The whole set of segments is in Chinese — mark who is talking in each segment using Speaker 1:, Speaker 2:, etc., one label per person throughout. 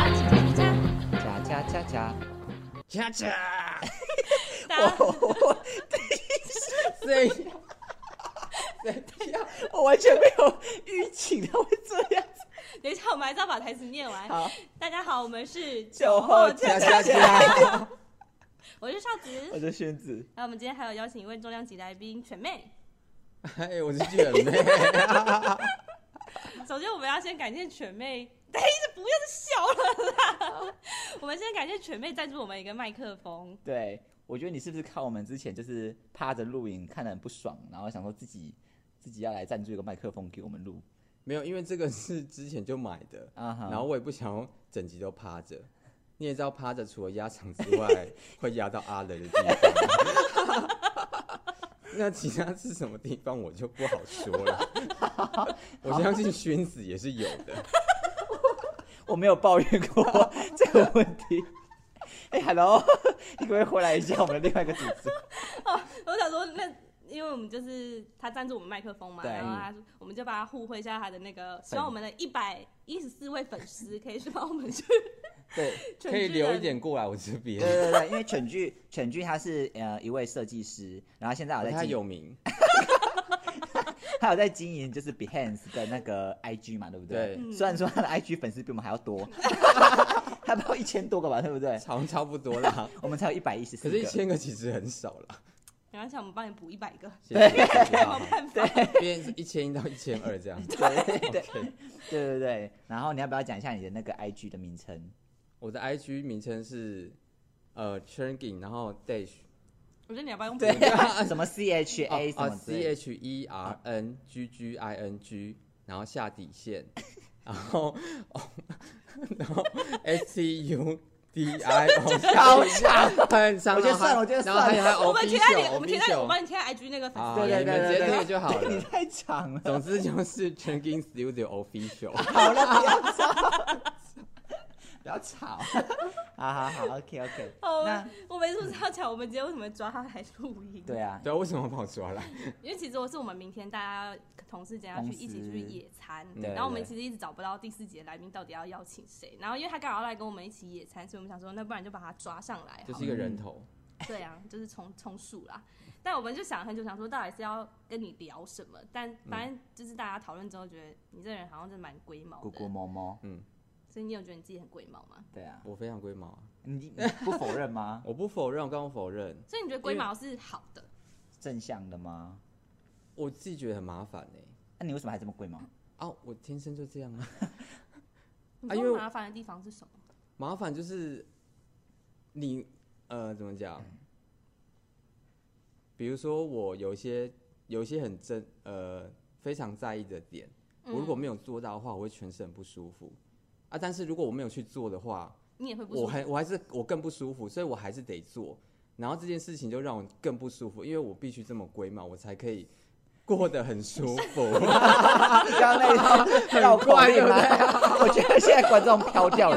Speaker 1: 加加加加加加！
Speaker 2: 大家
Speaker 1: 我等一下，等一下， 我完全没有预警他会这样子。
Speaker 2: 等一下，我们还是要把台词念完。
Speaker 1: 好，
Speaker 2: 大家好，我们是
Speaker 1: 酒后加加加，
Speaker 2: 我是少子
Speaker 1: 我。是宣子，
Speaker 2: 那我们今天还有邀请一位重量级来 宾全妹。
Speaker 3: 哎，我是卷妹，
Speaker 2: 首先，我们要先感谢全 妹。等一下，不要再笑了啦！我们先感谢全妹赞助我们一个麦克风。
Speaker 1: 对。我觉得你是不是看我们之前就是趴着录影看得很不爽，然后想说自己自己要来赞助一个麦克风给我们录
Speaker 3: 没有，因为这个是之前就买的，
Speaker 1: 啊哈？
Speaker 3: 然后我也不想要整集都趴着。你也知道，趴着除了压场之外，会压到阿雷的地方。 那其他是什么地方，我就不好说了。 我相信熏子也是有的。
Speaker 1: 我没有抱怨过这个问 题。哎、h e l l o 你可不可以回来一下我们的另外一个主持？
Speaker 2: 我想说，那因为我们就是他赞助我们麦克风嘛，
Speaker 1: 对
Speaker 2: 然后他我们就把他互惠一下他的那个，希望我们的一百一十四位粉丝可以去帮我们去
Speaker 1: 对，
Speaker 2: 全
Speaker 3: 可以
Speaker 2: 剧
Speaker 3: 留
Speaker 2: 的
Speaker 3: 一点过来我这边
Speaker 1: 对，对 对，因为犬剧犬剧他是呃一位设计师，然后现在有在
Speaker 3: 哦他
Speaker 1: 经
Speaker 3: 呃有名。
Speaker 1: 他有在经营就是 Behance 的那个 IG 嘛，对不对？
Speaker 3: 对
Speaker 2: 嗯
Speaker 1: 虽然说他的 IG 粉丝比我们还要多，他不到一千多个吧，对不对？
Speaker 3: 好像差不多啦，
Speaker 1: 我们才有一百一十四
Speaker 3: 可是一
Speaker 1: 个。
Speaker 3: 千个其实很少啦。
Speaker 2: 没关系，我们帮你补一百个，
Speaker 3: 谢谢大
Speaker 2: 没有
Speaker 3: 家。
Speaker 2: 办法。
Speaker 3: 变一千一到一千二这样。
Speaker 1: 对对对
Speaker 3: OK，
Speaker 1: 对对对，然后你要不要讲一下你的那个 IG 的名称？
Speaker 3: 我的 IG 名称是呃 Changin，然后 dash
Speaker 2: 我觉得你要不要用补
Speaker 1: 对
Speaker 2: 一个？
Speaker 1: 啊，什么 C H A 什
Speaker 3: 啊
Speaker 1: 么之类
Speaker 3: C
Speaker 1: 的
Speaker 3: H E R N G G I N G，然后下底线，然后哦，然后 S T U D I 哦 O，
Speaker 1: 好长，
Speaker 3: 很长，
Speaker 1: 我觉得算了我觉得
Speaker 3: 然后还有
Speaker 1: 算
Speaker 3: 还有
Speaker 2: 我
Speaker 3: O
Speaker 2: 们
Speaker 3: B
Speaker 2: 贴在你，
Speaker 3: 九，
Speaker 2: 我们贴在，我
Speaker 3: O B
Speaker 2: 帮你贴在 IG 那个
Speaker 3: 九
Speaker 2: 粉丝。
Speaker 3: 啊，
Speaker 1: 对对
Speaker 3: 你们
Speaker 1: 对
Speaker 3: 直接
Speaker 1: 对
Speaker 3: 那个
Speaker 1: 对
Speaker 3: 就好
Speaker 1: 你
Speaker 3: 了。
Speaker 1: 太长了。
Speaker 3: 总之就是 Changin Studio Official，
Speaker 1: 好了，不要吵，不要吵。 好好好，OK OK。
Speaker 2: 哦
Speaker 1: 那，
Speaker 2: 我们是不是要讲我们今天为什么抓他来录音？
Speaker 1: 对，啊，
Speaker 3: 对啊，为什么跑 出来？
Speaker 2: 因为其实我是我们明天大家同事间要去
Speaker 1: 公司
Speaker 2: 一起去野餐，
Speaker 1: 对
Speaker 2: 然后我们
Speaker 1: 对
Speaker 2: 其实一直找不到第四节来宾到底要邀请谁，然后因为他刚好要来跟我们一起野餐，所以我们想说，那不然就把他抓上来
Speaker 3: 就
Speaker 2: 好
Speaker 3: 是
Speaker 2: 了。
Speaker 3: 一个人头，
Speaker 2: 对啊，就是充充数啦。但我们就想了很久，想说到底是要跟你聊什么，
Speaker 1: 嗯
Speaker 2: 但反正就是大家讨论之后，觉得你这人好像真的蛮龟毛的。
Speaker 1: 咕咕摸摸，
Speaker 3: 嗯，
Speaker 2: 所以你有觉得你自己很龟毛吗？
Speaker 1: 对啊，
Speaker 3: 我非常龟毛啊，
Speaker 1: 你你不否认吗？
Speaker 3: 我不否认，我刚刚否认，
Speaker 2: 所以你觉得龟毛是好的？
Speaker 1: 正向的吗？
Speaker 3: 我自己觉得很麻烦欸呢、
Speaker 1: 那你为什么还这么贵 吗？
Speaker 3: 啊，我天生就这样啊。
Speaker 2: 你
Speaker 3: 啊因为
Speaker 2: 说
Speaker 3: 我
Speaker 2: 麻烦的地方是什么？
Speaker 3: 麻烦就是你呃，怎么讲？比如说我有一些有一些很真呃非常在意的点，我
Speaker 2: 嗯
Speaker 3: 如果没有做到的话，我会全身很不舒服啊。但是如果我没有去做的话，
Speaker 2: 你也会不舒
Speaker 3: 我
Speaker 2: 服。
Speaker 3: 还我还是我更不舒服，所以我还是得做。然后这件事情就让我更不舒服，因为我必须这么龟嘛，我才可以过得很舒服。 啊
Speaker 1: 刚刚那个绕口令吗？ 我觉得现在观众飘掉了，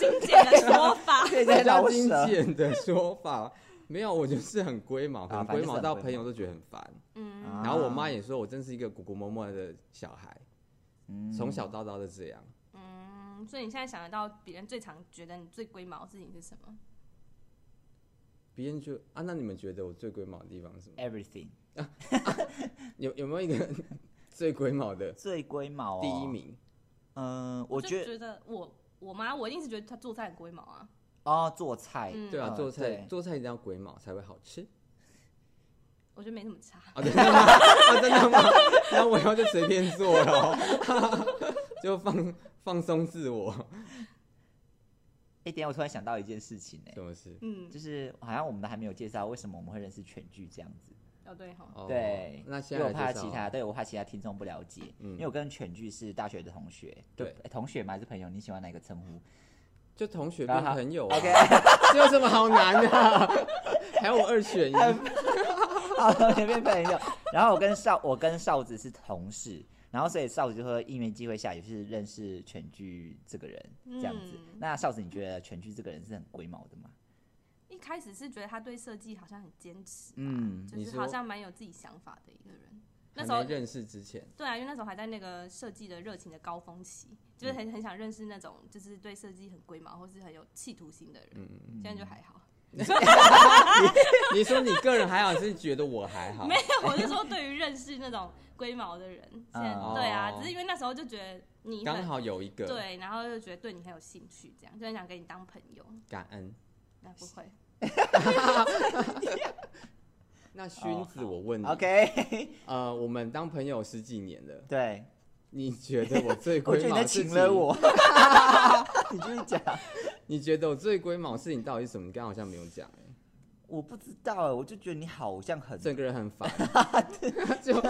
Speaker 2: 有
Speaker 1: 你
Speaker 2: 没
Speaker 1: 知
Speaker 2: 有
Speaker 1: 道
Speaker 2: 比？较精简的说法？
Speaker 1: 对，
Speaker 3: 比
Speaker 1: 在啊
Speaker 3: 较
Speaker 1: 老
Speaker 3: 精
Speaker 1: 舍。
Speaker 3: 简的说法，没有，我就是很龟毛，
Speaker 1: 啊反
Speaker 3: 很
Speaker 1: 正就
Speaker 3: 龟
Speaker 1: 是
Speaker 3: 毛
Speaker 1: 很
Speaker 3: 到
Speaker 1: 龟
Speaker 3: 朋友
Speaker 1: 毛
Speaker 3: 都觉得很烦。
Speaker 2: 嗯，
Speaker 1: 啊
Speaker 3: 然后我妈也说我真是一个古古摸摸的小孩，
Speaker 1: 嗯
Speaker 3: 从小到大都这样。
Speaker 2: 嗯，所以你现在想得到别人最常觉得你最龟毛的事情是什么？
Speaker 3: 别人就啊，那你们觉得我最龟毛的地方是什么？
Speaker 1: everything
Speaker 3: 有有没有一个 最龟毛的
Speaker 1: 最龟毛哦
Speaker 3: 第一。名？
Speaker 1: 嗯，我
Speaker 2: 就
Speaker 1: 觉得
Speaker 2: 觉得我我妈我一定是觉得她做菜很龟毛啊。
Speaker 1: 哦，做菜
Speaker 2: 嗯，
Speaker 3: 对啊，
Speaker 1: 嗯
Speaker 3: 做菜
Speaker 1: 对
Speaker 3: 做菜一定要龟毛才会好吃
Speaker 2: 我觉得没什么差。
Speaker 3: 啊！真的吗？啊，真的吗？那我以后就随便做了哦， 就放放松自我。
Speaker 1: 哎一点，我突然想到一件事情哎，
Speaker 3: 什么事？
Speaker 2: 嗯，
Speaker 1: 就是好像我们都还没有介绍为什么我们会认识全剧这样子。
Speaker 2: 哦对哈，
Speaker 3: 哦
Speaker 1: 对，
Speaker 3: 那现
Speaker 1: 因
Speaker 3: 在
Speaker 1: 为我怕
Speaker 3: 来介绍啊
Speaker 1: 其他，对我怕其他听众不了解，
Speaker 3: 嗯
Speaker 1: 因为我跟犬剧是大学的同学，就
Speaker 3: 对
Speaker 1: 诶同学吗？还是朋友？你喜欢哪个称呼？
Speaker 3: 就同学
Speaker 1: 啊
Speaker 3: 变
Speaker 1: 好
Speaker 3: 朋友、啊。
Speaker 1: OK，
Speaker 3: 这有什么好难的、 还有我二选一，
Speaker 1: 好，同学变朋友。然后我跟少，我跟少子是同事，然后所以少子就会因缘机会下，也是认识犬剧这个人这样子。
Speaker 2: 嗯
Speaker 1: 那少子，你觉得犬剧这个人是很龟毛的吗？
Speaker 2: 一开始是觉得他对设计好像很坚持，
Speaker 1: 嗯，
Speaker 2: 就
Speaker 3: 你
Speaker 2: 是
Speaker 3: 说
Speaker 2: 好像蛮有自己想法的一个人。那
Speaker 3: 还
Speaker 2: 时候
Speaker 3: 没认识之前，
Speaker 2: 对啊，因为那时候还在那个设计的热情的高峰期，
Speaker 3: 嗯
Speaker 2: 就是很很想认识那种就是对设计很龟毛或是很有企图心的人。
Speaker 3: 嗯，嗯
Speaker 2: 现在就还好，
Speaker 3: 嗯你说你个人还好，是觉得我还好
Speaker 2: 没，有，我是说对于认识那种龟毛的 人，现在
Speaker 1: 哦
Speaker 2: 对啊，只是因为那时候就觉得你
Speaker 3: 刚
Speaker 2: 很
Speaker 3: 好有一个，，
Speaker 2: 对，然后就觉得对你很有兴趣，这样就很想跟你当朋友。
Speaker 3: 感恩。
Speaker 2: 那不会，
Speaker 3: 那勋子，
Speaker 1: 哦好
Speaker 3: 我问你，
Speaker 1: OK，
Speaker 3: 呃，我们当朋友十几年了，
Speaker 1: 对，
Speaker 3: 你觉得我最
Speaker 1: 我
Speaker 3: 龟
Speaker 1: 觉得你
Speaker 3: 毛
Speaker 1: 在
Speaker 3: 的事
Speaker 1: 请
Speaker 3: 情？
Speaker 1: 了 我，你继续讲。
Speaker 3: 你觉得我最龟毛的事情到底是什么？你刚刚好像没有讲、欸，
Speaker 1: 我不知道哎，我就觉得你好像很
Speaker 3: 整个人 很烦，就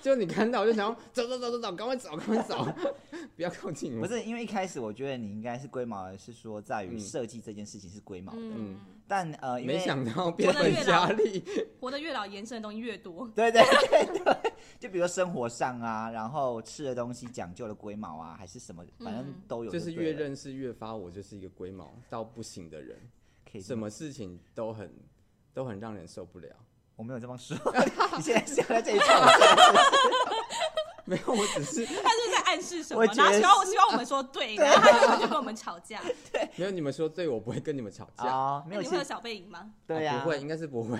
Speaker 3: 就你看到我就想要走走走走走，赶快走赶快走， 不要靠近
Speaker 1: 不
Speaker 3: 我。
Speaker 1: 是因为一开始我觉得你应该是龟毛的，是说在于
Speaker 3: 嗯
Speaker 1: 设计这件事情是龟毛的，
Speaker 2: 嗯，
Speaker 1: 但呃，因为
Speaker 3: 没想到变本加厉，
Speaker 2: 活得越老，延伸的东西越多。
Speaker 1: 对对对对， 就比如说生活上啊，然后吃的东西讲究了龟毛啊，还是什么，反正
Speaker 2: 嗯
Speaker 1: 都有对
Speaker 3: 就
Speaker 1: 了，
Speaker 3: 是越认识越发，我就是一个龟毛到不行的人，
Speaker 1: 可以这
Speaker 3: 什
Speaker 1: 么？
Speaker 3: 么事情都很都很让人受不了。
Speaker 1: 我没有这么说，你现在是要在这里唱我，
Speaker 3: 没有，我只是
Speaker 2: 他是在暗示什么？
Speaker 1: 我觉
Speaker 2: 然后
Speaker 1: 得
Speaker 2: 希望希望我们说 对，然后他就就跟我们吵架。
Speaker 3: 没有你们说对，我不会跟你们吵架，
Speaker 1: 啊，
Speaker 2: 那
Speaker 1: 没有
Speaker 2: 哎你会有
Speaker 1: 是，
Speaker 2: 小背影吗？
Speaker 1: 对啊呀、
Speaker 3: 啊不会，应该是不会。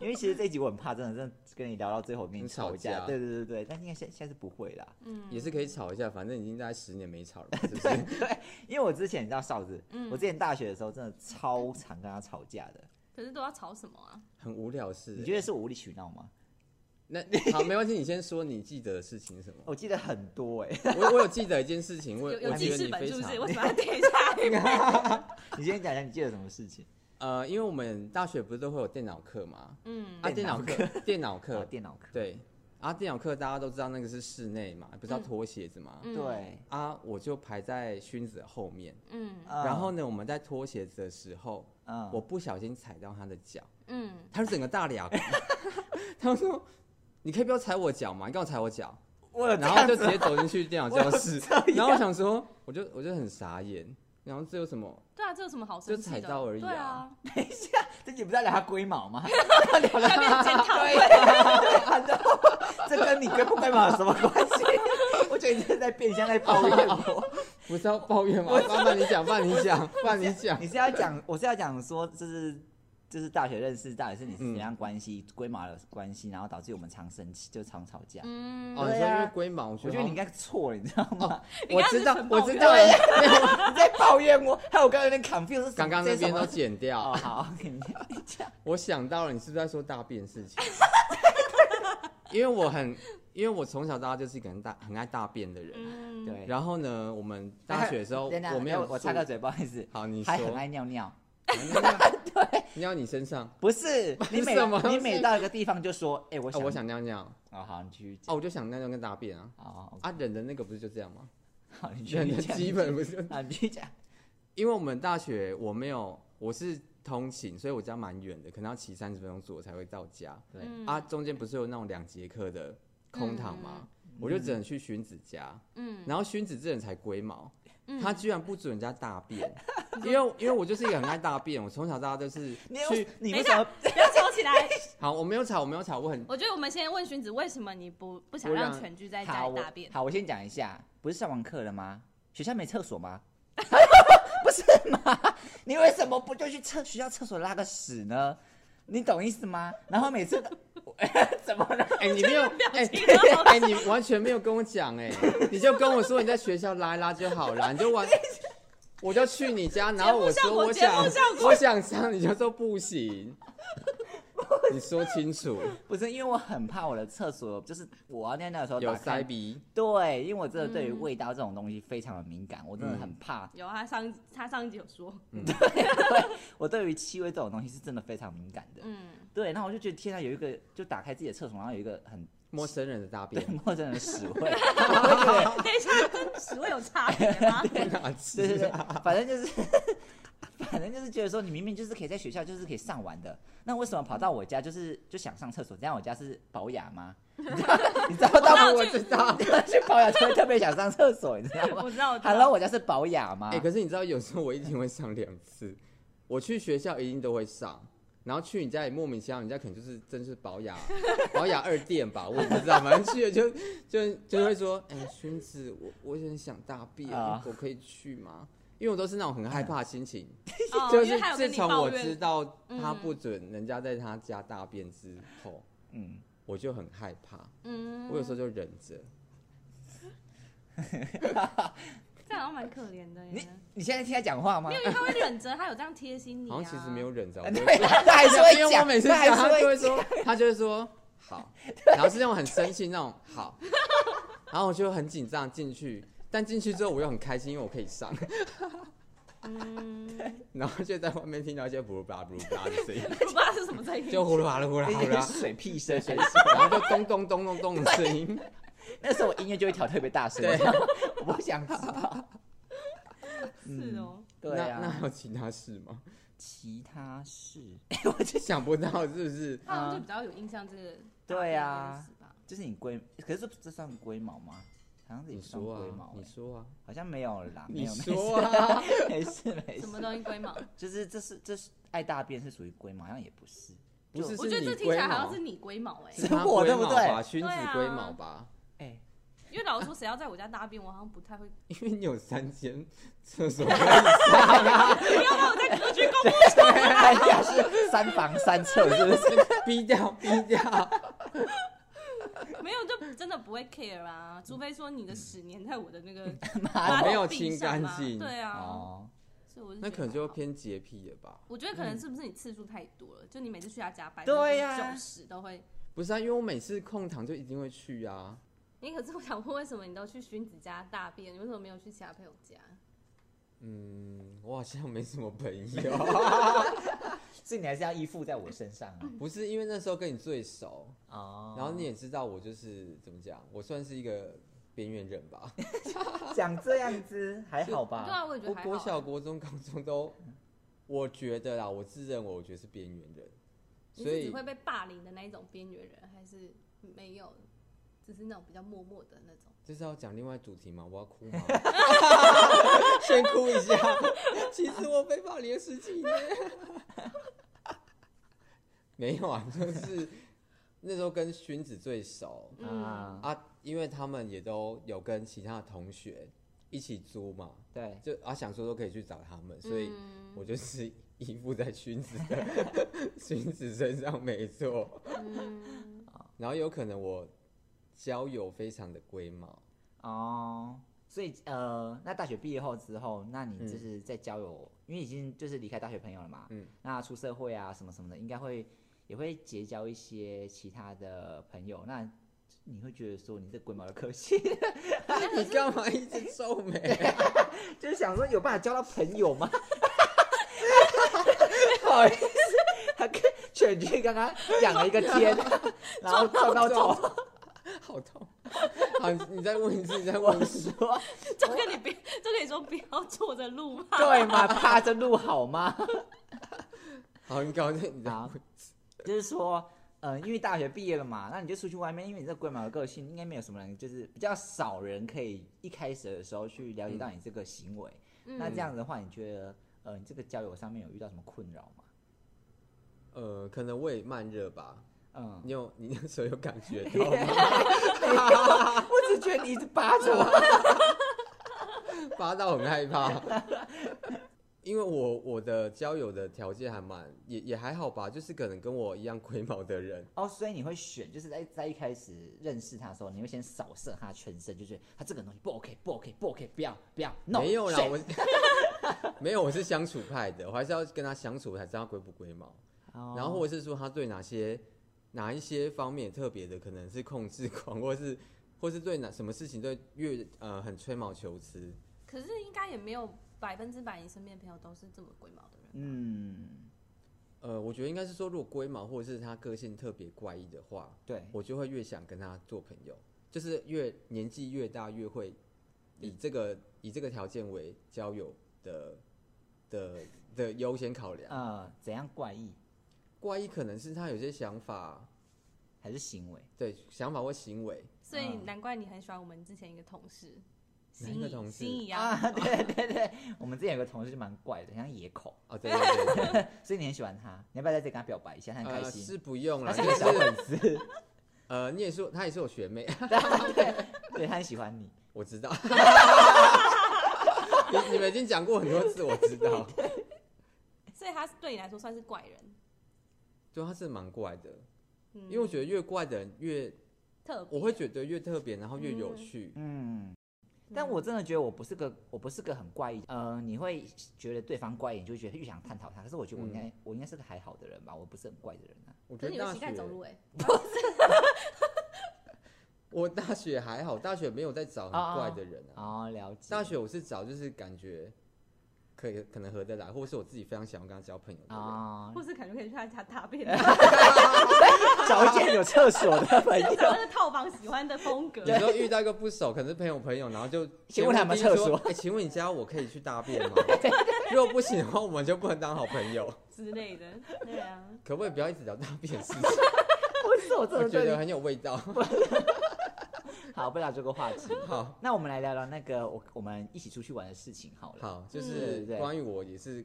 Speaker 1: 因为其实这一集我很怕，真的真的跟你聊到最后，我跟你
Speaker 3: 你吵
Speaker 1: 吵架，
Speaker 3: 架
Speaker 1: 对对对对，但应该现现在是不会啦，
Speaker 2: 嗯，
Speaker 3: 也是可以吵一下，反正已经大概十年没吵了嘛，是不是？
Speaker 1: 因为我之前你知道哨子，
Speaker 2: 嗯
Speaker 1: 我之前大学的时候真的超常跟他吵架的，
Speaker 2: 可是都要吵什么啊？
Speaker 3: 很无聊是、
Speaker 1: 你觉得是我无理取闹吗？。
Speaker 3: 那好，没关系，你先说你记得的事情是什么
Speaker 1: 我记得很多哎、
Speaker 3: 我我有记得一件事情，我
Speaker 2: 有
Speaker 3: 我
Speaker 2: 有
Speaker 3: 觉
Speaker 2: 记
Speaker 3: 得
Speaker 2: 事
Speaker 3: 你
Speaker 2: 本
Speaker 3: 非
Speaker 2: 是不是？
Speaker 3: 常
Speaker 2: 为什么要等一 下？
Speaker 1: 你先讲一下你记得什么事情？
Speaker 3: 呃，因为我们大学不是都会有电脑课嘛，
Speaker 2: 嗯
Speaker 3: 啊，
Speaker 1: 电
Speaker 3: 电
Speaker 1: 脑
Speaker 3: 脑课，电脑
Speaker 1: 啊，
Speaker 3: 课，
Speaker 1: 电脑课，
Speaker 3: 对，啊，电脑课大家都知道那个是室内嘛，不是要脱鞋子嘛，
Speaker 2: 嗯
Speaker 1: 对，
Speaker 3: 啊，我就排在勋子的后面，
Speaker 2: 嗯
Speaker 1: 嗯
Speaker 3: 然后呢，我们在脱鞋子的时候，
Speaker 1: 嗯，
Speaker 3: 我不小心踩到他的脚，
Speaker 2: 嗯，
Speaker 3: 他就整个大俩， 他说。你可以不要踩我脚嘛，你刚好踩我脚，
Speaker 1: 我 有这
Speaker 3: 然后
Speaker 1: 样
Speaker 3: 就
Speaker 1: 子啊
Speaker 3: 直接走进去电 脑教室
Speaker 1: 我有这，样
Speaker 3: 然后我想说，我就我就很傻眼，然后这有什么
Speaker 2: 对啊，这有什么好生气的？
Speaker 3: 就踩到而已啊
Speaker 2: 对啊，
Speaker 1: 等一下，这集不是在聊他龟毛吗？
Speaker 2: 下面检讨会。
Speaker 1: 这跟你跟龟毛有什么关系？ 我觉得你这是在变相在抱怨 我。
Speaker 3: 不是要抱怨吗？爸爸，你讲，爸你讲， 爸你讲
Speaker 1: 你。是要讲，我是要讲说，就是就是大学认识，到底是你是怎样关系，龟毛的关系，然后导致我们常生气，就常吵架。
Speaker 2: 嗯，
Speaker 3: 哦，你
Speaker 1: 对
Speaker 3: 说因为
Speaker 1: 啊
Speaker 3: 龟毛，我
Speaker 1: 我觉得你应
Speaker 3: 该，
Speaker 1: 该错了，你知道
Speaker 3: 哦
Speaker 1: 吗？
Speaker 2: 你刚
Speaker 3: 我
Speaker 2: 刚
Speaker 3: 知道
Speaker 2: 是很，
Speaker 3: 我
Speaker 2: 抱
Speaker 3: 知
Speaker 2: 怨
Speaker 3: 道，
Speaker 1: 你在抱怨我，还有我刚刚有点 confused 是什么。
Speaker 3: 刚刚那
Speaker 1: 这是
Speaker 3: 边
Speaker 1: 什么
Speaker 3: 都剪
Speaker 1: 哦，
Speaker 3: 掉。
Speaker 1: 好，给你讲。
Speaker 3: 我想到了，你是不是在说大便事情？ 因为我很，因为我从小到大就是一个很大很爱大便的人。
Speaker 2: 嗯，
Speaker 1: 对，
Speaker 3: 然后呢，我们大学的时候，
Speaker 1: 哎等一下
Speaker 3: 哦我没有
Speaker 1: 我我
Speaker 3: 住
Speaker 1: 插个嘴，不好意思，
Speaker 3: 好，你
Speaker 1: 还很
Speaker 3: 说，
Speaker 1: 爱 尿尿。
Speaker 3: 对，尿你身上，
Speaker 1: 不是，你每
Speaker 3: 什么
Speaker 1: 你每到一个地方就说，哎、我
Speaker 3: 哦，
Speaker 1: 想，
Speaker 3: 我想尿尿，
Speaker 1: 哦，好，你继续讲，
Speaker 3: 哦，我就想尿尿跟大便啊，
Speaker 1: 哦，
Speaker 3: 啊，人的那个不是就这样吗？
Speaker 1: 好， 你继
Speaker 3: 人
Speaker 1: 续
Speaker 3: 的
Speaker 1: 讲，
Speaker 3: 基本不是
Speaker 1: 啊，你继续讲，
Speaker 3: 因为我们大学我没有，我是通勤，所以我家蛮远的，可能要骑三十分钟左右才会到家。
Speaker 1: 对，
Speaker 2: 嗯
Speaker 3: 啊，，中间不是有那种两节课的空堂吗？我就只能去荀子家，
Speaker 2: 嗯，
Speaker 3: 然后荀子这人才龟毛，
Speaker 2: 嗯
Speaker 3: 他居然不准人家大 便，因为因为我就是一个很爱大便，我从小到大都是
Speaker 1: 你
Speaker 3: 去
Speaker 1: 为你
Speaker 2: 等
Speaker 1: 为
Speaker 2: 一
Speaker 1: 什
Speaker 2: 下
Speaker 1: 么？
Speaker 2: 不要吵起来。
Speaker 3: 好，我没有吵，我没有吵，我很
Speaker 2: 我觉得我们先问荀子，为什么你不不想
Speaker 3: 我
Speaker 2: 让
Speaker 3: 让
Speaker 2: 全聚在家
Speaker 1: 好，
Speaker 2: 里
Speaker 1: 我
Speaker 2: 大便？
Speaker 1: 好，我先讲一下，不是上完课了吗？学校没厕所 吗？不是吗？你为什么不就去厕学校厕所拉个屎呢？你懂意思吗？然后每 次都怎么了？
Speaker 3: 哎、你没有哎
Speaker 2: 情都好
Speaker 3: 哎、你完全没有跟我讲哎、你就跟我说你在学校拉一拉就好了，你就 完。我就去你家，然后我说我
Speaker 2: 节目效果节目
Speaker 3: 想
Speaker 2: 效果
Speaker 3: 我想上，你就说不行。你说清楚，
Speaker 1: 不是 因为我很怕我的厕所，就是我要尿尿的时候
Speaker 3: 有
Speaker 1: 打
Speaker 3: 塞
Speaker 1: 开，
Speaker 3: 鼻，
Speaker 1: 对，因为我真的对于
Speaker 2: 嗯
Speaker 1: 味道这种东西非常的敏感，我真的
Speaker 3: 嗯
Speaker 1: 很怕
Speaker 2: 有啊，他上他上一集有说，
Speaker 1: 我对于气味这种东西是真的非常敏感的。
Speaker 2: 嗯，
Speaker 1: 对，那我就觉得天啊，有一个就打开自己的厕所，然后有一个很
Speaker 3: 陌生人的大
Speaker 1: 对
Speaker 3: 便
Speaker 1: 陌生人的屎 味，
Speaker 2: 等一下 跟屎味有差别 吗？
Speaker 3: 不拿
Speaker 1: 对对
Speaker 3: 吃
Speaker 1: 对，
Speaker 2: 啊
Speaker 1: 反正就是， 反正就是觉得说你明明就是可以在学校就是可以上完的，那为什么跑到我家就是就想上厕所？这样我家是保雅吗？ 你知道到
Speaker 2: 那
Speaker 3: 我
Speaker 2: 去
Speaker 3: 知 道。
Speaker 1: 去保雅就会特别想上厕所，你知道吗
Speaker 2: 我知道，我知道。
Speaker 3: 哎
Speaker 1: ？Hello，我家是保雅吗
Speaker 3: 哎、？可是你知道有时候我一天会上两次，我去学校一定都会上，然后去你家里莫名其妙，你家可能就是真是 保雅保雅二店吧，我也不知道，反正去了就就就会说，哎、孙子，我我有点想大便，
Speaker 1: 啊
Speaker 3: 我可以去吗？因为我都是那种很害怕的心情，
Speaker 2: 哦，
Speaker 3: 就
Speaker 2: 因为
Speaker 3: 是
Speaker 2: 他有
Speaker 3: 自
Speaker 2: 跟你
Speaker 3: 从
Speaker 2: 抱
Speaker 3: 我知
Speaker 2: 怨，
Speaker 3: 道他
Speaker 2: 嗯
Speaker 3: 不准人家在他家大便之后，
Speaker 1: 嗯，
Speaker 3: 我就很害怕，
Speaker 2: 嗯，
Speaker 3: 我有时候就忍着。
Speaker 2: 这样好像蛮可怜的
Speaker 1: 你
Speaker 2: 耶。
Speaker 1: 你现在听他讲话吗
Speaker 2: 没？有，因为他会忍着，他有这样贴心你、啊。
Speaker 3: 好像其实没有忍着，我 就
Speaker 1: 哎对，啊他他还是会
Speaker 3: 因为我
Speaker 1: 讲，
Speaker 3: 每次
Speaker 1: 他还
Speaker 3: 讲
Speaker 1: 是
Speaker 3: 他就
Speaker 1: 会
Speaker 3: 会说，他就会说 好，然后是那种很生气那种好，然后我就很紧张进去，但进去之后我又很开心，因为我可以上，
Speaker 2: 嗯，
Speaker 3: 然后就在外面听到一些布鲁巴布鲁巴的声音，
Speaker 2: 我不知道是什么声音，
Speaker 3: 就呼噜啦噜呼啦呼
Speaker 1: 讲
Speaker 3: 啦，
Speaker 1: 水屁声，
Speaker 3: 水然后就咚咚咚咚咚的声音，
Speaker 1: 那时候我音乐就会调特别大声，
Speaker 3: 对
Speaker 1: 我不想知道。
Speaker 2: 是
Speaker 3: 嗯
Speaker 2: 哦，
Speaker 1: 对
Speaker 3: 那那
Speaker 1: 啊
Speaker 3: 还，有其他事吗？
Speaker 1: 其他事
Speaker 3: 想不到是不是？
Speaker 2: 他好像就比较有印象这个。
Speaker 1: 对啊
Speaker 2: 啊，
Speaker 1: 就是你龟，可是这算龟毛吗？好像是也
Speaker 3: 你
Speaker 1: 不算
Speaker 3: 说
Speaker 1: 龟
Speaker 3: 啊
Speaker 1: 毛，
Speaker 3: 你
Speaker 1: 欸，
Speaker 3: 说啊，
Speaker 1: 好像没有了啦，没
Speaker 3: 你
Speaker 1: 有，
Speaker 3: 说啊，
Speaker 1: 没事没
Speaker 2: 什
Speaker 1: 事
Speaker 2: 么
Speaker 1: 没事，
Speaker 2: 东西龟 毛？
Speaker 1: 就是这是这是爱大便是属于龟毛，好像也不是，
Speaker 3: 不是
Speaker 2: 我觉得这
Speaker 3: 你
Speaker 2: 听起
Speaker 3: 龟
Speaker 2: 来好
Speaker 3: 毛
Speaker 2: 像是，你龟毛哎、
Speaker 1: 是
Speaker 3: 他
Speaker 1: 我
Speaker 3: 龟
Speaker 1: 对不
Speaker 3: 毛
Speaker 1: 对
Speaker 3: 吧荀子
Speaker 2: 对啊
Speaker 3: 龟毛吧。
Speaker 1: 哎，
Speaker 2: 因为老实说，谁要在我家大便，我好像不太会。
Speaker 3: 因为你有三间厕 所，
Speaker 2: 不要把我在格局公
Speaker 1: 他家哎是三房三厕 是不是？
Speaker 3: 逼掉逼掉。
Speaker 2: 布， 没有就真的不会 care 啊，除非说你的屎粘在我的那个
Speaker 1: 妈
Speaker 2: 马
Speaker 3: 哦
Speaker 1: 的
Speaker 3: 没有
Speaker 2: 桶壁
Speaker 3: 清
Speaker 2: 上
Speaker 3: 干
Speaker 2: 啊
Speaker 3: 净
Speaker 2: 对啊，
Speaker 1: 哦，
Speaker 2: 所以我就
Speaker 3: 那
Speaker 2: 觉
Speaker 3: 可能
Speaker 2: 得
Speaker 3: 就
Speaker 2: 还好。
Speaker 3: 偏嗯洁癖了吧？
Speaker 2: 我觉得可能是不是你次数太多了，就你每次去他家百分
Speaker 1: 对
Speaker 2: 之
Speaker 1: 呀
Speaker 2: 九十都会。
Speaker 3: 不是啊，因为我每次空堂就一定会去啊。
Speaker 2: 你可是我想问，为什么你都去荀子家大便，你为什么没有去其他朋友家？
Speaker 3: 嗯，我好像没什么朋友，
Speaker 1: 所以你还是要依附在我身上啊。
Speaker 3: 不是因为那时候跟你最熟，
Speaker 1: 哦，
Speaker 3: 嗯然后你也知道我就是怎么讲，我算是一个边缘人吧。
Speaker 1: 哦讲这样子还好吧？
Speaker 2: 对啊，我也觉
Speaker 3: 我
Speaker 2: 得还好
Speaker 3: 国
Speaker 2: 啊。
Speaker 3: 小、国中、高中都，我觉得啦，我自认为我觉得是边缘人，
Speaker 2: 你
Speaker 3: 所
Speaker 2: 是只
Speaker 3: 以
Speaker 2: 会被霸凌的那一种边缘人，还是没有？只是那种比较默默的那种。
Speaker 3: 这是要讲另外主题吗？我要哭吗？ 先哭一下。 其实我被霸凌了十几年。 没有啊，就是那时候跟荀子最熟
Speaker 2: 嗯
Speaker 1: 啊，
Speaker 3: 啊，因为他们也都有跟其他的同学一起租嘛，
Speaker 1: 对，
Speaker 3: 就啊想说都可以去找他们，所以
Speaker 2: 嗯
Speaker 3: 我就是依附在荀子的 荀子身上没错。
Speaker 2: 嗯，
Speaker 3: 然后有可能我交友非常的龟毛。
Speaker 1: 哦，所以呃，那大学毕业后之后，那你就是在交友，因为已经就是离开大学朋友了嘛，
Speaker 3: 嗯
Speaker 1: 那出社会啊什么什么的，应该会也会结交一些其他的朋友，那你会觉得说你这龟毛的可惜，
Speaker 3: 你干嘛一直皱眉啊？
Speaker 1: 就是想说有办法交到朋友吗？ 不好意思，他跟犬君刚刚养了一个 天，然后撞到头，
Speaker 3: 好痛！ 好，你再问一次，你再问
Speaker 1: 我
Speaker 3: 一次。
Speaker 1: 说
Speaker 2: 就跟你别，就跟你说不要坐着录嘛。
Speaker 1: 对嘛，趴着录好吗？
Speaker 3: 好，你搞定，你再
Speaker 1: 好
Speaker 3: 问。
Speaker 1: 就是说，呃，因为大学毕业了嘛，那你就出去外面，因为你这龟毛的个性，应该没有什么人，就是比较少人可以一开始的时候去了解到你这个行为。
Speaker 2: 嗯
Speaker 1: 那这样子的话，你觉得，呃，你这个交友上面有遇到什么困扰吗？
Speaker 3: 呃，可能我也慢热吧。
Speaker 1: 嗯，
Speaker 3: 你有你那时候有感觉到吗？
Speaker 1: 我只觉得你一直扒着我。
Speaker 3: 发到很害怕。因为我我的交友的条件还蛮也也还好吧，就是可能跟我一样龟毛的人，
Speaker 1: 哦，所以你会选，就是在在一开始认识他的时候，你会先扫射他全身，就是他这个东西不 OK，不 OK，不 OK，不要不要，no，
Speaker 3: 没有啦，
Speaker 1: shit
Speaker 3: 我没有我 是相处派的，我还是要跟他相处才知道龟不龟毛。
Speaker 1: 哦
Speaker 3: 然后或者是说他对哪些哪一些方面特别的，可能是控制狂，或是或是对哪什么事情对越呃很吹毛求疵。
Speaker 2: 可是应该也没有百分之百，你身边的朋友都是这么龟毛的人。
Speaker 1: 嗯，
Speaker 3: 呃，我觉得应该是说，如果龟毛或者是他个性特别怪异的话，
Speaker 1: 对，
Speaker 3: 我就会越想跟他做朋友，就是越年纪越大越会以这个以这个条件为交友的的的优先考量。
Speaker 1: 呃，怎样怪异
Speaker 3: 怪异可能是他有些想法，
Speaker 1: 还是行为？
Speaker 3: 对想法或行为，
Speaker 2: 所以难怪你很喜欢我们之前一个同事，
Speaker 3: 哪一
Speaker 2: 心
Speaker 3: 个
Speaker 2: 仪，
Speaker 3: 同事
Speaker 2: 心仪啊，
Speaker 1: 啊， 对对对，我们之前有个同事就蛮怪的，像野口，
Speaker 3: 哦，对对对对，
Speaker 1: 所以你很喜欢他，你要不要在这里跟他表白一下？他很开
Speaker 3: 呃，
Speaker 1: 心，
Speaker 3: 是不用了，
Speaker 1: 他
Speaker 3: 就
Speaker 1: 个
Speaker 3: 是是
Speaker 1: 小粉丝，
Speaker 3: 呃，你也说她也是我学妹，
Speaker 1: 对对，他很喜欢你。
Speaker 3: 我知道。 你你们已经讲过很多次，我知道。
Speaker 2: 所以他对你来说算是怪人，
Speaker 3: 对，她是蛮怪的，
Speaker 2: 嗯，
Speaker 3: 因为我觉得越怪的人越，
Speaker 2: 特别
Speaker 3: 我会觉得越特别，然后越有
Speaker 2: 嗯
Speaker 3: 趣。
Speaker 1: 嗯，但
Speaker 2: 嗯
Speaker 1: 我真的觉得我不是个我不是个很怪异，呃，你会觉得对方怪异，你就会觉得越想探讨他。可是我觉得我应
Speaker 3: 嗯
Speaker 1: 该、我应该是个还好的人吧，我不是很怪的人啊。
Speaker 3: 我
Speaker 2: 可
Speaker 3: 觉
Speaker 2: 是你
Speaker 3: 得
Speaker 2: 会
Speaker 3: 大
Speaker 2: 膝盖
Speaker 3: 学，啊
Speaker 2: 走路哎，
Speaker 3: 我大学还好，大学没有在找很怪的人啊。
Speaker 1: 哦，了解。
Speaker 3: 大学我是找就是感觉可以可能合得来，或是我自己非常想要跟他交朋友的人。
Speaker 1: 啊，
Speaker 2: 或是可能可以去他家大便，
Speaker 1: 找一间有厕所的朋
Speaker 2: 就
Speaker 1: 友
Speaker 2: 找到那套房喜欢的风 格。
Speaker 3: 有时候遇到一个不熟，可能是朋友朋友，然后就
Speaker 1: 请问他有没有厕所
Speaker 3: 说哎请问你家我可以去大便 吗？如果不行的话，我们就不能当好朋友。
Speaker 2: 之类的，对啊，
Speaker 3: 可不可以不要一直聊大便的事情？
Speaker 1: 不是我真
Speaker 3: 我
Speaker 1: 的
Speaker 3: 觉
Speaker 1: 对
Speaker 3: 得
Speaker 1: 你
Speaker 3: 很有 味道。
Speaker 1: 好，不聊这个话题。
Speaker 3: 好
Speaker 1: 那我们来聊聊那个我我们一起出去玩的事情好了，
Speaker 3: 好，就
Speaker 1: 嗯
Speaker 3: 是
Speaker 1: 对
Speaker 3: 关于我也是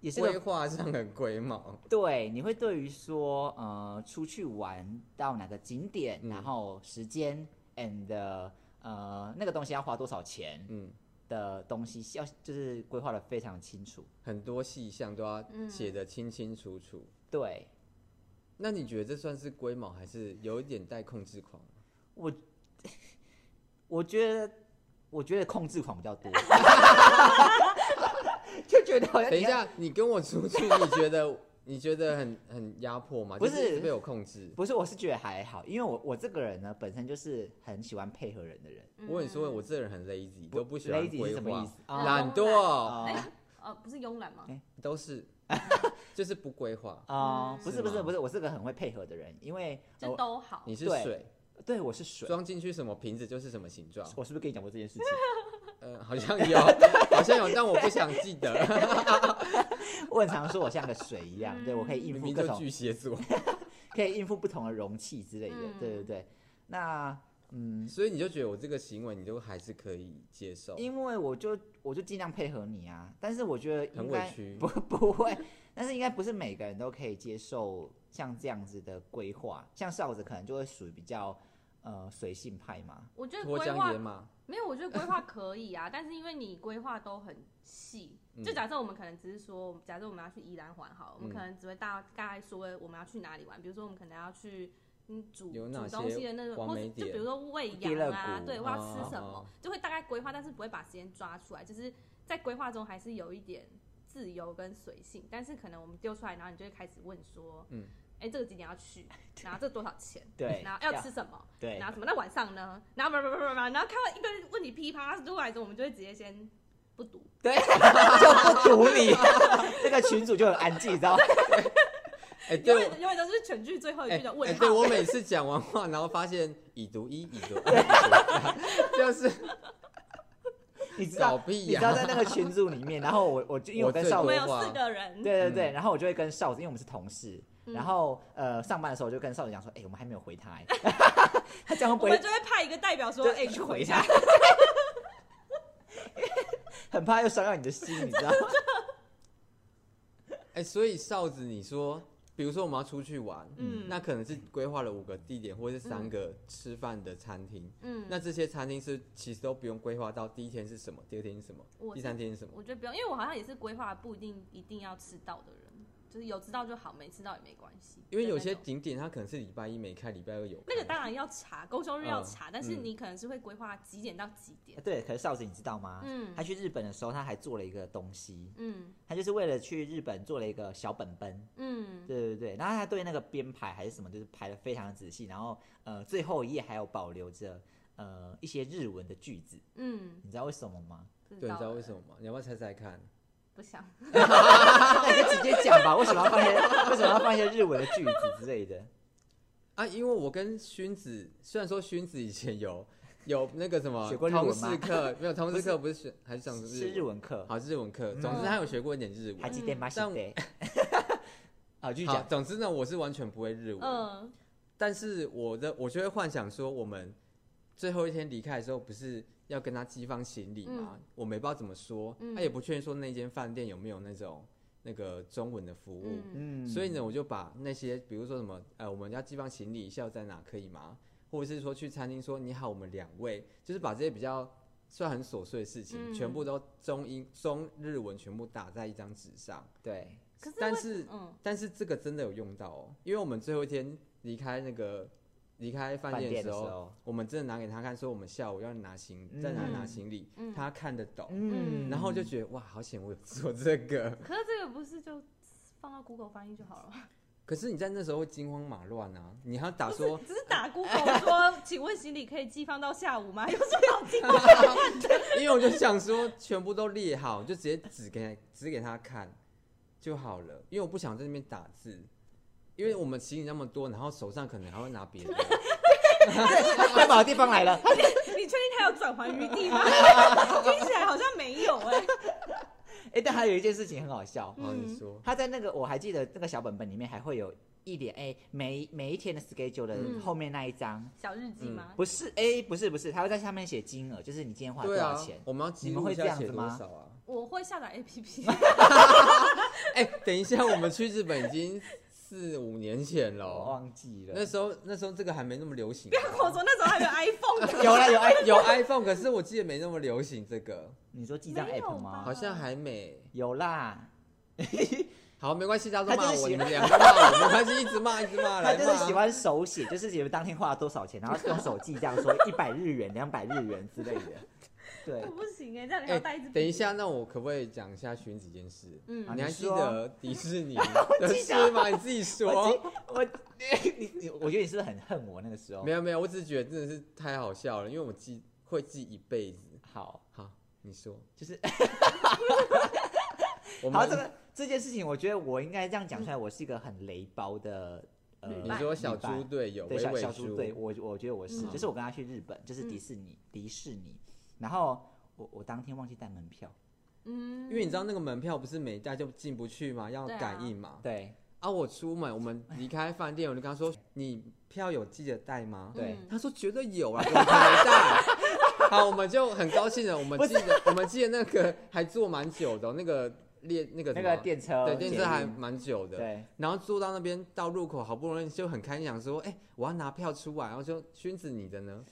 Speaker 1: 也是
Speaker 3: 规
Speaker 1: 个
Speaker 3: 划上很龟毛。
Speaker 1: 对，你会对于说呃出去玩到哪个景点，
Speaker 3: 嗯
Speaker 1: 然后时间 and 呃那个东西要花多少钱，
Speaker 3: 嗯，
Speaker 1: 的东西要就是规划的非常清楚。
Speaker 3: 很多细项都要写得清清楚楚。
Speaker 1: 对
Speaker 3: 那你觉得这算是龟毛，还是有一点带控制狂？
Speaker 1: 我觉得，我觉得控制狂比较多， 就觉得好像
Speaker 3: 等
Speaker 1: 你
Speaker 3: 一
Speaker 1: 要，
Speaker 3: 下，你跟我出去，你觉得你觉得很很压迫吗？
Speaker 1: 不
Speaker 3: 就是是被我控制。
Speaker 1: 不是，我是觉得还好，因为我我这个人呢，本身就是很喜欢配合人的人。
Speaker 3: 我跟你说，我这人很 lazy，都不喜欢
Speaker 1: lazy 是
Speaker 3: 规
Speaker 1: 什么意
Speaker 3: 划
Speaker 1: 思，？
Speaker 2: 嗯
Speaker 1: 啊
Speaker 3: 哦懒惰
Speaker 1: 啊
Speaker 2: 呃，不是慵懒吗？
Speaker 3: 都是， 就是不规划。
Speaker 1: 啊！不是
Speaker 3: 是
Speaker 1: 不是
Speaker 3: 吗
Speaker 1: 不是，我是个很会配合的人，因为
Speaker 2: 就
Speaker 1: 呃
Speaker 2: 都好。
Speaker 3: 你是
Speaker 1: 对
Speaker 3: 水，
Speaker 1: 对我是水，
Speaker 3: 装进去什么瓶子就是什么形 状。
Speaker 1: 我是不是跟你讲过这件事情？
Speaker 3: 呃，好像有，好像有，但我不想记 得。
Speaker 1: 我很常说我像个水一样，对我可以应
Speaker 3: 明
Speaker 1: 付
Speaker 3: 明
Speaker 1: 各
Speaker 3: 就
Speaker 1: 种
Speaker 3: 巨蟹座，
Speaker 1: 可以应付不同的容器之类的。
Speaker 2: 嗯
Speaker 1: 对对对，那嗯，
Speaker 3: 所以你就觉得我这个行为，你就还是可以接受。
Speaker 1: 因为我就我就尽量配合你啊，但是我觉得
Speaker 3: 很
Speaker 1: 应
Speaker 3: 委
Speaker 1: 该
Speaker 3: 屈
Speaker 1: 不不会，但是应该不是每个人都可以接受像这样子的规划，像少子可能就会属于比较呃随性派嘛。
Speaker 2: 我觉得
Speaker 3: 脱
Speaker 2: 规
Speaker 3: 缰
Speaker 2: 划
Speaker 3: 野马，
Speaker 2: 没有，我觉得规划可以啊，但是因为你规划都很细，
Speaker 3: 嗯
Speaker 2: 就假设我们可能只是说，假设我们要去宜兰环好了，我们可能只会大大概说我们要去哪里玩，比如说我们可能要去。嗯，煮
Speaker 3: 有哪
Speaker 2: 煮东西
Speaker 3: 些
Speaker 2: 的那种，
Speaker 3: 完
Speaker 2: 或是
Speaker 3: 美
Speaker 2: 就
Speaker 3: 点
Speaker 2: 比如说喂
Speaker 1: 地
Speaker 2: 羊
Speaker 1: 热
Speaker 2: 啊，
Speaker 1: 谷
Speaker 2: 对，我要吃
Speaker 3: 哦
Speaker 2: 什
Speaker 3: 哦
Speaker 2: 么，就会大概规划，但是不会把时间抓出来，就是在规划中还是有一点自由跟随性，但是可能我们丢出来，然后你就会开始问说，嗯
Speaker 3: 嗯，哎
Speaker 2: 哎，这个景点要 去，然后这多少钱，
Speaker 1: 对
Speaker 2: 然后要
Speaker 1: 要
Speaker 2: 吃什么，
Speaker 1: 对
Speaker 2: 然后什么？那晚上呢？然后不不不不不，然后看到一堆问题噼啪出来之后，我们就会直接先不读。
Speaker 1: 对， 就不堵你， 这个群主就很安静，你知 道吗？
Speaker 3: 哎，
Speaker 2: 永
Speaker 3: 对，
Speaker 2: 远永远都是全剧最后一
Speaker 3: 哎
Speaker 2: 句的
Speaker 3: 哎
Speaker 2: 问
Speaker 3: 对
Speaker 2: 号。
Speaker 3: 我每次讲完话，然后发现已读一，已 读二， 就是
Speaker 1: 你知道
Speaker 3: 搞屁
Speaker 1: 你
Speaker 3: 呀啊
Speaker 1: 知道在那个群组里面，然后我我就因为我
Speaker 3: 我
Speaker 1: 跟
Speaker 3: 最
Speaker 1: 少
Speaker 2: 我
Speaker 1: 子
Speaker 2: 们
Speaker 3: 多
Speaker 2: 有四个人，
Speaker 1: 对对
Speaker 3: 嗯
Speaker 1: 对，然后我就会跟少子，因为我们是同事，
Speaker 2: 嗯
Speaker 1: 然后呃上班的时候我就跟少子讲说，哎、我们还没有回他、 欸，他这样会不
Speaker 2: 我
Speaker 1: 会
Speaker 2: 们就会派一个代表说：“哎，
Speaker 1: 哎，去 回他， 很怕又伤到你的心，你知道吗？
Speaker 3: 哎，所以哨子，你说，比如说我们要出去玩，
Speaker 2: 嗯
Speaker 3: 嗯，那可能是规划了五个地点，或是三个吃饭的餐厅，
Speaker 2: 嗯，
Speaker 3: 那这些餐厅是其实都不用规划到第一天是什么，第二天是什么
Speaker 2: 我，
Speaker 3: 第三天是什么，
Speaker 2: 我觉得不用，因为我好像也是规划不一定一定要吃到的人，就是有吃到就好，没吃到也没关系。
Speaker 3: 因为有
Speaker 2: 的
Speaker 3: 些
Speaker 2: 那种
Speaker 3: 景点它可能是礼拜一没开，礼拜二有开
Speaker 2: 那个当然要查，公休日要查，
Speaker 3: 嗯
Speaker 2: 但是
Speaker 3: 嗯
Speaker 2: 你可能是会规划几点到几点。
Speaker 1: 对，可是少子，你知道吗？
Speaker 2: 嗯
Speaker 1: 他去日本的时候，他还做了一个东西，
Speaker 2: 嗯
Speaker 1: 他就是为了去日本做了一个小本本。
Speaker 2: 嗯，
Speaker 1: 对对对，然后他对那个编排还是什么，就是排的非常仔细，然后呃最后一页还有保留着呃一些日文的句子，
Speaker 2: 嗯，
Speaker 1: 你知道为什么吗？
Speaker 2: 不
Speaker 3: 对，你知道
Speaker 2: 了
Speaker 3: 为什么？吗？你要不要猜猜看？
Speaker 2: 不想，
Speaker 1: 那你就直接讲吧，为什么要放一些 为什么要放一些日文的句子之类的？
Speaker 3: 啊，因为我跟薰子，虽然说薰子以前有有那个什么
Speaker 1: 学过日文
Speaker 3: 通
Speaker 1: 吗
Speaker 3: 识课，没有通识课不是学还是上
Speaker 1: 是日
Speaker 3: 文，
Speaker 1: 文课，
Speaker 3: 好是日文课。总
Speaker 2: 嗯
Speaker 3: 之他有学过一点日
Speaker 1: 还
Speaker 3: 文。
Speaker 1: 记得吗？
Speaker 3: 但
Speaker 1: 记得。好，继续
Speaker 3: 好，
Speaker 1: 讲。
Speaker 3: 总之呢，我是完全不会日文，
Speaker 2: 嗯
Speaker 3: 但是我的我就会幻想说我们。最后一天离开的时候，不是要跟他寄放行李吗？我没不知道怎么说，他、
Speaker 2: 嗯
Speaker 3: 也不确定说那间饭店有没有那种那个中文的服务，
Speaker 2: 嗯
Speaker 1: 嗯，
Speaker 3: 所以呢，我就把那些比如说什么，呃，我们要寄放行李，下午在哪可以吗？或者是说去餐厅说你好，我们两位，就是把这些比较算很琐碎的事情，
Speaker 2: 嗯
Speaker 3: 全部都中英中日文全部打在一张纸上。
Speaker 1: 对，
Speaker 2: 可是
Speaker 3: 但
Speaker 2: 会
Speaker 3: 是
Speaker 2: 嗯，
Speaker 3: 但是这个真的有用到哦，因为我们最后一天离开那个离开饭
Speaker 1: 饭
Speaker 3: 店
Speaker 1: 店
Speaker 3: 的时
Speaker 1: 的时
Speaker 3: 候，
Speaker 1: 候，
Speaker 3: 我们真的拿给他看，说我们下午要拿行，
Speaker 1: 嗯
Speaker 3: 在哪里拿行李，
Speaker 2: 嗯
Speaker 3: 他看得懂，
Speaker 2: 嗯
Speaker 3: 然后就觉得哇，好险我有做这个。
Speaker 2: 可是这个不是就放到 Google 翻译就好了吗？
Speaker 3: 可是你在那时候会惊慌马乱啊，你还要打说
Speaker 2: 只是打 Google 说，请问行李可以寄放到下午 吗？有这种经
Speaker 3: 因为我就想说全部都列好，就直接指给指给他看就好了，因为我不想在那边打字，因为我们行李那么多，然后手上可能还会拿别 的，
Speaker 1: 太好地方来了，
Speaker 2: 你确定他有转圜余地 吗？听起来好像没有哎、
Speaker 1: 哎，但还有一件事情很好笑，
Speaker 3: 然后你
Speaker 2: 嗯
Speaker 3: 说
Speaker 1: 他在那个我还记得那个小本本里面还会有一点哎每每一天的 schedule 的
Speaker 2: 嗯
Speaker 1: 后面那一张，
Speaker 2: 小日记吗？
Speaker 1: 不是哎不是不是，他会在下面写金额，就是你今天嗯花了多
Speaker 3: 对
Speaker 1: 少
Speaker 3: 啊
Speaker 1: 钱，，
Speaker 3: 我们要记
Speaker 1: 你们
Speaker 3: 录
Speaker 1: 会
Speaker 3: 一
Speaker 1: 这
Speaker 3: 下
Speaker 1: 样
Speaker 3: 写
Speaker 1: 子
Speaker 3: 多
Speaker 1: 吗
Speaker 3: 少啊？
Speaker 2: 我会下载 APP，
Speaker 3: 哎、等一下，我们去日本已经四五年前了
Speaker 1: 我
Speaker 3: 哦，
Speaker 1: 忘记
Speaker 3: 那
Speaker 1: 了，
Speaker 3: 时候那时候这个还没那么流行
Speaker 2: 不要跟我
Speaker 3: 啊、
Speaker 2: 说那时候还没有 iPhone 的，
Speaker 1: 有啦有哎，
Speaker 3: 有 iPhone，可是我记得没那么流行这个，
Speaker 1: 你说记账
Speaker 2: 没有
Speaker 1: app
Speaker 2: 吧
Speaker 1: 吗
Speaker 3: 好？像还没。
Speaker 1: 有啦，
Speaker 3: 好，没关系，大家都
Speaker 1: 他
Speaker 3: 骂
Speaker 1: 就是
Speaker 3: 我，
Speaker 1: 喜
Speaker 3: 你
Speaker 1: 欢
Speaker 3: 们两个骂我，没关系，一直骂，一直骂，
Speaker 1: 他
Speaker 3: 来
Speaker 1: 就是喜
Speaker 3: 骂。
Speaker 1: 欢手写，就是你们当天花了多少钱，然后用手记这样说一百日元、两百日元之类的。 对
Speaker 2: 我，不行哎、这样你
Speaker 3: 哎、
Speaker 2: 要带一支、
Speaker 3: 等一，下，那我可不可以讲一下寻子这件事？
Speaker 2: 嗯
Speaker 1: 啊
Speaker 3: 你还
Speaker 1: 你
Speaker 3: 记
Speaker 1: 说
Speaker 3: 得迪士 尼的事吗？你自己
Speaker 1: 我记
Speaker 3: 说。
Speaker 1: 我你你，我觉得你是不是很恨我那个时候
Speaker 3: 没？有没有，我只是觉得真的是太好笑了，因为我记会记一辈子。
Speaker 1: 好，
Speaker 3: 好，你说，
Speaker 1: 就是
Speaker 3: 我们
Speaker 1: 好这个这件事情，我觉得我应该这样讲出来，我是一个很雷包的呃，
Speaker 2: 旅
Speaker 3: 你
Speaker 2: 伴
Speaker 3: 说小
Speaker 1: 旅伴
Speaker 3: 猪队友，
Speaker 1: 对
Speaker 3: 伟
Speaker 1: 小
Speaker 3: 伟
Speaker 1: 小猪
Speaker 3: 嗯猪，
Speaker 1: 对我我觉得我是，
Speaker 2: 嗯
Speaker 1: 就是我跟他去日本，就是迪士尼迪士尼，然后我我当天忘记带门票，
Speaker 2: 嗯
Speaker 3: 因为你知道那个门票不是每一代就进不去嘛，要
Speaker 2: 对啊
Speaker 3: 感应嘛。
Speaker 1: 对
Speaker 3: 啊，我出门，我们离开饭店，我就跟他说：“你票有记得带吗？”
Speaker 1: 对
Speaker 2: 嗯
Speaker 3: 他说：“绝对有啊，怎么可能没带？” 好，我们就很高兴的，我们记 得，我们记得那个还坐蛮久的哦、那个列那个什
Speaker 1: 那
Speaker 3: 么
Speaker 1: 个电车
Speaker 3: 对电
Speaker 1: 捷
Speaker 3: 车还
Speaker 1: 运
Speaker 3: 蛮久的。
Speaker 1: 对
Speaker 3: 然后坐到那边到入口，好不容易就很开心，想说：“哎、我要拿票出来。”然后就勋子你的呢？”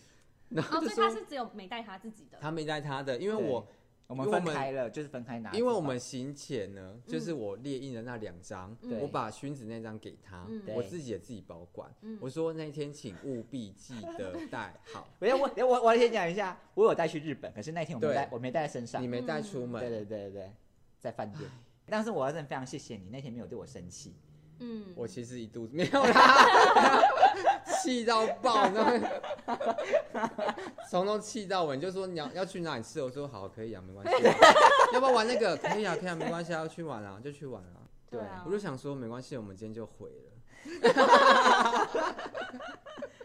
Speaker 3: 然
Speaker 2: 哦，
Speaker 3: 后
Speaker 2: 所
Speaker 3: 就
Speaker 2: 以他
Speaker 3: 说、
Speaker 2: 是只有没带他自己的，
Speaker 3: 他没带他的，因为
Speaker 1: 对
Speaker 3: 我
Speaker 1: 我们
Speaker 3: 因为我
Speaker 1: 分
Speaker 3: 们
Speaker 1: 开了，就是分开拿，
Speaker 3: 因为我们行前呢，就是我列印的那两张，
Speaker 2: 嗯
Speaker 3: 我把勋子那张给他，
Speaker 2: 嗯
Speaker 3: 我
Speaker 1: 对
Speaker 3: 自己也自己保管。
Speaker 2: 嗯
Speaker 3: 我说那一天请务必记得带 好，
Speaker 1: 没有，我我我先讲一下，我有带去日本，可是那天我没
Speaker 3: 对
Speaker 1: 带，我没带在身上
Speaker 3: 你。没带出门。
Speaker 1: 啊嗯对对对对对，在饭店。但是我要真的非常谢谢你，那天没有对我生气。
Speaker 2: 嗯，
Speaker 3: 我其实一肚子没有啦， 气到爆，然后从头气到尾，就说你要要去哪里吃，我说好可以啊，没关系啊、 要不要玩那个？可以啊，可以啊，没关系啊，要去玩啊，就去玩啊。
Speaker 2: 对啊
Speaker 3: 我，就想说没关系，我们今天就回了。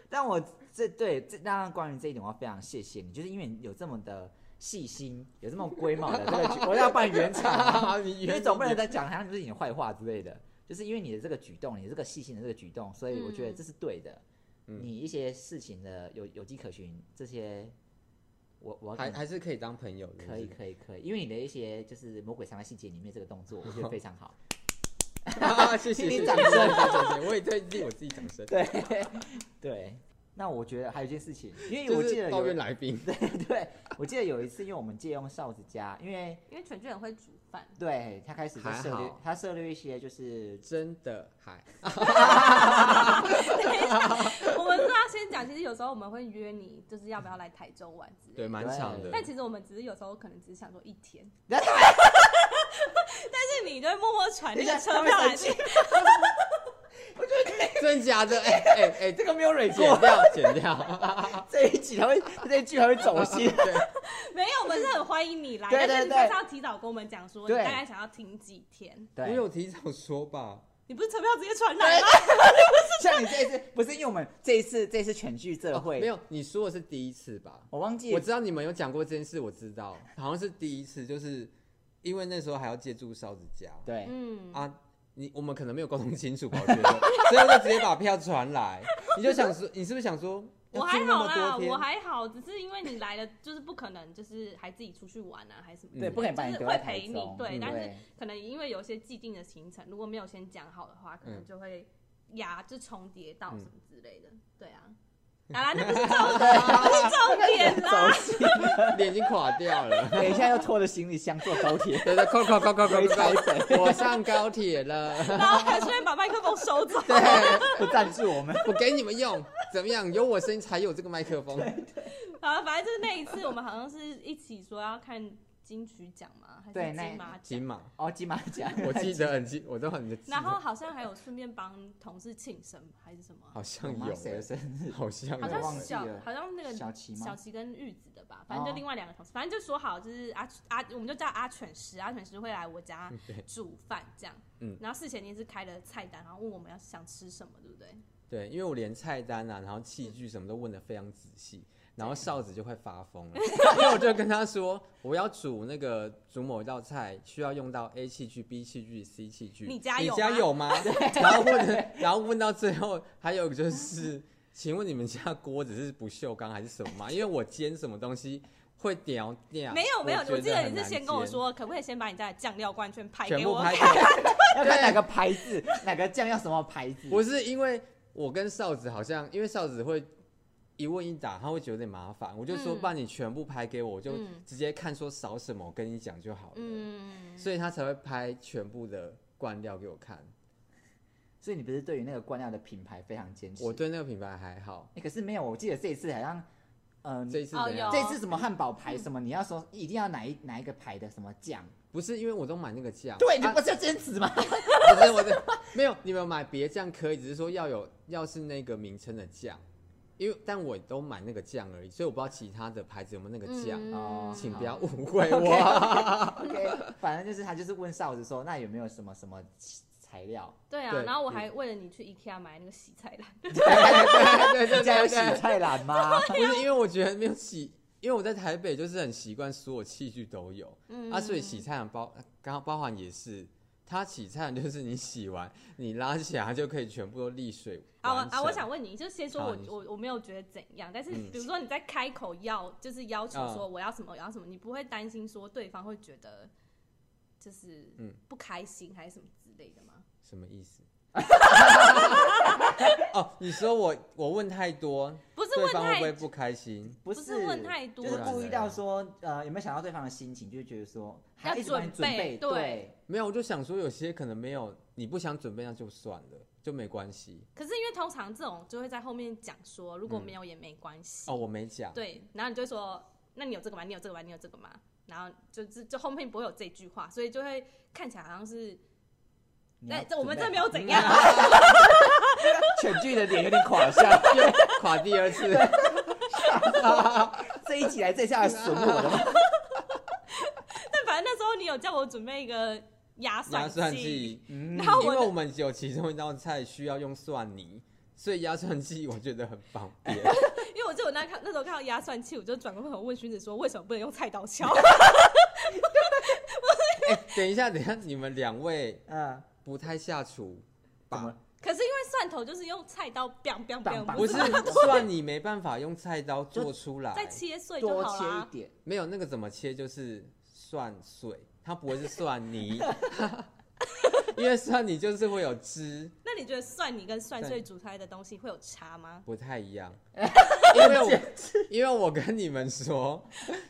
Speaker 1: 但我这对这当然关于这一点，我要非常谢谢你，就是因为你有这么的细心，有这么龟毛的这个举，我要办圆 场，啊
Speaker 3: 你
Speaker 1: 因为总不能再讲好像就是你的坏话之类的。就是因为你的这个举动，你这个细心的这个举动，所以我觉得这是对的。
Speaker 3: 嗯
Speaker 1: 你一些事情的有有迹可循，这些我我要
Speaker 3: 还
Speaker 1: 跟你
Speaker 3: 还是可以当朋友，是不
Speaker 1: 可以
Speaker 3: 是
Speaker 1: 可以可以，因为你的一些就是魔鬼藏在细节里面这个动 作，我觉得非常好。
Speaker 3: 啊 谢谢，
Speaker 1: 请你
Speaker 3: 谢谢
Speaker 1: 掌
Speaker 3: 谢
Speaker 1: 声
Speaker 3: 谢谢谢我也对自己我自己掌声，
Speaker 1: 对 对，那我觉得还有一件事情，因为我
Speaker 3: 就
Speaker 1: 记得
Speaker 3: 是抱
Speaker 1: 有
Speaker 3: 怨来宾，
Speaker 1: 对 对，我记得有一次，因为我们借用哨子家，因为
Speaker 2: 因为犬犬很会煮饭，
Speaker 1: 对他开始在
Speaker 3: 还
Speaker 1: 涉猎
Speaker 3: 好，
Speaker 1: 他涉猎一些就是
Speaker 3: 真的还
Speaker 2: 我们是要先讲，其实有时候我们会约你，就是要不要来台州玩之类的
Speaker 3: 对。蛮长的
Speaker 1: 对。
Speaker 2: 但其实我们只是有时候可能只是想说一天， 但是你就会默默传那
Speaker 1: 等
Speaker 2: 个
Speaker 1: 一下他
Speaker 2: 车
Speaker 1: 会
Speaker 2: 票来
Speaker 1: 生气
Speaker 2: 去，
Speaker 3: 真假的？哎哎哎，
Speaker 1: 这个没有蕊
Speaker 3: 剪掉剪掉。
Speaker 1: 这一集，他 会这一句还会走心。
Speaker 3: 对，
Speaker 2: 没有，我们是很欢迎你来，
Speaker 1: 对对
Speaker 2: 但是你
Speaker 1: 对
Speaker 2: 就是要提早跟我们讲说你
Speaker 1: 对
Speaker 2: 大概想要停几天，
Speaker 3: 我
Speaker 1: 对，
Speaker 3: 有提早说吧。
Speaker 2: 你不是车票直接传来吗？
Speaker 1: 像你这一次不是因为我们这一次这一次全剧社
Speaker 3: 哦
Speaker 1: 会，
Speaker 3: 没有，你说的是第一次吧？
Speaker 1: 我忘记
Speaker 3: 我知道你们有讲过这件事，我知道，好像是第一次，就是因为那时候还要借住烧子家
Speaker 1: 对，
Speaker 2: 嗯，
Speaker 3: 啊，你我们 可能没有沟通清楚吧，我觉得，所以我就直接把票传来，你就想说，你是不是想说
Speaker 2: 我
Speaker 3: 要
Speaker 2: 还
Speaker 3: 住那
Speaker 2: 好
Speaker 3: 么
Speaker 2: 啦，
Speaker 3: 多天
Speaker 2: 我还好，只是因为你来了，就是不可能，就是还自己出去玩啊，还是什么的，
Speaker 1: 对，不可以把你
Speaker 2: 就是
Speaker 1: 丢
Speaker 2: 会
Speaker 1: 在台
Speaker 2: 陪你
Speaker 1: 中，，
Speaker 2: 对，
Speaker 3: 嗯
Speaker 2: 但是
Speaker 1: 对
Speaker 2: 可能因为有一些既定的行程，如果没有先讲好的话，可能
Speaker 3: 嗯
Speaker 2: 就会压就重叠到
Speaker 3: 嗯
Speaker 2: 什么之类的，对 啊。好啦，那不是重点，不是重点啦。
Speaker 3: 走心，脸已经垮掉了。，
Speaker 1: 等一下又拖着行李箱坐高铁
Speaker 3: 对对，扣扣扣扣扣
Speaker 1: 回台
Speaker 3: 扣，我上高铁 了，
Speaker 2: 然后还顺便把麦克风收走。
Speaker 3: 对，
Speaker 1: 不赞助我们。
Speaker 3: 我给你们用，怎么样？有我声音才有这个麦 克风。
Speaker 2: 然后反正就是那一次，我们好像是一起说要看金曲奖嘛，还是
Speaker 1: 对那
Speaker 2: 金马奖
Speaker 3: 金。马，
Speaker 1: 哦，金马奖，
Speaker 3: 我 记得很清，我都很记得。
Speaker 2: 然后好像还有顺便帮同事庆生还是什么啊，
Speaker 3: 好像
Speaker 1: 妈
Speaker 3: 有
Speaker 1: 谁的
Speaker 3: 欸，
Speaker 1: 生日？
Speaker 3: 好像
Speaker 2: 好
Speaker 1: 我
Speaker 2: 像
Speaker 1: 忘
Speaker 2: 是
Speaker 1: 记
Speaker 3: 有。
Speaker 2: 小
Speaker 1: 了
Speaker 2: 好像那个
Speaker 1: 小齐吗
Speaker 2: 小齐跟玉子的吧，反正就
Speaker 1: 哦
Speaker 2: 另外两个同事，反正就说好就是阿阿，我们就叫阿犬师，阿犬师会来我家
Speaker 3: 对
Speaker 2: 煮饭这样。
Speaker 3: 嗯
Speaker 2: 然后事前你是开了菜单，然后问我们要想吃什么，对不对？
Speaker 3: 对，因为我连菜单啊，然后器具什么都问的非常仔细，然后哨子就快发疯了， 因为我就跟他说，我要煮那个煮某一道菜需要用到 A 器具、B 器具、C 器具，
Speaker 2: 你家
Speaker 3: 你
Speaker 2: 有
Speaker 3: 家
Speaker 2: 吗
Speaker 3: 有吗？ 然后问，然后问到最后，还有就是，请问你们家锅子是不锈钢还是什么吗？因为我煎什么东西会掉掉，
Speaker 2: 没有没有，
Speaker 3: 我觉
Speaker 2: 我记得
Speaker 3: 很
Speaker 2: 你是
Speaker 3: 难
Speaker 2: 先跟我
Speaker 3: 煎。
Speaker 2: 说，可不可以先把你家的酱料罐全拍
Speaker 3: 全
Speaker 2: 给
Speaker 3: 部
Speaker 2: 我
Speaker 3: 拍
Speaker 2: 看？
Speaker 3: 给我
Speaker 1: 要看哪个牌子， 哪个酱要什么牌
Speaker 2: 嗯
Speaker 1: 子？
Speaker 3: 不是因为我跟哨子好像，因为哨子会一问一答，他会觉得有点麻烦。我就说，
Speaker 2: 嗯
Speaker 3: 不然你全部拍给我，我就
Speaker 2: 嗯
Speaker 3: 直接看说少什么，我跟你讲就好了。
Speaker 2: 嗯，
Speaker 3: 所以他才会拍全部的罐料给我看。
Speaker 1: 所以你不是对于那个罐料的品牌非常坚持？
Speaker 3: 我对那个品牌还好，
Speaker 1: 欸可是没有，我记得这一次好像，嗯、
Speaker 3: 这
Speaker 1: 这
Speaker 3: 一次
Speaker 2: 哦
Speaker 3: 怎样？
Speaker 2: 有
Speaker 1: 次什么汉堡牌什么，你要说一定要哪一哪一个牌的什么酱？
Speaker 3: 不是因为我都买那个酱，
Speaker 1: 对，你
Speaker 3: 啊
Speaker 1: 不是要坚持吗？
Speaker 3: 不是我的，没有你们买别酱可以，只是说要有要是那个名称的酱，因为但我都买那个酱而已，所以我不知道其他的牌子有没有那个酱，
Speaker 2: 嗯
Speaker 1: 哦
Speaker 3: 请不
Speaker 1: 好
Speaker 3: 要误会
Speaker 1: OK
Speaker 3: 我。
Speaker 1: OK，反 正就是他就是问哨子说，那有没有什么什么材料？
Speaker 2: 对啊，
Speaker 3: 对
Speaker 2: 然后我
Speaker 3: 嗯
Speaker 2: 还为了你去 IKEA 买那个洗菜篮，
Speaker 3: 对对对
Speaker 1: 你家有
Speaker 3: 对
Speaker 1: 洗
Speaker 3: 对，
Speaker 1: 菜篮 吗？
Speaker 3: 不是因为我觉得没有洗，因为我在台北就是很习惯所有器具都有，
Speaker 2: 嗯
Speaker 3: 啊，所以洗菜很包，刚刚包含也是，它洗菜就是你洗完你拉起来它就可以全部都沥水
Speaker 2: 啊我
Speaker 3: 完
Speaker 2: 啊，我
Speaker 3: 成
Speaker 2: 想问你，就先说
Speaker 3: 好
Speaker 2: 我
Speaker 3: 你
Speaker 2: 我我没有觉得怎样，但是
Speaker 3: 嗯
Speaker 2: 比如说你在开口要就是要求
Speaker 3: 嗯
Speaker 2: 说我要什么我要什么，你不会担心说对方会觉得就是
Speaker 3: 嗯
Speaker 2: 不开心还是什么之类的吗？
Speaker 3: 什么意思？ 哦，你说我我问太多，
Speaker 2: 不是
Speaker 3: 对
Speaker 2: 问
Speaker 3: 方会
Speaker 2: 太
Speaker 3: 不会不开心？
Speaker 1: 不
Speaker 2: 不是问太多
Speaker 1: 就是
Speaker 3: 了
Speaker 1: 故意到说，呃，有没有想到对方的心情？就是觉得说，还
Speaker 2: 要
Speaker 1: 一直帮你
Speaker 2: 准
Speaker 1: 准
Speaker 2: 备
Speaker 1: 备，
Speaker 2: 对
Speaker 1: 对，
Speaker 3: 没有，我就想说有些可能没有，你不想准备那就算了，就没关系。
Speaker 2: 可是因为通常这种就会在后面讲说如果没有也没关系，
Speaker 3: 哦，我没讲，
Speaker 2: 对，然后你就会说哦那你有这个吗？你有这个吗？你有这个吗？然后就是就后面不会有这句话，所以就会看起来好像是
Speaker 1: 你要
Speaker 2: 那
Speaker 1: 准备
Speaker 2: 这我们这没有怎样啊，
Speaker 1: 犬剧的脸有点垮下，
Speaker 3: 垮第二次。
Speaker 1: 这一集来这一下来损我 的吗？
Speaker 2: 但反正那时候你有叫我准备一个压
Speaker 3: 压蒜
Speaker 2: 剂。
Speaker 3: 剂，
Speaker 1: 嗯
Speaker 2: 然后
Speaker 3: 因
Speaker 2: 我
Speaker 3: 为
Speaker 2: 的
Speaker 3: 我们有其中一道菜需要用蒜泥，所以压蒜剂我觉得很方 便。
Speaker 2: 因为我记得我那看那时候看到压蒜器，我就转过头问徐子说，为什么不能用菜刀 敲？
Speaker 3: 哎、等一下，等一下，你们两位
Speaker 1: 嗯，
Speaker 3: 不太下 厨
Speaker 1: 怎
Speaker 3: 吧
Speaker 1: 么？
Speaker 2: 可是因为蒜头就是用菜刀 biang biang
Speaker 1: 棒
Speaker 2: biang，
Speaker 1: 棒
Speaker 3: 不是蒜泥没办法用菜刀做出来
Speaker 2: 再，切碎就
Speaker 1: 多
Speaker 2: 好
Speaker 1: 切一
Speaker 2: 啦。
Speaker 1: 点？
Speaker 3: 没有那个怎么切就是蒜碎，它不会是蒜 泥，因为蒜泥就是会有汁，
Speaker 2: 那你觉得蒜泥跟蒜碎煮出来的东西会有差吗？
Speaker 3: 不太 一样。因为我因为我跟你们说，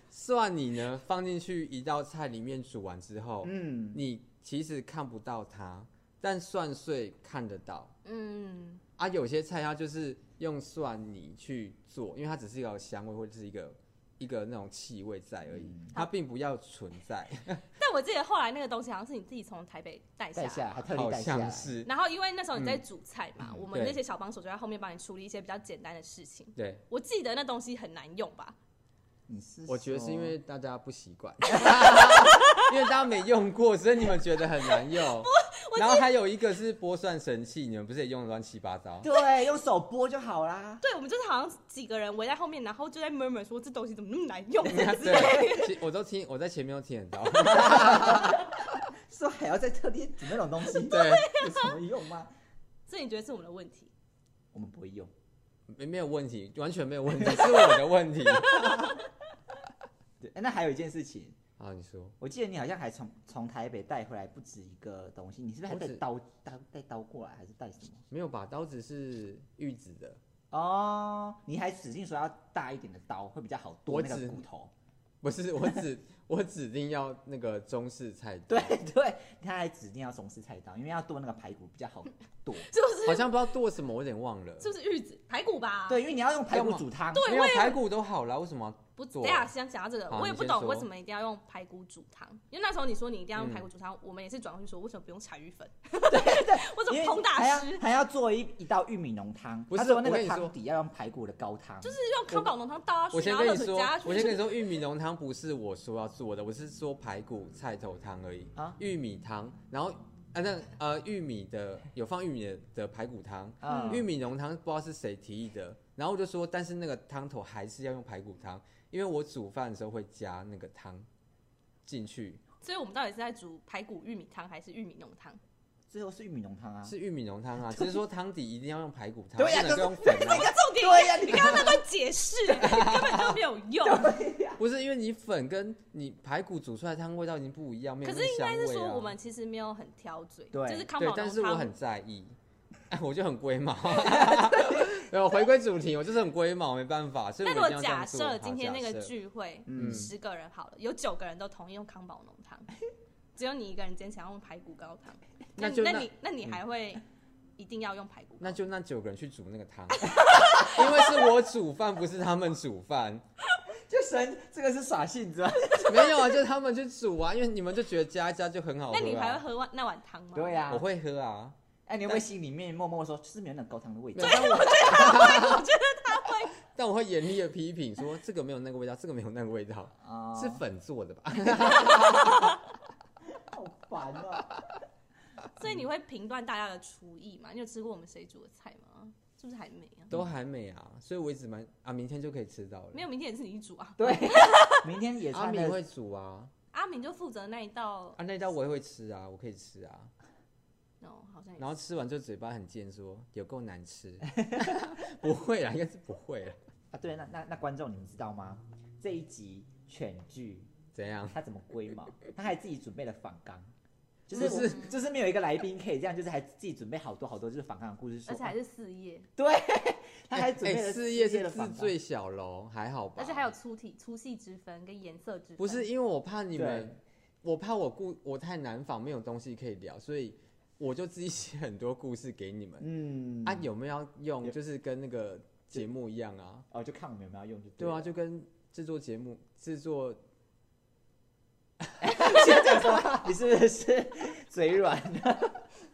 Speaker 3: 蒜泥呢放进去一道菜里面煮完之后，
Speaker 1: 嗯，
Speaker 3: 你其实看不到它，但蒜碎看得到。
Speaker 2: 嗯，
Speaker 3: 啊，有些菜它就是用蒜泥去做，因为它只是一个香味或者是一个一个那种气味在而已，
Speaker 1: 嗯
Speaker 3: 它并不要存 在，
Speaker 2: 但我记得后来那个东西好像是你自己从台北带下来。
Speaker 1: 带下来嗯还特地
Speaker 3: 好
Speaker 1: 带下来
Speaker 3: 像，是
Speaker 2: 然后因为那时候你在煮菜嘛，我们
Speaker 3: 对
Speaker 2: 那些小帮手就在后面帮你处理一些比较简单的事情。
Speaker 3: 对。
Speaker 2: 我记得那东西很难用吧？
Speaker 1: 你是
Speaker 3: 我觉得是因
Speaker 1: 说
Speaker 3: 为大家不习惯， 因为大家没用过，所以你们觉得很 难用。然后还有一个是剥蒜神器，你们不是也用得乱七八糟？
Speaker 1: 哦对，用手剥就好啦。
Speaker 2: 对，我们就是好像几个人围在后面，然后就在 murmur 说这东西怎么那么难 用
Speaker 1: 啊
Speaker 2: 之类的。
Speaker 3: 对，其我都听，我在前面都听得到。
Speaker 1: 是还要再特地煮那种东西，
Speaker 3: 对，
Speaker 1: 有什么用吗？
Speaker 2: 所以你觉得是我们的问题？
Speaker 1: 我们不会用，
Speaker 3: 没没有问题，完全没有问题，是我的问题。
Speaker 1: 对，哎那还有一件事情，
Speaker 3: 啊，你说
Speaker 1: 我记得你好像还从从台北带回来不止一个东西，你是不是还
Speaker 3: 我
Speaker 1: 带
Speaker 3: 只
Speaker 1: 刀带带刀过来，还是带什么？
Speaker 3: 没有吧？刀子是玉子的，
Speaker 1: 哦，你还指定说要大一点的刀会比较好剁
Speaker 3: 我
Speaker 1: 那个
Speaker 3: 指
Speaker 1: 骨头。
Speaker 3: 不是我指我指定要那个中式菜刀，
Speaker 1: 对对，他还指定要中式菜刀，因为要剁那个排骨比较好剁。
Speaker 2: 就是
Speaker 3: 好像不知道剁什么，我有点忘了。
Speaker 2: 是不是玉子排骨吧？
Speaker 1: 对，因为你要用排骨
Speaker 3: 干嘛
Speaker 1: 煮汤。
Speaker 3: 没有排骨都好了，为什么要
Speaker 2: 不，
Speaker 3: 做
Speaker 2: 对啊，想讲到这个，
Speaker 3: 好
Speaker 2: 我也
Speaker 3: 你
Speaker 2: 不
Speaker 3: 先
Speaker 2: 懂
Speaker 3: 说
Speaker 2: 为什么一定要用排骨煮汤，因为那时候你说你一定要用
Speaker 3: 嗯
Speaker 2: 排骨煮汤，我们也是转过去说为什么不用柴鱼 粉，
Speaker 1: 对对，
Speaker 2: 为什
Speaker 1: 因
Speaker 2: 么
Speaker 1: 为
Speaker 2: 彭大
Speaker 1: 还要
Speaker 3: 哎
Speaker 2: 师
Speaker 1: 还要做一一道玉米浓汤，
Speaker 3: 不
Speaker 1: 他
Speaker 3: 是
Speaker 1: 说那
Speaker 3: 我跟
Speaker 1: 个
Speaker 3: 你说
Speaker 1: 汤底要用排骨的高汤，
Speaker 2: 就是用康宝浓汤倒下
Speaker 3: 我
Speaker 2: 去，然
Speaker 3: 先
Speaker 2: 后
Speaker 3: 跟
Speaker 2: 热
Speaker 3: 你
Speaker 2: 水
Speaker 3: 说
Speaker 2: 啊加下，去，
Speaker 3: 我先跟你说，玉米浓汤不是我说要做的，我是说排骨菜头汤而已。
Speaker 1: 啊
Speaker 3: 玉米汤，然后啊那呃玉米的有放玉米的的排骨汤，
Speaker 1: 嗯
Speaker 3: 玉米浓汤不知道是谁提议的，然后我就说，但是那个汤头还是要用排骨汤，因为我煮饭的时候会加那个汤进去，
Speaker 2: 所以我们到底是在煮排骨玉米汤还是玉米浓 汤？
Speaker 1: 最后是玉米浓汤啊。
Speaker 3: 是玉米浓 汤啊，只是说汤底一定要用排骨汤，
Speaker 1: 对呀
Speaker 3: 不能
Speaker 1: 就是
Speaker 3: 够用粉
Speaker 2: 这
Speaker 3: 啊。
Speaker 2: 个重点，
Speaker 1: 对呀 嗯
Speaker 2: 你刚刚那段解释 根本就没有用。
Speaker 3: 不是因为你粉跟你排骨煮出来的汤味道已经不一样，没有
Speaker 2: 可
Speaker 3: 那
Speaker 2: 是应
Speaker 3: 个香
Speaker 2: 该
Speaker 3: 味啊。
Speaker 2: 是说我们其实没有很挑嘴，
Speaker 1: 对
Speaker 2: 就是康
Speaker 3: 对
Speaker 2: 宝，
Speaker 3: 但
Speaker 2: 浓
Speaker 3: 是我
Speaker 2: 汤啊
Speaker 3: 很在 意， 我就很龟毛。然后回归主题，我就是很龟毛，没办法，所以
Speaker 2: 那
Speaker 3: 我一
Speaker 2: 如果
Speaker 3: 定要这
Speaker 2: 假
Speaker 3: 样做。
Speaker 2: 设今天
Speaker 3: 好
Speaker 2: 那个
Speaker 3: 假设
Speaker 2: 聚会，
Speaker 1: 嗯
Speaker 2: 十个人好了，有九个人都同意用康宝浓汤，只有你一个人坚持要用排骨高汤，
Speaker 3: 那
Speaker 2: 你
Speaker 3: 就
Speaker 2: 那
Speaker 3: 那嗯
Speaker 2: 你那你还会一定要用排骨高汤？
Speaker 3: 那就那九个人去煮那个汤， 因为是我煮饭，不是他们煮饭。
Speaker 1: 就神这个是耍性子啊。
Speaker 3: 没有啊，就是他们去煮啊，因为你们就觉得加一加就很好喝、啊。
Speaker 2: 那你还会喝完那碗汤吗？
Speaker 1: 对呀、
Speaker 3: 我会喝啊，
Speaker 1: 哎、你会不会心里面默默说，就是没有那种高汤的味
Speaker 3: 没
Speaker 1: 道
Speaker 3: 有，？
Speaker 2: 啊
Speaker 3: 但我我觉得他会， 但我会严厉的批评说这个没有那个味道，这个没有那个味道，
Speaker 1: 啊、
Speaker 3: 是粉做的吧？
Speaker 1: 好烦啊！
Speaker 2: 所以你会评断大家的厨艺嘛？你有吃过我们谁煮的菜吗？是不是还没啊？
Speaker 3: 都还美啊，所以我一直蛮啊，明天就可以吃到了。
Speaker 2: 没有，明天也是你煮啊。
Speaker 1: 对，明天野
Speaker 3: 阿
Speaker 1: 餐
Speaker 3: 明
Speaker 1: 的
Speaker 3: 会煮啊，
Speaker 2: 阿明就负责那一道，
Speaker 3: 啊那道我也会吃啊，我可以吃啊。
Speaker 2: 哦，好像也
Speaker 3: 然后
Speaker 2: 是。
Speaker 3: 吃完就嘴巴很贱，说有够难吃。 不会啦，应该是不会啦。
Speaker 1: 啊，对，那那那观众你们知道吗？这一集犬剧
Speaker 3: 怎样？
Speaker 1: 他怎么龟 毛？他还自己准备了仿纲，就
Speaker 3: 不
Speaker 1: 是
Speaker 3: 是
Speaker 1: 我就是没有一个来宾可以这样，就是还自己准备好多好多就是仿纲的故事说，
Speaker 2: 而且还是四叶，
Speaker 1: 对，他还准
Speaker 3: 哎，
Speaker 1: 备了
Speaker 3: 事
Speaker 1: 业
Speaker 3: 业是
Speaker 1: 的
Speaker 3: 字
Speaker 1: 仿纲。
Speaker 3: 最小喽，还好吧？
Speaker 2: 而且还有粗体、粗细之分跟颜色之分。
Speaker 3: 不是因为我怕你
Speaker 1: 对
Speaker 3: 们，我怕我故我太难访，没有东西可以聊，所以我就自己 写很多故事给你们。
Speaker 1: 嗯，
Speaker 3: 啊，有没有要用？
Speaker 1: 有
Speaker 3: 就是跟那个节目一样啊，
Speaker 1: 哦，就看我们有没有用就对
Speaker 3: 对
Speaker 1: 了
Speaker 3: 啊，就跟制作节目制作
Speaker 1: 先讲什么？你是不是嘴 软？
Speaker 3: 啊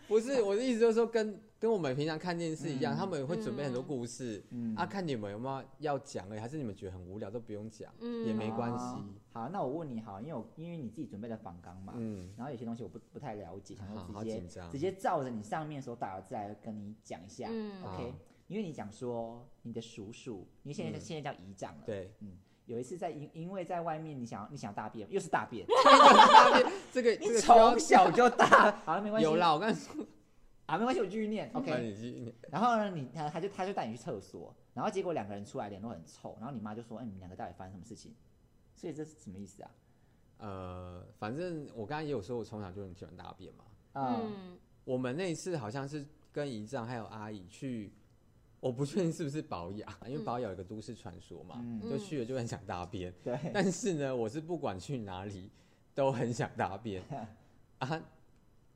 Speaker 3: 不是我的意思，就是说跟跟我们平常看电视一样，
Speaker 1: 嗯
Speaker 3: 他们也会准备很多
Speaker 2: 嗯
Speaker 3: 故事。
Speaker 1: 嗯
Speaker 3: 啊，看你们有没有要讲而已，还是你们觉得很无聊都不用讲，
Speaker 2: 嗯
Speaker 3: 也没关系。
Speaker 1: 好，那我问你好，因为我因为你自己准备了仿纲嘛，
Speaker 3: 嗯，
Speaker 1: 然后有些东西我不不太了解，想
Speaker 3: 好
Speaker 1: 说
Speaker 3: 好
Speaker 1: 直接
Speaker 3: 紧张
Speaker 1: 直接照着你上面所打的字来跟你讲一下。
Speaker 2: 嗯
Speaker 1: OK，因为你讲说你的叔叔，你现在、
Speaker 3: 嗯
Speaker 1: 现在叫姨丈了。，
Speaker 3: 对，
Speaker 1: 嗯，有一次在因因为在外面，你想要你想要大便，又是大便，
Speaker 3: 这个这
Speaker 1: 你
Speaker 3: 个需要
Speaker 1: 从小就 大，好了没关系，
Speaker 3: 有啦，我刚才说
Speaker 1: 啊没关系，我继续念。
Speaker 3: 那
Speaker 1: OK，
Speaker 3: 你继续
Speaker 1: 然后呢，你他他就他就带你去厕所，然后结果两个人出来脸都很臭，然后你妈就说，哎、你们两个到底发生什么事情？所以这是什么意思啊？
Speaker 3: 呃，反正我刚才也有说，我从小就很喜欢大便嘛。
Speaker 1: 嗯，
Speaker 2: 嗯，
Speaker 3: 我们那一次好像是跟姨丈还有阿姨去，我不确定是不是保雅，因为保雅有一个都市传说嘛，
Speaker 1: 嗯
Speaker 3: 就去了就很想大便。
Speaker 1: 对，
Speaker 3: 但是呢，我是不管去哪里都很想大便。啊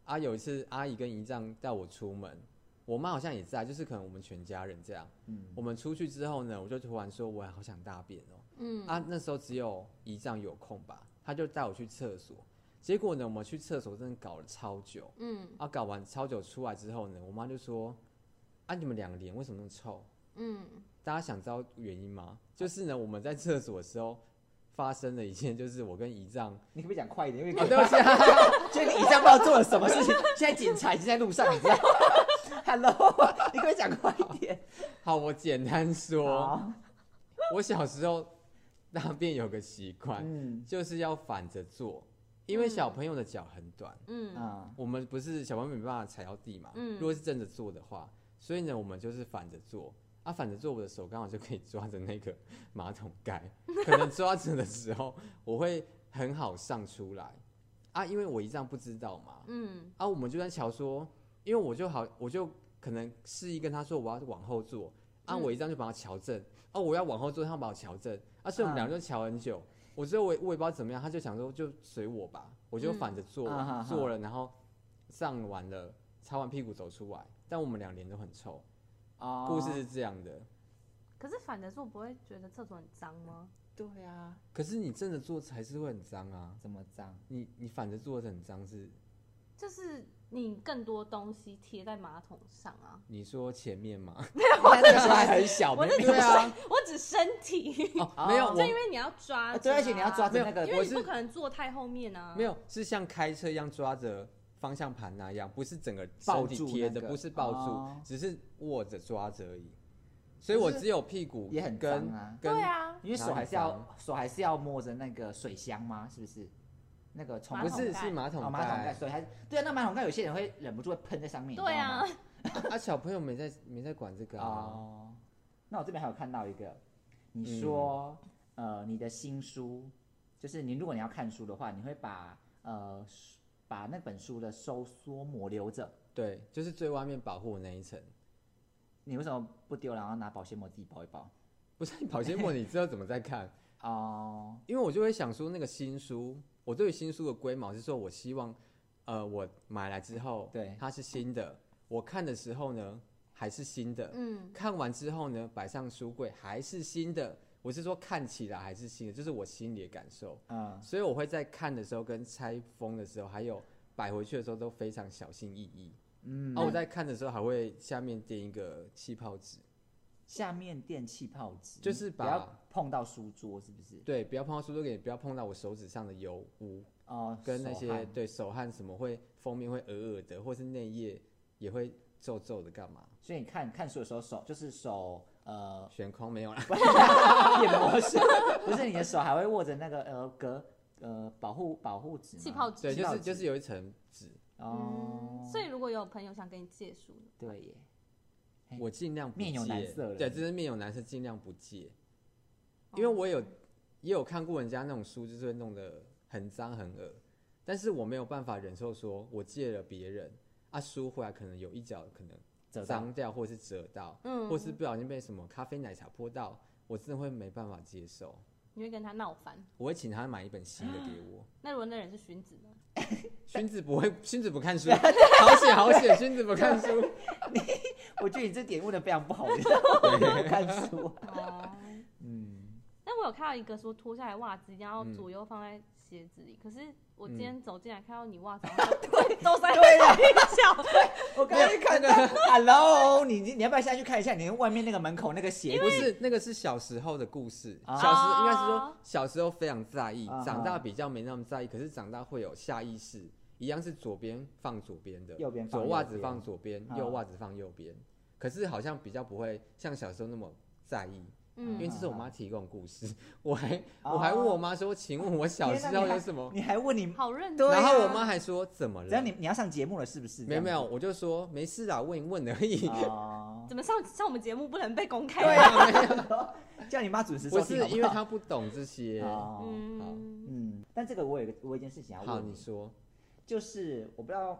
Speaker 3: 啊！有一次阿姨跟姨丈带我出门，我妈好像也在，就是可能我们全家人这样。
Speaker 1: 嗯
Speaker 3: 我们出去之后呢，我就突然说我好想大便哦、
Speaker 2: 嗯
Speaker 3: 啊，那时候只有姨丈有空吧，他就带我去厕所。结果呢，我们去厕所真的搞了超久，
Speaker 2: 嗯
Speaker 3: 啊，搞完超久出来之后呢，我妈就说：“啊，你们两个脸为什么那么臭？”
Speaker 2: 嗯，
Speaker 3: 大家想知道原因吗？就是呢，我们在厕所的时候发生了一件，就是我跟姨丈，
Speaker 1: 你可不可以讲快一点？因为
Speaker 3: 啊，对 不 起、啊，
Speaker 1: 就是你一下不知道做了什么事情，现在警察已经在路上，你知道 吗？Hello，你可不可以讲快一点？
Speaker 3: 好，我简单说，
Speaker 1: 好，
Speaker 3: 我小时候大便有个习惯，
Speaker 1: 嗯
Speaker 3: 就是要反着坐，因为小朋友的脚很短，
Speaker 2: 嗯
Speaker 1: 啊，
Speaker 3: 我们不是小朋友没办法踩到地嘛，
Speaker 2: 嗯
Speaker 3: 如果是正着坐的话，所以呢，我们就是反着坐。啊，反正就我的手刚好就可以抓着那个 马桶盖，可能抓着的时候我会很好上出来啊，因为我一丈不知道嘛，
Speaker 2: 嗯，
Speaker 3: 啊，我们就在瞧说，因为我就好，我就可能示意跟他说我要往后坐，啊，
Speaker 2: 嗯
Speaker 3: 我一张就把他瞧正，哦，我要往后坐，他把我瞧正，啊，所以我们两个就瞧很久。我最后我也我也不知道怎么样，他就想说就随我吧，我就反着坐、
Speaker 1: 嗯啊哈哈
Speaker 3: 坐了，然后上完了，擦完屁股走出来，但我们俩脸都很臭。
Speaker 1: 哦
Speaker 3: 故事是这样的，
Speaker 2: 可是反着坐不会觉得厕所很脏吗？
Speaker 1: 对啊，
Speaker 3: 可是你正着坐还是会很脏啊，
Speaker 1: 怎么脏？
Speaker 3: 你你反着坐很脏是？
Speaker 2: 就是你更多东西贴在马桶上啊。
Speaker 3: 你说前 面吗？
Speaker 1: 那
Speaker 3: 那
Speaker 1: 这
Speaker 3: 时
Speaker 1: 个
Speaker 3: 候还很小，
Speaker 2: 我
Speaker 3: 没
Speaker 2: 是指
Speaker 3: 对啊，
Speaker 2: 身，我指身体，
Speaker 3: 哦没有
Speaker 1: 哦
Speaker 3: 我
Speaker 2: 就因为你要抓着啊、
Speaker 1: 对，而且你要抓着那
Speaker 2: 因
Speaker 1: 个，
Speaker 2: 为
Speaker 3: 我
Speaker 2: 你
Speaker 3: 是
Speaker 2: 不可能坐太后面啊。
Speaker 3: 没有，是像开车一样抓着方向盘那样，不是整个
Speaker 1: 抱
Speaker 3: 身体
Speaker 1: 住
Speaker 3: 贴
Speaker 1: 那
Speaker 3: 着，
Speaker 1: 个
Speaker 3: 不是抱住，
Speaker 1: 哦
Speaker 3: 只是握着抓着而已。所以我只有屁股
Speaker 1: 也很脏
Speaker 3: 跟
Speaker 1: 啊。
Speaker 3: 跟
Speaker 2: 对啊，
Speaker 1: 因为手还是要手还是要摸着那个水箱吗？是不是？那个冲
Speaker 2: 马
Speaker 3: 不
Speaker 2: 桶
Speaker 3: 是
Speaker 2: 盖
Speaker 3: 是马
Speaker 1: 哦
Speaker 3: 桶
Speaker 1: 马桶 盖，
Speaker 3: 盖。
Speaker 1: 所以还是对啊。那马桶盖有些人会忍不住会喷在上面，，Oh
Speaker 2: 对啊
Speaker 1: 你知，
Speaker 3: 啊，小朋友没在没在管这个
Speaker 1: 道吗
Speaker 3: 啊。
Speaker 1: 哦。那我这边还有看到一个，你说、呃，你的新书，就是你如果你要看书的话，你会把呃把那本书的收缩膜留着，
Speaker 3: 对，就是最外面保护的那一层。
Speaker 1: 你为什么不丢，然后拿保鲜膜自己包一包？
Speaker 3: 不是你跑些末，你知道怎么 在看？
Speaker 1: 哦，
Speaker 3: 因为我就会想说，那个新书，我对于新书的规模是说，我希望，呃，我买来之后，
Speaker 1: 对
Speaker 3: 它是新的，我看的时候呢还是新的，
Speaker 2: 嗯，
Speaker 3: 看完之后呢，摆上书柜还是新的。我是说看起来还是新的，就是我心里的感受。
Speaker 1: 嗯，
Speaker 3: 所以我会在看的时候、跟拆封的时候，还有摆回去的时候都非常小心翼翼。
Speaker 1: 嗯
Speaker 3: 啊，我在看的时候还会下面垫一个气泡纸，
Speaker 1: 下面垫气泡纸，
Speaker 3: 就是
Speaker 1: 不要
Speaker 3: 把
Speaker 1: 碰到书桌，是不是？
Speaker 3: 对，不要碰到书桌，也不要碰到我手指上的油污，
Speaker 1: 哦，
Speaker 3: 跟那
Speaker 1: 手
Speaker 3: 些
Speaker 1: 汗
Speaker 3: 对手汗什么会封面会鹅鹅的，或是内页也会皱皱的，干嘛？
Speaker 1: 所以你看看书的时候，手就是手，呃，
Speaker 3: 悬空没 有啦，
Speaker 1: 也不是， 不是你的手还会握着那个呃隔呃保护保护纸吗，
Speaker 2: 气泡纸。
Speaker 3: 对，
Speaker 1: 气
Speaker 3: 就
Speaker 1: 泡
Speaker 3: 是
Speaker 1: 纸
Speaker 3: 就是有一层纸，
Speaker 1: 哦
Speaker 2: 嗯，，所以如果有朋友想跟你借书，
Speaker 1: 对耶，哎
Speaker 3: 我尽量不
Speaker 1: 面有
Speaker 3: 戒
Speaker 1: 难色了哦
Speaker 3: 对，就是面有难色，尽量不戒，因为我有也有看过人家那种书，就是会弄得很脏很恶，但是我没有办法忍受说我借了别人啊，书回来可能有一角可能
Speaker 1: 折到
Speaker 3: 脏掉，或是折到，
Speaker 2: 嗯，
Speaker 3: 或是不小心被什么咖啡奶茶泼到，我真的会没办法接受，
Speaker 2: 你会跟他闹翻。
Speaker 3: 我会请他买一本新的 给我。
Speaker 2: 那如果那人是荀子呢？
Speaker 3: 勋子不会，勋子不 看书，好险好险，勋子不看书。
Speaker 1: 我觉得你这点问的非常不好，你知道吗？ 没有看书，
Speaker 2: 哦，
Speaker 1: 嗯，
Speaker 2: 但我有看到一个说脱下来袜子一定要左右放在鞋子里，可是我今天走进来看到你袜子好像都 都在
Speaker 1: 对呀
Speaker 2: 一角，
Speaker 1: 我刚才看到，Hello，你你你要不要下去看一下你外面那个门口那个鞋
Speaker 3: 不
Speaker 1: 子？
Speaker 3: 是那个是小时候的故事，
Speaker 1: 啊
Speaker 3: 小时应该是说小时候非常在意
Speaker 1: 啊，
Speaker 3: 长大比较没那么在意，可是长大会有下意识，一样是左边放左边的，
Speaker 1: 右边放
Speaker 3: 左
Speaker 1: 右
Speaker 3: 袜子
Speaker 1: 边
Speaker 3: 放左边，
Speaker 1: 啊
Speaker 3: 右袜子放右边，可是好像比较不会像小时候那么在意，因为
Speaker 2: 嗯，
Speaker 3: 这是我妈提供的故事， 我还
Speaker 1: 啊
Speaker 3: 我还问我妈说，请问我小时候有什么？
Speaker 1: 你还问你，
Speaker 2: 好认真。
Speaker 1: 对
Speaker 3: 然
Speaker 1: 啊
Speaker 3: 后我妈还说怎么
Speaker 1: 只要
Speaker 3: 了
Speaker 1: 啊你？你要上节目了，是不是？
Speaker 3: 没有没有，我就说没事啦，问一问而已。
Speaker 1: 哦，
Speaker 2: 怎么上上我们节目不能被公开？
Speaker 1: 对 啊， 叫你妈准时收
Speaker 3: 不
Speaker 1: 听
Speaker 3: 是
Speaker 1: 好好
Speaker 3: 因为他不懂这些。
Speaker 1: 哦，
Speaker 2: 嗯，
Speaker 1: 嗯，但这个我有一个我有一件事情要
Speaker 3: 好，
Speaker 1: 问
Speaker 3: 你说，
Speaker 1: 就是我不知道，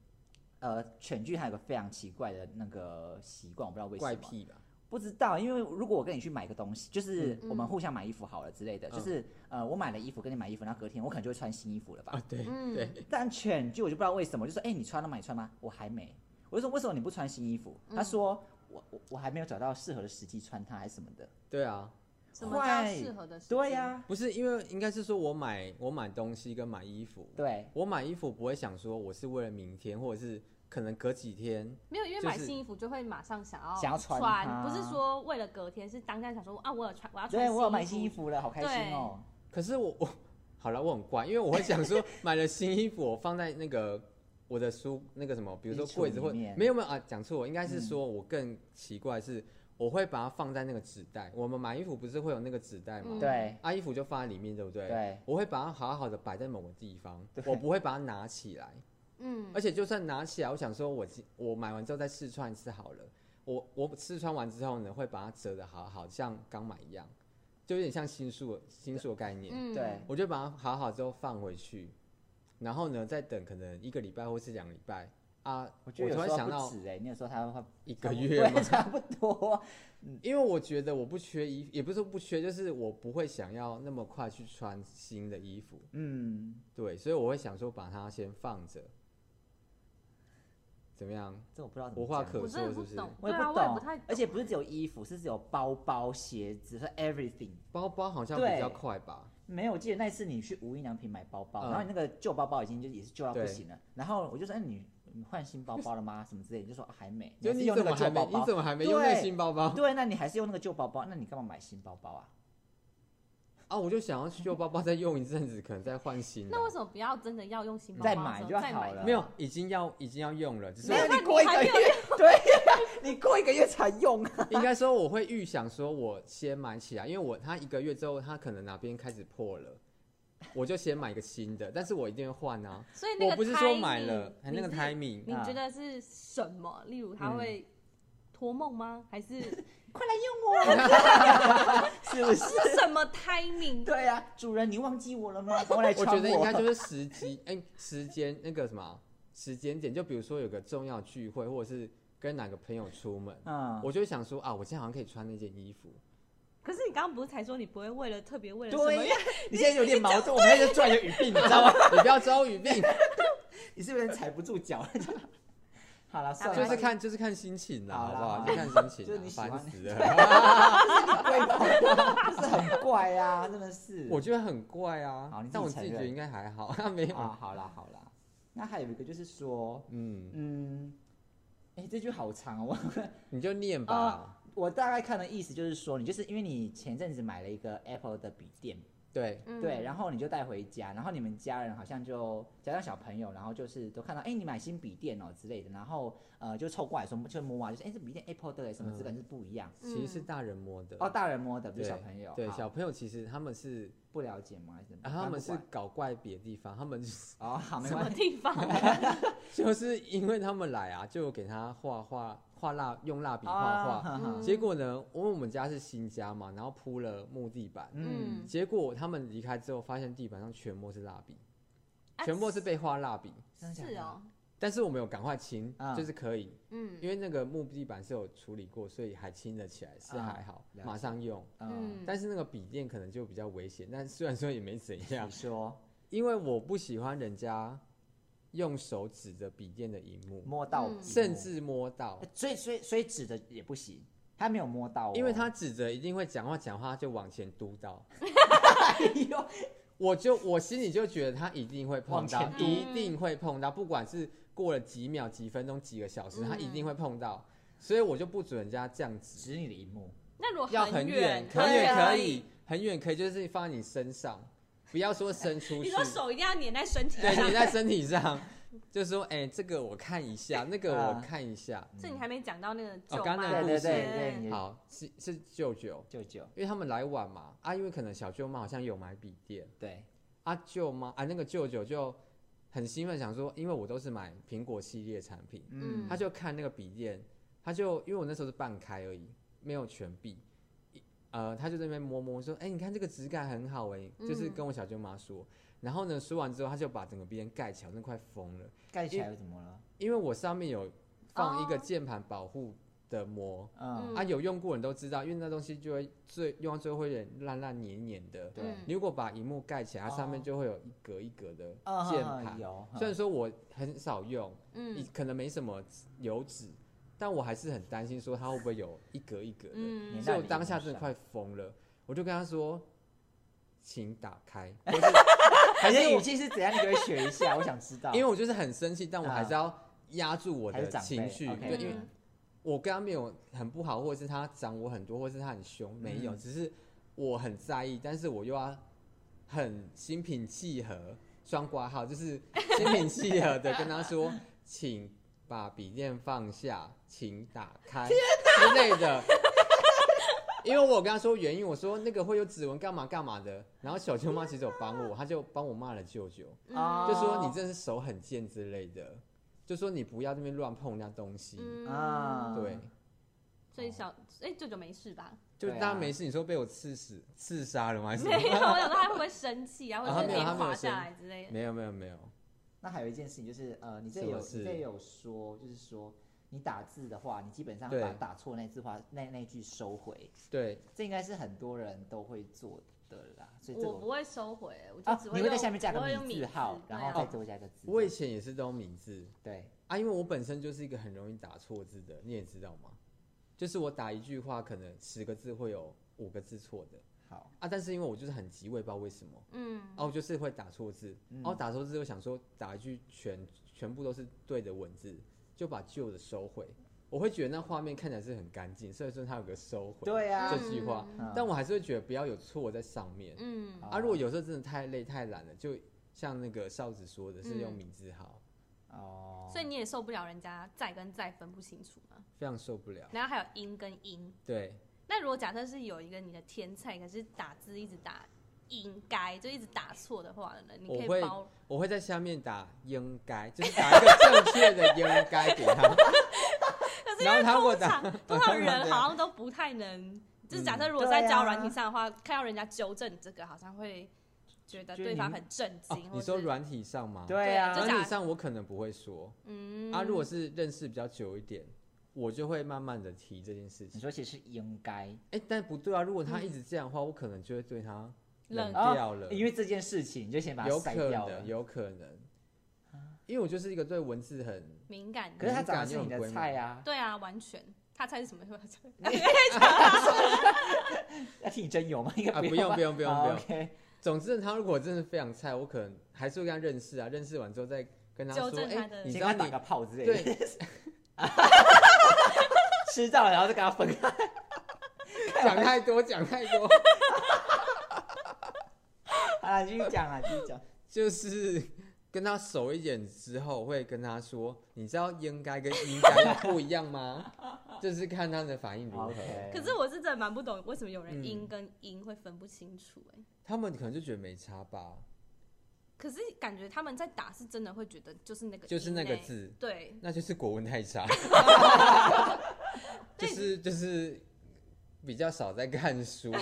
Speaker 1: 呃，犬剧还有个非常奇怪的那个习惯，我不知道为什么，
Speaker 3: 怪癖吧？
Speaker 1: 不知道，因为如果我跟你去买个东西，就是
Speaker 2: 嗯
Speaker 1: 我们互相买衣服好了之类的，
Speaker 3: 嗯
Speaker 1: 就是呃，我买了衣服跟你买衣服，然后隔天我可能就会穿新衣服了吧
Speaker 3: 啊？，对
Speaker 2: 嗯
Speaker 3: 对，
Speaker 1: 但犬剧我就不知道为什么，就说哎、你穿了吗？你穿吗？我还没，我就说为什么你不穿新衣服？
Speaker 3: 嗯
Speaker 1: 他说我我我还没有找到适合的时机穿它还是什么的。
Speaker 3: 对啊，
Speaker 2: 什么叫适合的时间？
Speaker 1: 对啊呀、
Speaker 3: 不是因为应该是说我买我买东西跟买衣服，
Speaker 1: 对，
Speaker 3: 我买衣服不会想说我是为了明天，或者是可能隔几天，
Speaker 2: 没有，因为
Speaker 3: 就是
Speaker 2: 买新衣服就会马上想要
Speaker 1: 想要穿它
Speaker 2: 不是说为了隔天，是当下想说啊，我有穿，我要穿
Speaker 1: 对我有买新
Speaker 2: 新
Speaker 1: 衣。服了，好开心哦。
Speaker 3: 可是我我好了，我很怪，因为我会 想说买了新衣服，我放在那个我的书那个什么，比如说
Speaker 1: 衣橱
Speaker 3: 柜子或
Speaker 1: 里面嗯
Speaker 3: 没有没有啊，讲错，应该是说我更奇怪是，我会把它放在那个纸袋，我们买衣服不是会有那个纸袋吗
Speaker 2: 嗯？
Speaker 1: 对
Speaker 3: 啊，衣服就放在里面，对不对？
Speaker 1: 对，
Speaker 3: 我会把它好好的摆在某个地方
Speaker 1: 对，
Speaker 3: 我不会把它拿起来。
Speaker 2: 嗯，
Speaker 3: 而且就算拿起来，我想说我今我买完之后再试穿一次好了。我我试穿完之后呢，会把它折的好好，像刚买一样，就有点像新数的新数的概念。
Speaker 2: 嗯，
Speaker 1: 对
Speaker 3: 我就把它好好之后放回去，然后呢，再等可能一个礼拜或是两个礼拜啊。
Speaker 1: 我觉得
Speaker 3: 突
Speaker 1: 有
Speaker 3: 然
Speaker 1: 时
Speaker 3: 想
Speaker 1: 候
Speaker 3: 到
Speaker 1: 不止哎、你有时候他会
Speaker 3: 一个月嘛
Speaker 1: 对，，差不多。
Speaker 3: 因为我觉得我不缺衣，也不是说不缺，就是我不会想要那么快去穿新的衣服，
Speaker 1: 嗯，
Speaker 3: 对，所以我会想说把它先放着，怎么样？
Speaker 1: 这我不知道怎么
Speaker 3: 无话
Speaker 1: 讲
Speaker 3: 可
Speaker 2: 我真的
Speaker 3: 说是
Speaker 2: 不
Speaker 3: 不是？
Speaker 2: 懂，
Speaker 1: 我也
Speaker 2: 对啊，
Speaker 1: 不
Speaker 2: 我也
Speaker 1: 懂，
Speaker 2: 不太懂，
Speaker 1: 而且不是只有衣服，是只有包包、鞋子，是 everything。
Speaker 3: 包包好像
Speaker 1: 对
Speaker 3: 比较快吧？
Speaker 1: 没有，我记得那一次你去无印良品买包包，
Speaker 3: 嗯
Speaker 1: 然后你那个旧包包已经就也是旧到不
Speaker 3: 对
Speaker 1: 行了，然后我就说，哎、你你换新包包了吗？什么之类的，你就说、啊还没，
Speaker 3: 就
Speaker 1: 还是
Speaker 3: 你
Speaker 1: 用
Speaker 3: 怎
Speaker 1: 那
Speaker 3: 么
Speaker 1: 个
Speaker 3: 还
Speaker 1: 旧
Speaker 3: 没
Speaker 1: 包
Speaker 3: 你
Speaker 1: 包。
Speaker 3: 怎么还没用那
Speaker 1: 对
Speaker 3: 新包包
Speaker 1: 对，那你还是用那个旧包包，那你干嘛买新包包啊？
Speaker 3: 啊？我就想要旧包包再用一阵子，可能再换新的
Speaker 2: 那。为什么不要真的要用新包包
Speaker 1: 再
Speaker 2: 的时候
Speaker 1: 买就
Speaker 2: 再
Speaker 1: 好
Speaker 2: 买
Speaker 1: 了
Speaker 3: 没有，已经要已经要用了，只是
Speaker 2: 没有那
Speaker 1: 你
Speaker 2: 你
Speaker 1: 过一
Speaker 2: 还
Speaker 1: 个
Speaker 2: 没
Speaker 1: 月
Speaker 2: 有，
Speaker 1: 对呀、你过一个月才用啊。
Speaker 3: 应该说我会预想说，我先买起来，因为我它一个月之后，它可能哪边开始破了，我就先买一个新的，但是我一定会换啊。
Speaker 2: 所以那个
Speaker 3: 我不是说买
Speaker 2: timing，
Speaker 3: 了，哎那个
Speaker 2: 你是
Speaker 3: timing，
Speaker 2: 你
Speaker 1: 啊
Speaker 2: 觉得是什么？例如他
Speaker 3: 嗯
Speaker 2: 会托梦吗？还是
Speaker 1: 快来用我， 是不是？
Speaker 2: 是什么 timing？
Speaker 1: 对呀、主人，你忘记我了 吗？赶快来
Speaker 3: 我
Speaker 1: 穿
Speaker 3: 觉得应 该就是是时机，哎、时间那个什么时间点，就比如说有个重要聚会，或者是跟哪个朋友出门，
Speaker 1: 嗯，
Speaker 3: 我就会想说啊，我今天好像可以穿那件衣服，
Speaker 2: 可是你刚刚不是才说你不会为了特别为了什么
Speaker 1: 对
Speaker 2: 原
Speaker 1: 呀、你现在哎有点矛盾，我们现在就转有语病，你知 道吗？
Speaker 3: 你不要招语病，
Speaker 1: 你是不是有点踩不住脚？ 好了，算了，
Speaker 3: 就是看就是看心情啦，
Speaker 1: 好
Speaker 3: 好
Speaker 1: 啦
Speaker 3: 不
Speaker 1: 好啦
Speaker 3: 好？就看心
Speaker 1: 就是
Speaker 3: 情
Speaker 1: 你
Speaker 3: 啦，
Speaker 1: 喜欢
Speaker 3: 烦死了。
Speaker 1: 怪吧，就是很怪 啊，真的是。
Speaker 3: 我觉得很怪 啊
Speaker 1: 好你自己，
Speaker 3: 但我自己
Speaker 1: 承
Speaker 3: 觉得
Speaker 1: 认
Speaker 3: 应该还好，他没有。
Speaker 1: 啊，好啦好啦，那还有一个就是说，
Speaker 3: 嗯，
Speaker 1: 嗯，哎、这句好长哦，
Speaker 3: 你就念
Speaker 1: 啊
Speaker 3: 吧。
Speaker 1: 我我大概看的意思就是说，你就是因为你前阵子买了一个 Apple 的笔电，
Speaker 3: 对，
Speaker 2: 嗯
Speaker 1: 对，然后你就带回家，然后你们家人好像就加上小朋友，然后就是都看到，哎、你买新笔电哦之类的，然后呃就凑过来说，就摸啊，就是哎、这笔电 Apple 的什么质感是不一样，
Speaker 2: 嗯
Speaker 3: 其实是大人摸的。
Speaker 1: 哦，大人摸的不
Speaker 3: 对，
Speaker 1: 是小朋友，
Speaker 3: 对，
Speaker 1: 好
Speaker 3: 小朋友其实他们是，
Speaker 1: 不了解吗？还是怎么
Speaker 3: 啊
Speaker 1: 样？
Speaker 3: 他
Speaker 1: 反
Speaker 3: 们
Speaker 1: 正
Speaker 3: 是
Speaker 1: 不管
Speaker 3: 搞怪别的地方，他们就是
Speaker 1: 哦，好，没
Speaker 2: 什
Speaker 1: 关
Speaker 2: 么
Speaker 1: 系。
Speaker 2: 地方？
Speaker 3: 就是因为他们来啊，就给他画画，画蜡用蜡笔画
Speaker 1: 啊
Speaker 3: 画。
Speaker 1: 哈哈
Speaker 2: 嗯
Speaker 3: 结果呢，因为我们家是新家嘛，然后铺了木地板，
Speaker 1: 嗯，
Speaker 3: 结果他们离开之后，发现地板上全部是蜡笔，
Speaker 2: 啊
Speaker 3: 全部是被画蜡笔。
Speaker 1: 真的假的
Speaker 2: 是哦，
Speaker 3: 但是我们有赶快清
Speaker 1: 啊，
Speaker 3: 就是可以，
Speaker 2: 嗯
Speaker 3: 因为那个木地板是有处理过，所以还清了起来，是
Speaker 1: 啊
Speaker 3: 还好，
Speaker 1: 了解
Speaker 3: 马上用。
Speaker 1: 嗯，
Speaker 3: 呃但是那个笔电可能就比较危险，但虽然说也没怎 样
Speaker 1: 你，说
Speaker 3: 因为我不喜欢人家用手指着笔电的荧幕，
Speaker 1: 摸哦到
Speaker 2: 嗯
Speaker 1: 底
Speaker 3: 甚
Speaker 1: 摸
Speaker 3: 至摸到，
Speaker 1: 所以所以所以指的也不行，他没有摸到、哦，
Speaker 3: 因为他指着一定会讲话，讲话就往前嘟到，
Speaker 1: 哎呦，
Speaker 3: 我就我心里就觉得他一定会碰
Speaker 1: 往
Speaker 3: 到
Speaker 1: 前，
Speaker 2: 嘟
Speaker 3: 一定会碰到，不管是过了几秒、几分钟、几个小
Speaker 1: 嗯
Speaker 3: 时，他一定会碰到，所以我就不准人家这样指，
Speaker 1: 指你的荧幕，
Speaker 2: 那如果
Speaker 3: 要很
Speaker 2: 远，
Speaker 3: 可
Speaker 2: 哦很
Speaker 3: 远
Speaker 2: 可啊
Speaker 3: 可以，，很远可以，就是放在你身上，不要说伸出
Speaker 2: 你
Speaker 3: 去。
Speaker 2: 说手一定要粘在身体
Speaker 3: 对，
Speaker 2: 上
Speaker 3: 你，在身体上，就说，哎、这个我看一下，那个 我
Speaker 1: 啊
Speaker 3: 看一下。
Speaker 2: 这你还没讲到那个
Speaker 3: 哦
Speaker 2: 舅
Speaker 3: 刚刚
Speaker 2: 妈
Speaker 3: 那
Speaker 1: 对对对
Speaker 3: 个故事
Speaker 1: 对，你的
Speaker 3: 好，是是舅舅，
Speaker 1: 舅舅，
Speaker 3: 因为他们来晚嘛，啊，因为可能小舅妈好像有买笔电，
Speaker 1: 对，
Speaker 3: 啊，舅妈啊，那个舅舅就很兴奋，想说，因为我都是买苹果系列产品，
Speaker 1: 嗯，
Speaker 3: 他就看那个笔电，他就因为我那时候是半开而已，没有全闭。一呃，他就在那边摸摸说：“哎、你看这个质感很好哎、就是
Speaker 2: 嗯
Speaker 3: 跟我小舅妈说。然后呢，说完之后，他就把整个笔电盖起来，我真的快疯了。
Speaker 1: 盖起来又怎么了？
Speaker 3: 因为我上面有放一个
Speaker 2: 哦
Speaker 3: 键盘保护的膜、
Speaker 1: 嗯，
Speaker 2: 嗯
Speaker 3: 啊，有用过人都知道，因为那东西就会最用到最后会有点烂烂黏黏的。
Speaker 1: 对
Speaker 2: 嗯
Speaker 3: 你如果把荧幕盖起来，它上面
Speaker 1: 哦
Speaker 3: 就会有一格一格的
Speaker 2: 哦
Speaker 1: 啊
Speaker 3: 键盘。
Speaker 1: 有，
Speaker 3: 虽
Speaker 1: 嗯
Speaker 3: 然说我很少用，
Speaker 2: 嗯
Speaker 3: 可能没什么油脂，但我还是很担心说它会不会有一格一格的。
Speaker 2: 嗯
Speaker 1: 你
Speaker 3: 所以
Speaker 1: 那
Speaker 3: 我当下真的快疯了，我就跟他说：“请打开。” 或是
Speaker 1: 还是语气是怎样？你可不可以学一 下，我想知道，
Speaker 3: 因为
Speaker 1: 为
Speaker 3: 我就是很生气，但我还是要压住我
Speaker 1: 还
Speaker 3: 的
Speaker 1: 是长辈
Speaker 3: 情绪，
Speaker 1: ，OK
Speaker 3: 对，因为
Speaker 2: 嗯
Speaker 3: 我跟他没有很不好，或者是他长我很多，或者是他很凶，没有，
Speaker 1: 嗯
Speaker 3: 只是我很在意，但是我又要很心平气和，双挂号就是 心平气和的跟他说，请把笔电放下，请打 开之类的。因为我有跟他说原因，我说那个会有指纹干嘛干嘛的，然后小舅妈其实有帮我，他就帮我骂了舅舅。
Speaker 1: 哦
Speaker 2: 嗯
Speaker 3: 就说你真的是手很贱之类的，就说你不要这边乱碰人家东西。
Speaker 2: 嗯
Speaker 1: 啊
Speaker 3: 对，
Speaker 2: 所以小哎舅舅没事吧？
Speaker 3: 就
Speaker 1: 对啊
Speaker 3: 大家没事，你说被我刺死、刺杀了吗？还是什
Speaker 2: 没
Speaker 3: 么
Speaker 2: 有，我想说他会不会生气 啊，或
Speaker 3: 嗯
Speaker 2: 者是
Speaker 3: 啊他没
Speaker 2: 直
Speaker 3: 有
Speaker 2: 接
Speaker 3: 他没有
Speaker 2: 垮
Speaker 3: 生
Speaker 2: 下来之类的。
Speaker 3: 没有没有没有，
Speaker 1: 那还有一件事情就是，呃，你这
Speaker 3: 什
Speaker 1: 有
Speaker 3: 么事
Speaker 1: 你这有说，就是说你打字的话，你基本上
Speaker 3: 对
Speaker 1: 把打错那字话那那句收回，
Speaker 3: 对，
Speaker 1: 这应该是很多人都会做的啦。所以这个啊哦
Speaker 2: 我不会收回，我就只
Speaker 1: 你
Speaker 2: 会
Speaker 1: 会
Speaker 2: 用
Speaker 1: 在下面加
Speaker 2: 我会
Speaker 1: 个
Speaker 2: 用
Speaker 1: 字号，
Speaker 2: 对
Speaker 1: 然
Speaker 2: 啊
Speaker 1: 后再多加一个字。
Speaker 3: 我以前也是都用名字
Speaker 1: 对，
Speaker 3: 啊，因为我本身就是一个很容易打错字的，你也知道吗？就是我打一句话，可能十个字会有五个字错的
Speaker 1: 好，
Speaker 3: 啊，但是因为我就是很急，我也不知道为什么，
Speaker 2: 嗯，
Speaker 3: 啊，我就是会打错字，
Speaker 1: 嗯
Speaker 3: 然后打错字，我想说打一句全全部都是对的文字，就把旧的收回。我会觉得那画面看起来是很干净，所以说它有个收回。
Speaker 1: 对啊
Speaker 3: 哦这句话，
Speaker 1: 嗯
Speaker 3: 但我还是会觉得不要有错在上面。
Speaker 2: 嗯，
Speaker 1: 好
Speaker 3: 啊，如果有时候真的太累太懒了，就像那个哨子说的，是用
Speaker 2: 嗯
Speaker 3: 名字号，
Speaker 1: 哦，
Speaker 2: 所以你也受不了人家在跟在分不清楚嘛，
Speaker 3: 非常受不了。
Speaker 2: 然后还有音跟音。
Speaker 3: 对，
Speaker 2: 那如果假设是有一个你的天菜，可是打字一直打应该就一直打错的话呢，你可
Speaker 3: 我会
Speaker 2: 以包
Speaker 3: 我会在下面打应该，就是打一个正确的应该给他。然后他如果
Speaker 2: 通
Speaker 3: 打，
Speaker 2: 常通常人好像都不太能，就是
Speaker 3: 嗯
Speaker 2: 假设如果在
Speaker 1: 啊
Speaker 2: 交友软体上的话，看到人家纠正这个，好像会觉得对方很震
Speaker 3: 哦
Speaker 2: 惊。或
Speaker 3: 你
Speaker 2: 是
Speaker 3: 说软体上吗？
Speaker 1: 对啊，
Speaker 2: 就
Speaker 3: 软
Speaker 2: 假
Speaker 3: 体上我可能不会说，
Speaker 2: 嗯
Speaker 3: 啊，如果是认识比较久一点，我就会慢慢的提这件事
Speaker 1: 你
Speaker 3: 情。
Speaker 1: 说其实应该
Speaker 3: 哎，但不对啊，如果他一直这样的话，我可能就会对他冷
Speaker 2: 嗯冷啊
Speaker 3: 掉了，
Speaker 1: 因为这件事情你就先把它
Speaker 3: 有
Speaker 1: 筛
Speaker 3: 可
Speaker 1: 掉了
Speaker 3: 能，。有可能，
Speaker 2: 啊
Speaker 3: 因为我就是一个对文字很
Speaker 2: 敏感
Speaker 1: 可是他
Speaker 3: 敏感
Speaker 1: 长得是
Speaker 3: 又
Speaker 1: 你
Speaker 3: 很
Speaker 1: 的
Speaker 3: 龟毛
Speaker 1: 菜啊，
Speaker 2: 对啊，完全。他猜是什么？
Speaker 1: 要替你征友吗？应该
Speaker 3: 啊不用
Speaker 1: 吧
Speaker 3: 不用不用
Speaker 1: 好
Speaker 3: 不用
Speaker 1: OK，
Speaker 3: 总之，他如果真的非常菜，我可能还是会跟他认识啊，认识完之后再跟他说
Speaker 2: 纠，正他
Speaker 3: 哎、
Speaker 2: 的
Speaker 3: 你知
Speaker 1: 先
Speaker 3: 道
Speaker 1: 跟他打
Speaker 3: 你
Speaker 1: 个炮之类的，
Speaker 3: 对，
Speaker 1: 吃到了然后再跟他分 开。
Speaker 3: 讲太多，讲太多，
Speaker 1: 好啦，继续讲 啊，继续讲。
Speaker 3: 就是跟他熟一点之后，会跟他说，你知道应该跟应该不一样吗？ 就是看他的反应如何。
Speaker 1: OK，
Speaker 2: 可是我是真的蛮不懂，为什么有人
Speaker 3: 嗯
Speaker 2: 音跟音会分不清楚、哎、
Speaker 3: 他们可能就觉得没差吧，
Speaker 2: 可是感觉他们在打是真的会觉得就是那个
Speaker 3: 就是那个
Speaker 2: 音欸，
Speaker 3: 字，
Speaker 2: 对，
Speaker 3: 那就是国文太差，就是就是比较少在看书。可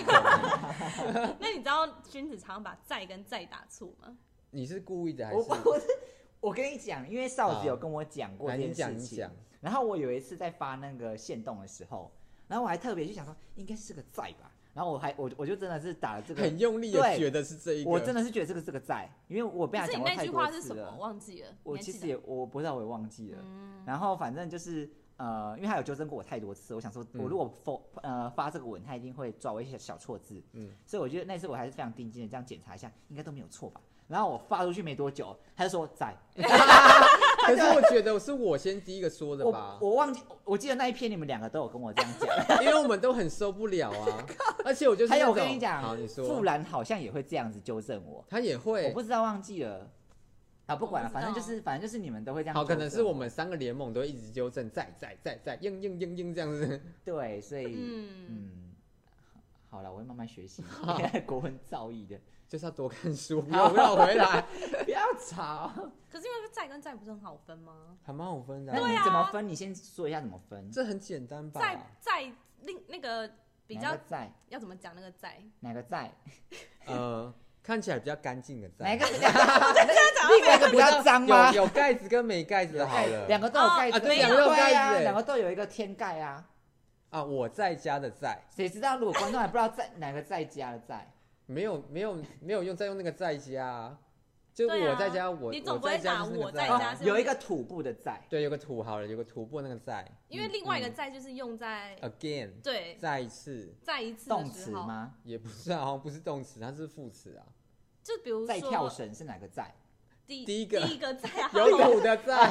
Speaker 3: 能
Speaker 2: 那你知道君子常常把在跟在打错吗？
Speaker 3: 你是故意的还
Speaker 1: 我
Speaker 3: 是？
Speaker 1: 我是 我跟你讲，因为哨
Speaker 3: 好
Speaker 1: 子有跟我讲过
Speaker 3: 来，
Speaker 1: 这
Speaker 3: 你
Speaker 1: 件
Speaker 3: 讲
Speaker 1: 事
Speaker 3: 你
Speaker 1: 情
Speaker 3: 讲，。
Speaker 1: 然后我有一次在发那个线动的时候，然后我还特别去想说，应该是个在吧，然后我还我我就真的是打了这个
Speaker 3: 很，用力的
Speaker 1: 对
Speaker 3: 觉得是这一个，
Speaker 1: 我真的是觉得这个是个在，因为我被
Speaker 2: 可
Speaker 1: 他
Speaker 2: 是
Speaker 1: 啊讲
Speaker 2: 你
Speaker 1: 过
Speaker 2: 那
Speaker 1: 太
Speaker 2: 句
Speaker 1: 多
Speaker 2: 话是
Speaker 1: 次
Speaker 2: 什么？我
Speaker 1: 了。
Speaker 2: 忘记了。
Speaker 1: 我
Speaker 2: 你还
Speaker 1: 其
Speaker 2: 记
Speaker 1: 实
Speaker 2: 得
Speaker 1: 也我不知道，我也忘记了。
Speaker 2: 嗯，
Speaker 1: 然后反正就是呃，因为他有纠正过我太多次，我想说，
Speaker 3: 嗯
Speaker 1: 我如果发呃发这个文，他一定会抓我一些小错字，
Speaker 3: 嗯
Speaker 1: 嗯，所以我觉得那次我还是非常定睛的这样检查一下，应该都没有错吧。然后我发出去没多久，他就说在，
Speaker 3: 可 是我觉得是我先第一个说的
Speaker 1: 我
Speaker 3: 吧，
Speaker 1: 我忘记，我记得那一篇你们两个都有跟我这样讲。
Speaker 3: 因为我们都很受不 了啊。而且我就是
Speaker 1: 还有
Speaker 3: 那
Speaker 1: 我跟
Speaker 3: 种
Speaker 1: 你讲
Speaker 3: 好，你，
Speaker 1: 富
Speaker 3: 说，
Speaker 1: 兰好像也会这样子纠正我，
Speaker 3: 他也
Speaker 1: 我
Speaker 3: 会，
Speaker 1: 不知道忘记了啊，不管
Speaker 2: 我
Speaker 1: 了，
Speaker 2: 不
Speaker 1: 反
Speaker 2: 知道
Speaker 1: 正就是反正就是你们都会这样纠正。
Speaker 3: 好，可能是我们三个联盟都会一直纠正，在在在在，硬硬硬硬这样子。
Speaker 1: 对，所以
Speaker 2: 嗯，
Speaker 1: 嗯，好了，我会慢慢 学习国文造诣的，
Speaker 3: 就是要多看书，不 要不要回来，
Speaker 1: 不要吵。
Speaker 2: 可是因为在跟在不是很好分吗？
Speaker 3: 还蛮好分的
Speaker 1: 那
Speaker 3: 啊。
Speaker 1: 你
Speaker 2: 对啊
Speaker 1: 怎么分？你先说一下怎么分。
Speaker 3: 这很简单吧？
Speaker 2: 在在另那个比
Speaker 1: 哪
Speaker 2: 较
Speaker 1: 个在
Speaker 2: 要怎么讲那个在？
Speaker 1: 哪个在
Speaker 3: 呃，看起来比较干净的 在，
Speaker 1: 哪个 比
Speaker 2: 讲
Speaker 1: 另外一个比较脏吗？
Speaker 3: 有有盖子跟没盖子的好
Speaker 1: 哎
Speaker 3: 了。
Speaker 1: 两个都有盖
Speaker 2: 哦
Speaker 3: 啊
Speaker 1: 子，
Speaker 3: 对
Speaker 1: 呀
Speaker 3: 两个都有盖子哎
Speaker 1: 两个都有一个天盖啊。
Speaker 3: 啊，我在家的在，
Speaker 1: 谁知道？如果观众还不知道在哪个在家的在，
Speaker 3: 没有没有没有用再用那个在家啊，就
Speaker 2: 对啊
Speaker 3: 我在家，我
Speaker 2: 你总
Speaker 3: 我
Speaker 2: 不会
Speaker 3: 在家
Speaker 2: 打
Speaker 3: 就是那个
Speaker 2: 我在
Speaker 3: 啊
Speaker 2: 家
Speaker 1: 哦有一个土部的在，
Speaker 3: 对，有个土好了，有个土部那个在嗯
Speaker 2: 因为另外一
Speaker 1: 嗯
Speaker 2: 个在就是用在
Speaker 1: 呃
Speaker 3: again
Speaker 2: 对
Speaker 3: 再一次，
Speaker 2: 再一次的
Speaker 1: 动
Speaker 2: 时
Speaker 1: 词
Speaker 2: 候，
Speaker 1: 吗？
Speaker 3: 也不是啊，好像不是动词，它是 副词啊。
Speaker 2: 就比如
Speaker 1: 在跳
Speaker 2: 说
Speaker 1: 绳是哪个在？
Speaker 2: 第
Speaker 3: 第一个
Speaker 2: 第一个在啊，
Speaker 3: 有土的在，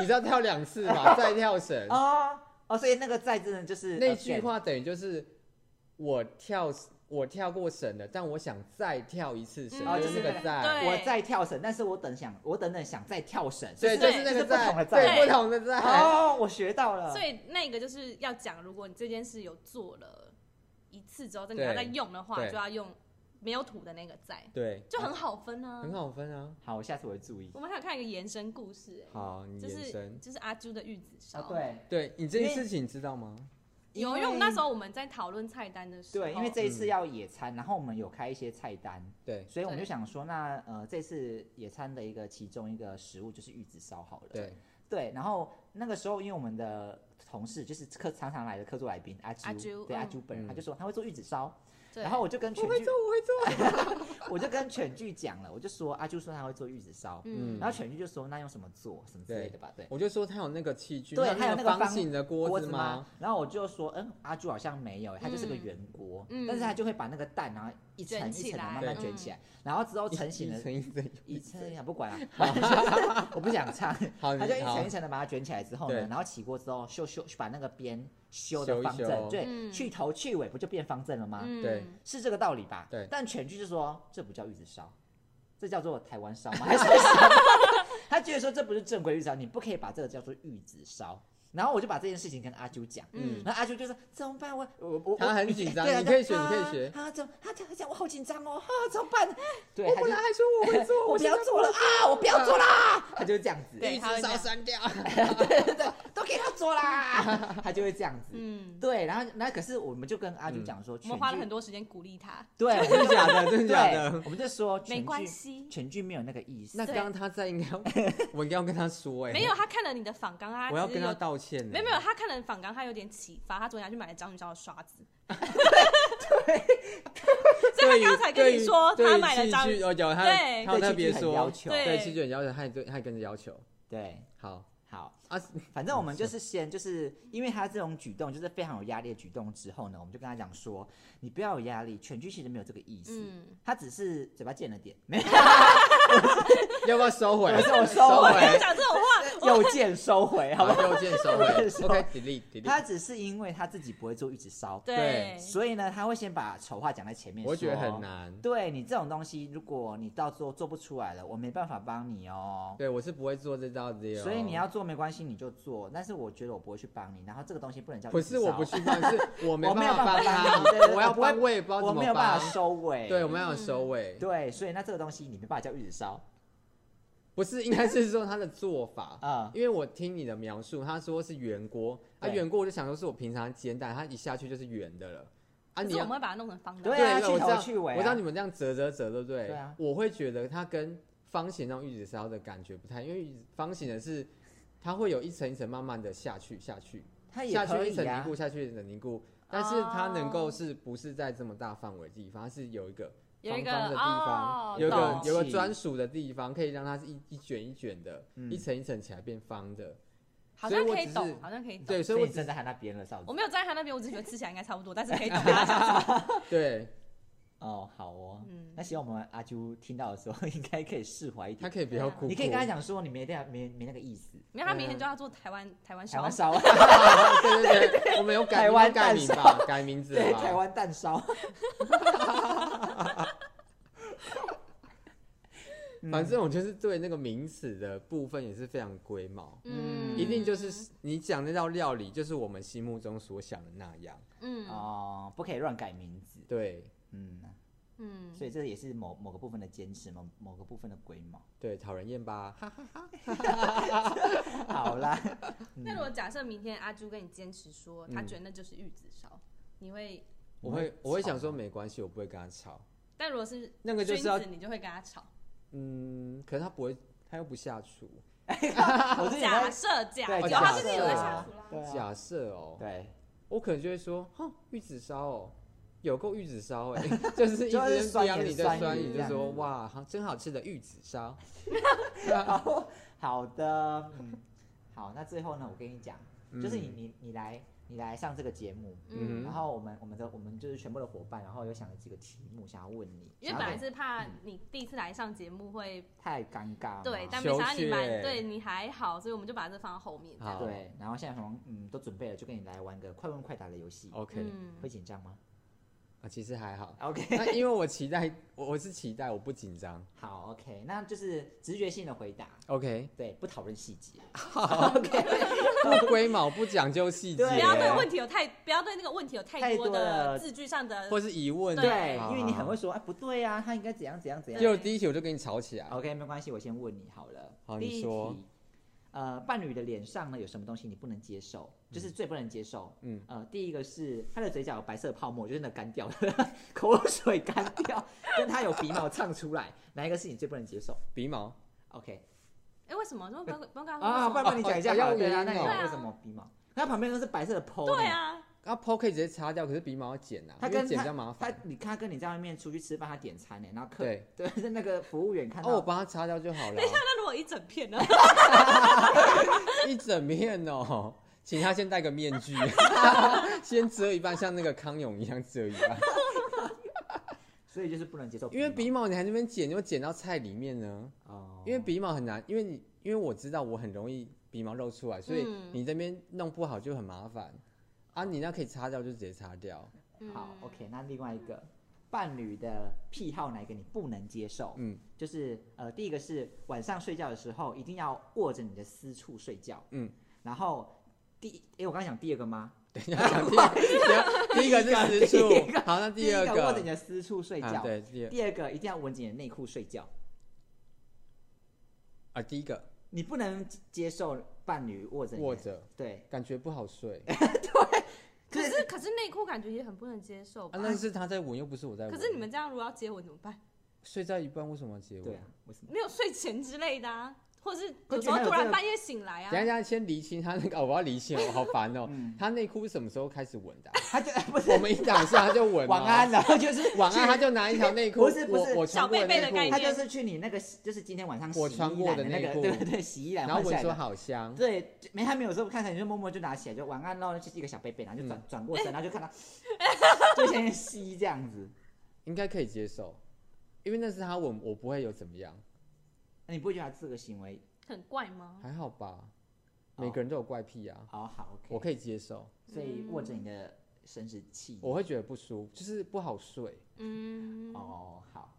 Speaker 3: 你知道跳两次 嘛？再跳绳，
Speaker 1: 哦哦，所以那个在真的就是呃
Speaker 3: 那句话等于就是我跳我跳过绳了，但我想再跳一次
Speaker 2: 嗯
Speaker 3: 绳，就是那
Speaker 1: 哦就是那
Speaker 3: 个
Speaker 1: 个
Speaker 3: 在，
Speaker 1: again，我在跳绳，但是我等想我等等想再跳绳，
Speaker 3: 对，
Speaker 1: 就
Speaker 3: 就是是那个
Speaker 1: 不同的
Speaker 3: 在，
Speaker 1: 在。
Speaker 3: 对，不同的在。
Speaker 1: 哦，我学到 了
Speaker 2: 所。以那个就是要讲，如果你这件事有做了一次之后，再你要再用的话，
Speaker 3: 对
Speaker 2: 就要用没有土的那个在，
Speaker 3: 对，
Speaker 2: 就很好分啊。
Speaker 3: 很好分啊。
Speaker 1: 好，我下次我会注意。
Speaker 2: 我们还有看一个延伸故事、哎
Speaker 3: 好，你
Speaker 2: 就
Speaker 3: 延
Speaker 2: 是
Speaker 3: 伸。
Speaker 2: 就是阿朱的玉子烧、
Speaker 1: 哦，对，
Speaker 3: 对你这件
Speaker 1: 因为
Speaker 3: 事情你知道吗？
Speaker 1: 因
Speaker 2: 有，因
Speaker 1: 为
Speaker 2: 为我们那时候我们在讨论菜单的时候，
Speaker 1: 对，因为这一次要野餐，然后我们有开一些菜单，
Speaker 3: 对
Speaker 1: 所以我们就
Speaker 2: 对
Speaker 1: 想说，那呃这次野餐的一个其中一个食物就是玉子烧好了。
Speaker 3: 对，
Speaker 1: 对，然后那个时候因为我们的同事就是客常常来的客座来宾阿
Speaker 2: 阿
Speaker 1: 啾，
Speaker 2: 啾
Speaker 1: 对阿
Speaker 2: 嗯
Speaker 1: 啾本人，
Speaker 3: 嗯
Speaker 1: 他就说他会做玉子烧，
Speaker 2: 对
Speaker 1: 然后我就跟
Speaker 3: 我
Speaker 1: 全
Speaker 3: 会
Speaker 1: 剧
Speaker 3: 做，我会做。
Speaker 1: 我就跟犬剧讲了，我就说阿啾说他会做玉子烧，
Speaker 2: 嗯
Speaker 1: 然后犬剧就说那用什么做什么之类的吧，对。
Speaker 3: 我就说他有那个器具，
Speaker 1: 对
Speaker 3: 他
Speaker 1: 他有那
Speaker 3: 那
Speaker 1: 个
Speaker 3: 方
Speaker 1: 方
Speaker 3: 形的锅
Speaker 1: 锅
Speaker 3: 子
Speaker 1: 子
Speaker 3: 吗
Speaker 1: 吗？？然后我就说，嗯，阿朱好像没有，他就是个
Speaker 2: 嗯
Speaker 1: 圆锅，
Speaker 2: 嗯
Speaker 1: 但是他就会把那个蛋然后一层
Speaker 2: 卷
Speaker 1: 一
Speaker 2: 起
Speaker 1: 层的慢
Speaker 2: 来嗯
Speaker 1: 慢
Speaker 3: 对
Speaker 1: 卷起来，然后之后成型
Speaker 3: 一
Speaker 1: 的
Speaker 3: 层一层
Speaker 1: 一
Speaker 3: 层
Speaker 1: 层呀，不管 了、啊，我不想 唱，
Speaker 3: 好，
Speaker 1: 他就一
Speaker 3: 你好
Speaker 1: 层一层的把它卷起来之后
Speaker 3: 对
Speaker 1: 呢，然后起锅之后修修把那个边修
Speaker 3: 修
Speaker 1: 的
Speaker 3: 一
Speaker 1: 方
Speaker 3: 修
Speaker 1: 正，对，
Speaker 2: 嗯
Speaker 1: 去头去尾不就变方正了吗？
Speaker 2: 嗯
Speaker 3: 对
Speaker 1: 是这个道理吧？
Speaker 3: 对
Speaker 1: 但全剧就说这不叫玉子烧，这叫做台湾烧吗？还是什么？他觉得说这不是正规玉子烧，你不可以把这个叫做玉子烧。然后我就把这件事情跟阿啾讲，
Speaker 2: 嗯
Speaker 1: 然后阿啾就说怎么办？我我我
Speaker 3: 他
Speaker 1: 我
Speaker 3: 很紧张
Speaker 1: 对啊
Speaker 3: 你可以
Speaker 1: 就
Speaker 3: 学你可以
Speaker 1: 啊
Speaker 3: 学
Speaker 1: 啊，怎么啊？这样讲我好紧张哦，啊，怎么办？对，
Speaker 3: 我
Speaker 1: 他
Speaker 3: 本来
Speaker 1: 就
Speaker 3: 还说我会做，
Speaker 1: 我不要做了啊，我不要做啦，他就这样子，
Speaker 2: 对
Speaker 3: 一直
Speaker 2: 他会这
Speaker 3: 烧
Speaker 2: 样
Speaker 3: 删掉。
Speaker 1: 都给他做啦，他就会这样子。
Speaker 2: 嗯，
Speaker 1: 对，然后那可是我们就跟阿啾讲说，
Speaker 2: 我
Speaker 1: 全
Speaker 2: 们花了
Speaker 1: 剧
Speaker 2: 很多时间鼓励他，
Speaker 1: 对，我们就
Speaker 3: 假的 真的假的
Speaker 1: 对 我们就说
Speaker 2: 没
Speaker 1: 全剧
Speaker 2: 关系，
Speaker 1: 全剧没有那个意思。
Speaker 3: 那刚刚他在应该 要，我应该要跟他说哎，
Speaker 2: 没有，他看了你的访纲，他
Speaker 3: 我要
Speaker 2: 只是
Speaker 3: 跟他
Speaker 2: 有
Speaker 3: 道歉。
Speaker 2: 没有没有，，他看了仿纲，他有点启发，他昨天还去买了张云霄的刷子。对，所以他刚才跟你说
Speaker 3: 对于
Speaker 2: 他买了张
Speaker 3: 器具，有有他
Speaker 2: 对
Speaker 3: 他有
Speaker 1: 对器
Speaker 3: 特
Speaker 1: 具
Speaker 3: 别
Speaker 1: 很
Speaker 3: 说
Speaker 1: 要求
Speaker 2: 对
Speaker 3: 对器具很要求，他也对他也跟着要求。
Speaker 1: 对，
Speaker 3: 好
Speaker 1: 好，
Speaker 3: 啊，
Speaker 1: 反正我们就是先就是因为他这种举动就是非常有压力的举动之后呢，我们就跟他讲说，你不要有压力，全剧其实没有这个意思，
Speaker 2: 嗯，
Speaker 1: 他只是嘴巴贱了点，没有
Speaker 3: 要不要收回？
Speaker 1: 我说我收
Speaker 3: 收
Speaker 1: 回
Speaker 2: 我要
Speaker 3: 回，
Speaker 2: 讲这种话，
Speaker 1: 右键收回，好
Speaker 3: 好
Speaker 1: 吧？
Speaker 3: 吧，右键收回
Speaker 1: 右键收
Speaker 3: OK delete delete。
Speaker 1: 他只是因为他自己不会做玉子烧，
Speaker 3: 对
Speaker 2: 对，
Speaker 1: 所以呢，他会先把丑话讲在前面，
Speaker 3: 我觉得很。难。
Speaker 1: 对你这种东西，如果你到最后做不出来了，我没办法帮你哦。
Speaker 3: 对，我是不会做这道的哦。
Speaker 1: 所以你要做没关系，你就做。但是我觉得我不会去帮你，然后这个东西不能叫
Speaker 3: 不
Speaker 1: 预
Speaker 3: 是
Speaker 1: 制
Speaker 3: 我
Speaker 1: 烧
Speaker 3: 不去帮，是我没
Speaker 1: 我没有
Speaker 3: 办
Speaker 1: 办法
Speaker 3: 帮他
Speaker 1: 帮你对对，对
Speaker 3: 我要
Speaker 1: 我不会
Speaker 3: 帮我也不知道
Speaker 1: 我
Speaker 3: 怎
Speaker 1: 没
Speaker 3: 么
Speaker 1: 有办
Speaker 3: 帮
Speaker 1: 法。收尾。
Speaker 3: 对，我们要有
Speaker 2: 嗯
Speaker 3: 收尾。
Speaker 1: 对，所以那这个东西你没办法叫玉子烧
Speaker 3: 不是，应该是说他的做法。
Speaker 1: 啊。
Speaker 3: 因为我听你的描述，他说是圆锅，啊
Speaker 1: 对
Speaker 3: 圆锅我就想说是我平常煎蛋，它一下去就是圆的了，啊
Speaker 2: 可
Speaker 3: 你
Speaker 2: 是我
Speaker 3: 要
Speaker 2: 们会把它弄成方的。
Speaker 1: 对啊
Speaker 3: 对我
Speaker 1: 去
Speaker 3: 知
Speaker 1: 头
Speaker 3: 道
Speaker 1: 去尾啊
Speaker 3: 我知道你们这样折折折，对不对？
Speaker 1: 对啊
Speaker 3: 我会觉得它跟方形那种玉子烧的感觉不太，因为玉子方形的是它会有一层一层慢慢的下去下去，
Speaker 1: 它也
Speaker 3: 下
Speaker 1: 可
Speaker 3: 去一
Speaker 1: 以
Speaker 3: 层凝
Speaker 1: 啊
Speaker 3: 固，下去一层凝固，但是它能够
Speaker 2: 哦
Speaker 3: 是不是在这么大范围的地方，它是有一个。
Speaker 2: 有一个
Speaker 3: 方方的地方，
Speaker 2: 哦
Speaker 3: 有一个
Speaker 1: 懂
Speaker 3: 有一个专属的地方，可以让它是一一卷一卷的，
Speaker 1: 嗯
Speaker 3: 一层一层起来变方的。
Speaker 2: 好像
Speaker 3: 所以我
Speaker 2: 可
Speaker 3: 只
Speaker 2: 以
Speaker 3: 是
Speaker 2: 懂，好像可以懂。
Speaker 3: 对，
Speaker 1: 所
Speaker 3: 所以
Speaker 1: 以
Speaker 3: 我
Speaker 1: 我
Speaker 3: 只
Speaker 1: 站在他那边了，嫂
Speaker 2: 我
Speaker 1: 子。
Speaker 2: 没有站在他那边，我只觉得吃起来应该差不多，但是可以懂他 讲什么。
Speaker 3: 对，
Speaker 1: 哦，好哦。
Speaker 2: 嗯
Speaker 1: 那，希望我们阿朱听到的时候， 应该可以释怀一
Speaker 3: 他
Speaker 1: 点。
Speaker 3: 可以不要哭哭。
Speaker 1: 啊你可以跟他讲说，你没那样没没那个意思，
Speaker 2: 没有，他明天就要做台
Speaker 3: 啊
Speaker 2: 湾台湾
Speaker 1: 台
Speaker 2: 烧
Speaker 1: 湾，烧， 啊
Speaker 3: 对对对对，我们有改
Speaker 1: 台湾
Speaker 3: 有改
Speaker 1: 蛋
Speaker 3: 名
Speaker 1: 烧
Speaker 3: 吧，改名字
Speaker 1: 对，
Speaker 3: 吧。
Speaker 1: 台湾蛋烧。嗯
Speaker 3: 反正我就是对那个名词的部分也是非常龟毛，
Speaker 1: 嗯
Speaker 3: 一定就是你讲那道料理就是我们心目中所想的那样。
Speaker 2: 嗯
Speaker 1: 哦，不可以乱改名字。
Speaker 3: 对
Speaker 1: 嗯，
Speaker 2: 嗯，
Speaker 1: 所以这也是某某个部分的坚持，某某个部分的龟毛。
Speaker 3: 对，讨人厌吧？
Speaker 1: 好 啦，
Speaker 2: 那如果假设明天阿朱跟你坚持说，他
Speaker 3: 嗯
Speaker 2: 觉得那就是玉子烧，你会？
Speaker 3: 我会我会想说
Speaker 1: 吵吗啊
Speaker 3: 没关系，我不会跟他吵。
Speaker 2: 但如果是
Speaker 3: 那个就是要
Speaker 2: 君子你就会跟他吵。
Speaker 3: 嗯，可是他不会，他又不下厨。
Speaker 1: 我之前
Speaker 2: 假
Speaker 1: 在
Speaker 2: 设假，
Speaker 1: 对
Speaker 2: 有
Speaker 3: 假
Speaker 2: 他最近
Speaker 3: 设
Speaker 2: 有在
Speaker 3: 啊
Speaker 2: 下厨啦。
Speaker 1: 对啊
Speaker 3: 假设哦，
Speaker 1: 对，
Speaker 3: 我可能就会说，哼，玉子烧哦，有够玉子烧哎， 就是 一
Speaker 1: 就
Speaker 3: 直
Speaker 1: 是酸
Speaker 3: 刁
Speaker 1: 言
Speaker 3: 你的
Speaker 1: 酸
Speaker 3: 酸
Speaker 1: 语
Speaker 3: 语，
Speaker 1: 这样
Speaker 3: 就说
Speaker 1: 子
Speaker 3: 哇，好真好吃的玉子烧。
Speaker 1: 好好的，嗯，好，那最后呢，我跟你讲，就是你你你来你来上这个节目，
Speaker 3: 嗯
Speaker 2: 嗯，
Speaker 1: 然后我们我们的我们就是全部的伙伴，然后有想了几个题目想要问你，
Speaker 2: 因为
Speaker 1: 想
Speaker 2: 本
Speaker 1: 要
Speaker 2: 来
Speaker 1: 给
Speaker 2: 是怕你第一次来上节目会
Speaker 1: 太尴尬了，
Speaker 2: 对，但没
Speaker 3: 羞
Speaker 2: 想到你蛮
Speaker 3: 怯
Speaker 2: 对你还好，所以我们就把这放到后面这
Speaker 3: 好
Speaker 2: 样。
Speaker 1: 对，然后现在什么嗯都准备了，就跟你来玩个快问快答的游戏，
Speaker 3: OK
Speaker 2: 嗯，
Speaker 1: 会紧张吗
Speaker 3: 啊，其实还好。
Speaker 1: ？OK，
Speaker 3: 那因为我期待，我我是期待，我不紧张。
Speaker 1: 好，OK，那就是直觉性的回答，
Speaker 3: OK，
Speaker 1: 对，不讨论细节 ，OK，
Speaker 3: 不龟毛，不讲究细节，
Speaker 1: 对
Speaker 2: 不要对问题有太不要对那个问题有太
Speaker 1: 太
Speaker 2: 多
Speaker 1: 多
Speaker 2: 的
Speaker 1: 的
Speaker 2: 字句上的
Speaker 3: 或是疑问。
Speaker 1: 对
Speaker 3: 好，
Speaker 1: 因为你很会。说，哎，不对啊，他应该怎样怎样怎
Speaker 3: 好
Speaker 1: 样
Speaker 3: 就第一题我就跟你吵起来。哦
Speaker 1: OK，没关系，我先问你好了。
Speaker 3: 好
Speaker 1: 第
Speaker 3: 你
Speaker 1: 一
Speaker 3: 说
Speaker 1: 题，呃，伴侣的脸上呢有什么东西你不能接受，就是最不能接受。
Speaker 3: 嗯
Speaker 1: 嗯，呃，第一个是他的嘴角有白色泡沫，就是那干掉的 口水干掉，跟他有鼻毛唱出来，哪一个是你最不能接受
Speaker 3: 鼻毛，
Speaker 1: ？OK
Speaker 2: 哎，为什么？那不要不要跟他
Speaker 1: 啊，不
Speaker 2: 说为什么
Speaker 1: 然不然你讲一下
Speaker 3: 哦
Speaker 1: 好了，
Speaker 3: 要
Speaker 1: 对啊，
Speaker 3: 原
Speaker 1: 那
Speaker 3: 因
Speaker 1: 你
Speaker 2: 哦
Speaker 1: 为什么鼻毛？那旁边都是白色的泡。
Speaker 2: 对，啊，
Speaker 3: 啊剖可以直接擦掉，可是鼻毛要剪啊，
Speaker 1: 他
Speaker 3: 因为
Speaker 1: 跟
Speaker 3: 剪
Speaker 1: 他
Speaker 3: 比较麻
Speaker 1: 他
Speaker 3: 烦。
Speaker 1: 你看他跟你在外面出去吃饭，他点餐呢，然后客
Speaker 3: 对，
Speaker 1: 对，是那个服务员看
Speaker 3: 哦，我
Speaker 1: 到
Speaker 3: 帮他擦掉就好了
Speaker 2: 等一，
Speaker 1: 啊
Speaker 2: 下，那如果一整片呢？
Speaker 3: 一整面哦。请他先戴个面 具，先遮一半，像那个康永一样遮一半。
Speaker 1: 所以就是不能接受毛，
Speaker 3: 因为鼻毛你还在那边剪，你会剪到菜里面呢。
Speaker 1: 哦，
Speaker 3: 因为鼻毛很难，因为你因为我知道我很容易鼻毛露出来，所以
Speaker 2: 嗯
Speaker 3: 你这边弄不好就很麻烦。啊，你那可以擦掉就直接擦掉。
Speaker 1: 好
Speaker 2: 嗯
Speaker 1: ，OK，那另外一个伴侣的癖好哪一个你不能接受？
Speaker 3: 嗯
Speaker 1: 就是呃，第一个是晚上睡觉的时候一定要握着你的私处睡觉，
Speaker 3: 嗯，
Speaker 1: 然后第一，诶，我刚刚讲第二个吗？
Speaker 3: 等一下讲
Speaker 1: 哦
Speaker 3: 第一个，第一个是私处
Speaker 1: 第一个，
Speaker 3: 好，那第二
Speaker 1: 一个握着你
Speaker 3: 个，
Speaker 1: 的私处睡
Speaker 3: 啊
Speaker 1: 觉，
Speaker 3: 对，第二
Speaker 1: 第二个一定要闻着你的内裤睡觉，
Speaker 3: 啊，第一个
Speaker 1: 你不能接受伴侣握着你的
Speaker 3: 握，着，
Speaker 1: 对，
Speaker 3: 感觉不 好睡。啊
Speaker 2: 可是可是内裤感觉也很不能接受吧
Speaker 3: 啊，？那是他在闻，又不是我在闻。
Speaker 2: 可是你们这样如果要接吻怎么办？
Speaker 3: 睡在一半为什么要接吻？
Speaker 1: 对啊，为什么？
Speaker 2: 没有睡前之类的啊，或是
Speaker 1: 可
Speaker 2: 有
Speaker 1: 是
Speaker 2: 时候
Speaker 1: 还有
Speaker 2: 突
Speaker 1: 这
Speaker 2: 然
Speaker 1: 个
Speaker 2: 半夜醒来
Speaker 3: 等一下，等一
Speaker 2: 啊。
Speaker 3: 下，先厘清他那个，哦我要厘清，哦好烦哦。
Speaker 1: 嗯
Speaker 3: 他内裤是什么时候开始闻的啊？
Speaker 1: 他就 不是
Speaker 3: 我们一躺下他就 闻。哦
Speaker 1: 晚安，。然后就是
Speaker 3: 晚安，他就拿一条内裤，
Speaker 1: 不是不是
Speaker 3: 我我穿过
Speaker 2: 小贝贝的
Speaker 3: 内裤
Speaker 2: 概念
Speaker 1: 他就是去你那个就是今天晚上洗
Speaker 3: 我
Speaker 1: 衣
Speaker 3: 穿过
Speaker 1: 篮
Speaker 3: 的
Speaker 1: 的那
Speaker 3: 内
Speaker 1: 个，
Speaker 3: 裤
Speaker 1: 对对对，洗衣篮
Speaker 3: 然后
Speaker 1: 哎换
Speaker 3: 闻
Speaker 1: 下
Speaker 3: 说
Speaker 1: 来的。
Speaker 3: 好香，
Speaker 1: 对，就没他没有说看看，你就默默就拿起来就晚安喽，就是一个小贝贝，然后
Speaker 3: 嗯
Speaker 1: 就转、转过身， 然后就看他就先吸这样子。
Speaker 3: 应该可以接受，因为那是他闻，我不会有怎么样，
Speaker 1: 那你不会觉得他这个行为
Speaker 2: 很怪吗？
Speaker 3: 还好吧。
Speaker 1: 哦
Speaker 3: 每个人都有怪癖啊，
Speaker 1: 好好 OK？
Speaker 3: 我可以接受，
Speaker 1: 所以握着你的生殖器，
Speaker 3: 我会觉得不舒服，就是不好睡，
Speaker 2: 嗯，
Speaker 1: 哦好，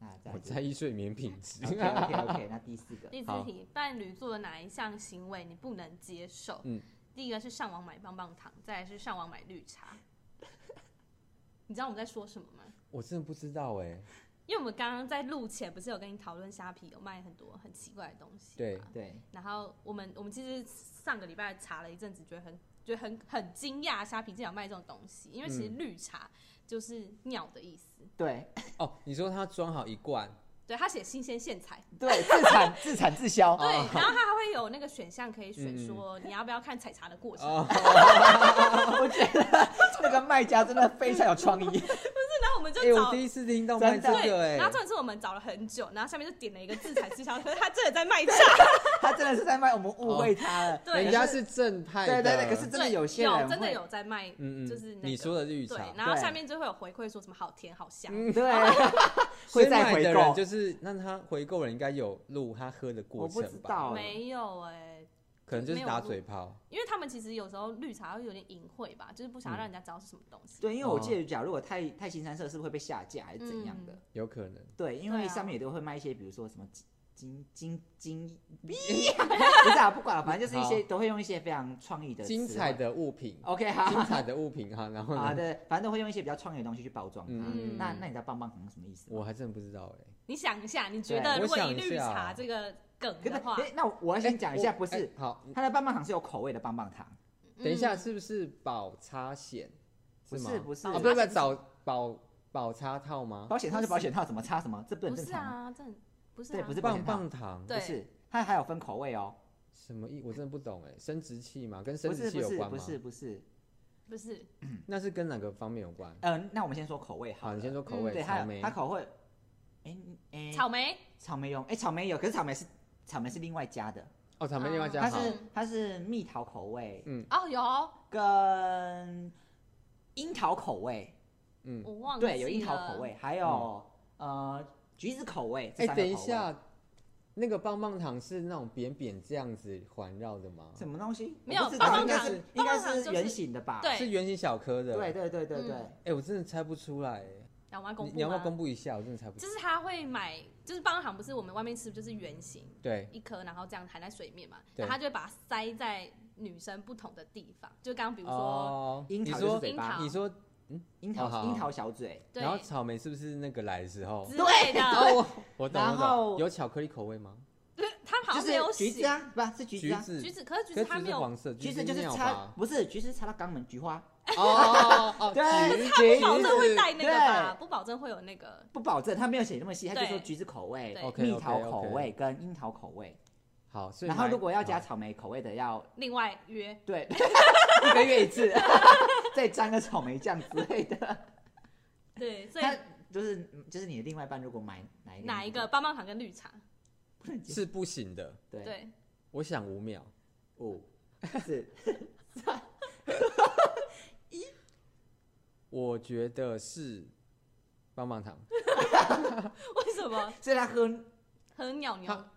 Speaker 1: 那再
Speaker 3: 我在意睡眠品质。
Speaker 1: OK OK OK，那第四个
Speaker 2: 第四
Speaker 3: 好
Speaker 2: 题，伴侣做的哪一项行为你不能接受？
Speaker 3: 嗯
Speaker 2: 第一个是上网买棒棒糖，再来是上网买绿茶。 你知道我们在说什么吗？
Speaker 3: 我真的不知道哎，
Speaker 2: 因为我们刚刚在录前不是有跟你讨论虾皮有卖很多很奇怪的东西，
Speaker 3: 对。
Speaker 1: 对，
Speaker 2: 然后我们我们其实上个礼拜查了一阵子，觉得很觉得很很惊讶，虾皮竟然有卖这种东西，因为其实
Speaker 3: 嗯
Speaker 2: 绿茶就是尿的意思，
Speaker 1: 对
Speaker 3: 哦，你说他装好 一罐，
Speaker 2: 对，他写新鲜现采，
Speaker 1: 对，自产自产自销
Speaker 2: 对，
Speaker 3: 哦
Speaker 2: 然后他还会有那个选项可以选
Speaker 3: 嗯嗯
Speaker 2: 说你要不要看采茶的过程，
Speaker 3: 哦，
Speaker 1: 我觉得那个卖家真的非常有创意。
Speaker 2: 然后我们就
Speaker 3: 哎，
Speaker 2: 找
Speaker 3: 我第一次听到卖这
Speaker 1: 真的
Speaker 3: 个
Speaker 2: 对，然后，
Speaker 3: 哎
Speaker 2: 重点是我们找了很久，然后下面就点了一个自产自销，可是他真的在卖茶，
Speaker 1: 他真的是在卖，我们误会他了。
Speaker 2: 对
Speaker 3: 人家是正派的，
Speaker 1: 对对对，可是真的
Speaker 2: 对
Speaker 1: 有
Speaker 2: 有
Speaker 1: 些人
Speaker 2: 真的
Speaker 1: 会
Speaker 2: 有在卖，
Speaker 3: 嗯嗯，
Speaker 2: 就是那
Speaker 3: 你
Speaker 2: 个
Speaker 3: 说的绿
Speaker 2: 对
Speaker 3: 茶，，
Speaker 2: 然后
Speaker 1: 对
Speaker 2: 下面就会有回馈说什么好甜好香，
Speaker 3: 嗯
Speaker 1: 对，
Speaker 3: 所以
Speaker 1: 会再
Speaker 3: 买
Speaker 1: 回
Speaker 3: 的
Speaker 1: 购
Speaker 3: 人就是那他回购人应该有录他喝的过
Speaker 1: 我不
Speaker 3: 程
Speaker 1: 知
Speaker 3: 吧？
Speaker 1: 道，
Speaker 2: 没有哎、
Speaker 3: 可能就是
Speaker 2: 没有
Speaker 3: 打
Speaker 2: 录
Speaker 3: 嘴炮，
Speaker 2: 因为他们其实有时候绿茶会有点隐晦吧，就是不想要让人家知道是什么东西。
Speaker 1: 对，因为我
Speaker 3: 哦
Speaker 1: 记得，假如如果太太新三色是会被下架还是怎样的？
Speaker 2: 嗯
Speaker 3: 有可能。
Speaker 1: 对，因
Speaker 2: 对
Speaker 1: 为
Speaker 2: 啊
Speaker 1: 上面也都会卖一些，比如说什么金金 金金，不是啊，不管了，反正就是一些都会用一些非常创意的
Speaker 3: 精
Speaker 1: 词汇
Speaker 3: 彩。的物品，
Speaker 1: OK，
Speaker 3: 精
Speaker 1: 好，
Speaker 3: 彩的物品哈。然后
Speaker 1: 好
Speaker 3: 呢，
Speaker 1: 的，反正都会用一些比较创意的东西去包装它。
Speaker 2: 嗯
Speaker 1: 那那你知道棒棒糖是什么意思吗？
Speaker 3: 我还真的不知道哎。
Speaker 2: 你想一下，你觉
Speaker 1: 对
Speaker 2: 得如果
Speaker 3: 我
Speaker 2: 以
Speaker 3: 想一下
Speaker 2: 绿茶这个梗
Speaker 1: 可是
Speaker 2: 的话，
Speaker 1: 诶那我要先讲一下，
Speaker 3: 我
Speaker 1: 不是嗯
Speaker 3: 哎好，
Speaker 1: 它的棒棒糖是有口味的棒棒糖，
Speaker 2: 嗯
Speaker 3: 哎等一下，是不是保差险？
Speaker 1: 不
Speaker 3: 吗？
Speaker 1: 是不是
Speaker 3: 啊，不是不是找保保插套吗？
Speaker 1: 保险套是保险套，怎么擦什么，这不
Speaker 2: 不
Speaker 1: 很正
Speaker 2: 是
Speaker 1: 常吗？
Speaker 2: 啊，这很不是啊，
Speaker 1: 对，不是保
Speaker 3: 棒
Speaker 1: 险套，
Speaker 3: 棒糖，
Speaker 2: 对
Speaker 1: 不是，它还有分口味哦，
Speaker 3: 什么意？我真的不懂哎。生殖器嘛，跟生
Speaker 1: 不
Speaker 3: 殖
Speaker 1: 是
Speaker 3: 器
Speaker 1: 不
Speaker 3: 有
Speaker 1: 是
Speaker 3: 关
Speaker 1: 不
Speaker 3: 吗？
Speaker 1: 是不是，
Speaker 2: 不是
Speaker 3: 那是跟哪个方面有关？
Speaker 1: 呃，那我们先说口味好
Speaker 3: 好，
Speaker 1: 了。
Speaker 3: 你先说口
Speaker 2: 嗯
Speaker 3: 味，
Speaker 1: 对，
Speaker 3: 草
Speaker 1: 它
Speaker 3: 莓
Speaker 1: 它。口味，哎哎，
Speaker 2: 草莓，
Speaker 1: 草莓有，哎、草莓有，可是草莓是草莓是另外加的，
Speaker 3: 哦，草莓另外加
Speaker 1: 啊它
Speaker 3: 好。
Speaker 1: 是它是蜜桃口味
Speaker 2: 哦，有
Speaker 1: 跟樱桃口味，
Speaker 3: 嗯，
Speaker 2: 我忘记
Speaker 1: 对，有樱桃口
Speaker 2: 了，
Speaker 1: 味，还有、呃橘子口味。这
Speaker 3: 哎，
Speaker 1: 三个
Speaker 3: 等一
Speaker 1: 口味，
Speaker 3: 下，那个棒棒糖是那种扁扁这样子环绕的吗？
Speaker 1: 什么东西？
Speaker 2: 没有
Speaker 1: 我不知道
Speaker 2: 棒棒
Speaker 1: 应该
Speaker 2: 糖
Speaker 1: 是应
Speaker 2: 棒棒
Speaker 1: 该
Speaker 2: 糖就是
Speaker 1: 是圆形的吧？
Speaker 2: 对
Speaker 3: 是圆形小颗的。
Speaker 1: 对对对对对，
Speaker 2: 嗯
Speaker 3: 哎，我真的猜不出来哎。
Speaker 2: 两万公
Speaker 3: 你
Speaker 2: 布
Speaker 3: 你要不要
Speaker 2: 吗
Speaker 3: 公布一下？我真的猜不出
Speaker 2: 就是他会买，就是棒棒糖，不是我们外面吃，就是圆形
Speaker 3: 对，
Speaker 2: 一颗，然后这样含在水面嘛，
Speaker 3: 对
Speaker 2: 然后他就会把它塞在女生不同的地方，就刚刚比如说，
Speaker 3: 哦，
Speaker 1: 樱
Speaker 3: 你
Speaker 1: 桃就是
Speaker 3: 说
Speaker 1: 嘴
Speaker 2: 樱
Speaker 1: 巴
Speaker 2: 桃，
Speaker 3: 你说，
Speaker 1: 樱
Speaker 3: 哦好
Speaker 1: 桃樱桃小嘴，
Speaker 2: 对
Speaker 3: 然后草莓是不是那个来的时候？
Speaker 2: 之类的，
Speaker 3: 哦，我懂
Speaker 1: 然
Speaker 3: 我
Speaker 1: 后
Speaker 3: 懂。有巧克力口味吗？
Speaker 2: 就是他好
Speaker 1: 就
Speaker 2: 像没有
Speaker 1: 是橘子
Speaker 2: 写
Speaker 1: 啊，不是是橘子啊，
Speaker 3: 子
Speaker 2: 橘子，可是橘
Speaker 3: 可
Speaker 2: 子
Speaker 3: 是
Speaker 2: 他
Speaker 3: 橘
Speaker 2: 没
Speaker 3: 子
Speaker 2: 有
Speaker 3: 黄色，
Speaker 1: 橘
Speaker 3: 子
Speaker 1: 子就是
Speaker 3: 尿
Speaker 1: 插
Speaker 3: 吧？
Speaker 1: 不是橘子插到肛门，菊花
Speaker 3: 哦哦哦，
Speaker 1: 对
Speaker 3: 橘
Speaker 2: 不保证会带
Speaker 3: 橘
Speaker 2: 那个吧，不保证会有那个。
Speaker 1: 不保证，他没有写那么细，他就
Speaker 2: 对
Speaker 1: 说橘子口味
Speaker 2: 对、
Speaker 3: OK，OK，OK
Speaker 1: 蜜桃口味跟樱桃口味，
Speaker 3: 好，所以
Speaker 1: 然后
Speaker 3: 买
Speaker 1: 如果要加
Speaker 3: 好
Speaker 1: 草莓口味的要
Speaker 2: 另外约
Speaker 1: 对 一个月一次， 再沾个草莓酱之类的。
Speaker 2: 对，所以
Speaker 1: 他就是就是你的另外一半如果买哪一个
Speaker 2: 哪一 个棒棒糖跟绿茶？
Speaker 1: 不能接受
Speaker 3: 是不行的，
Speaker 1: 对
Speaker 2: 对，
Speaker 3: 我想五秒，
Speaker 1: 五四
Speaker 3: 我觉得是棒棒糖。
Speaker 2: 为什么
Speaker 1: 所以他喝
Speaker 2: 喝尿尿
Speaker 3: 他？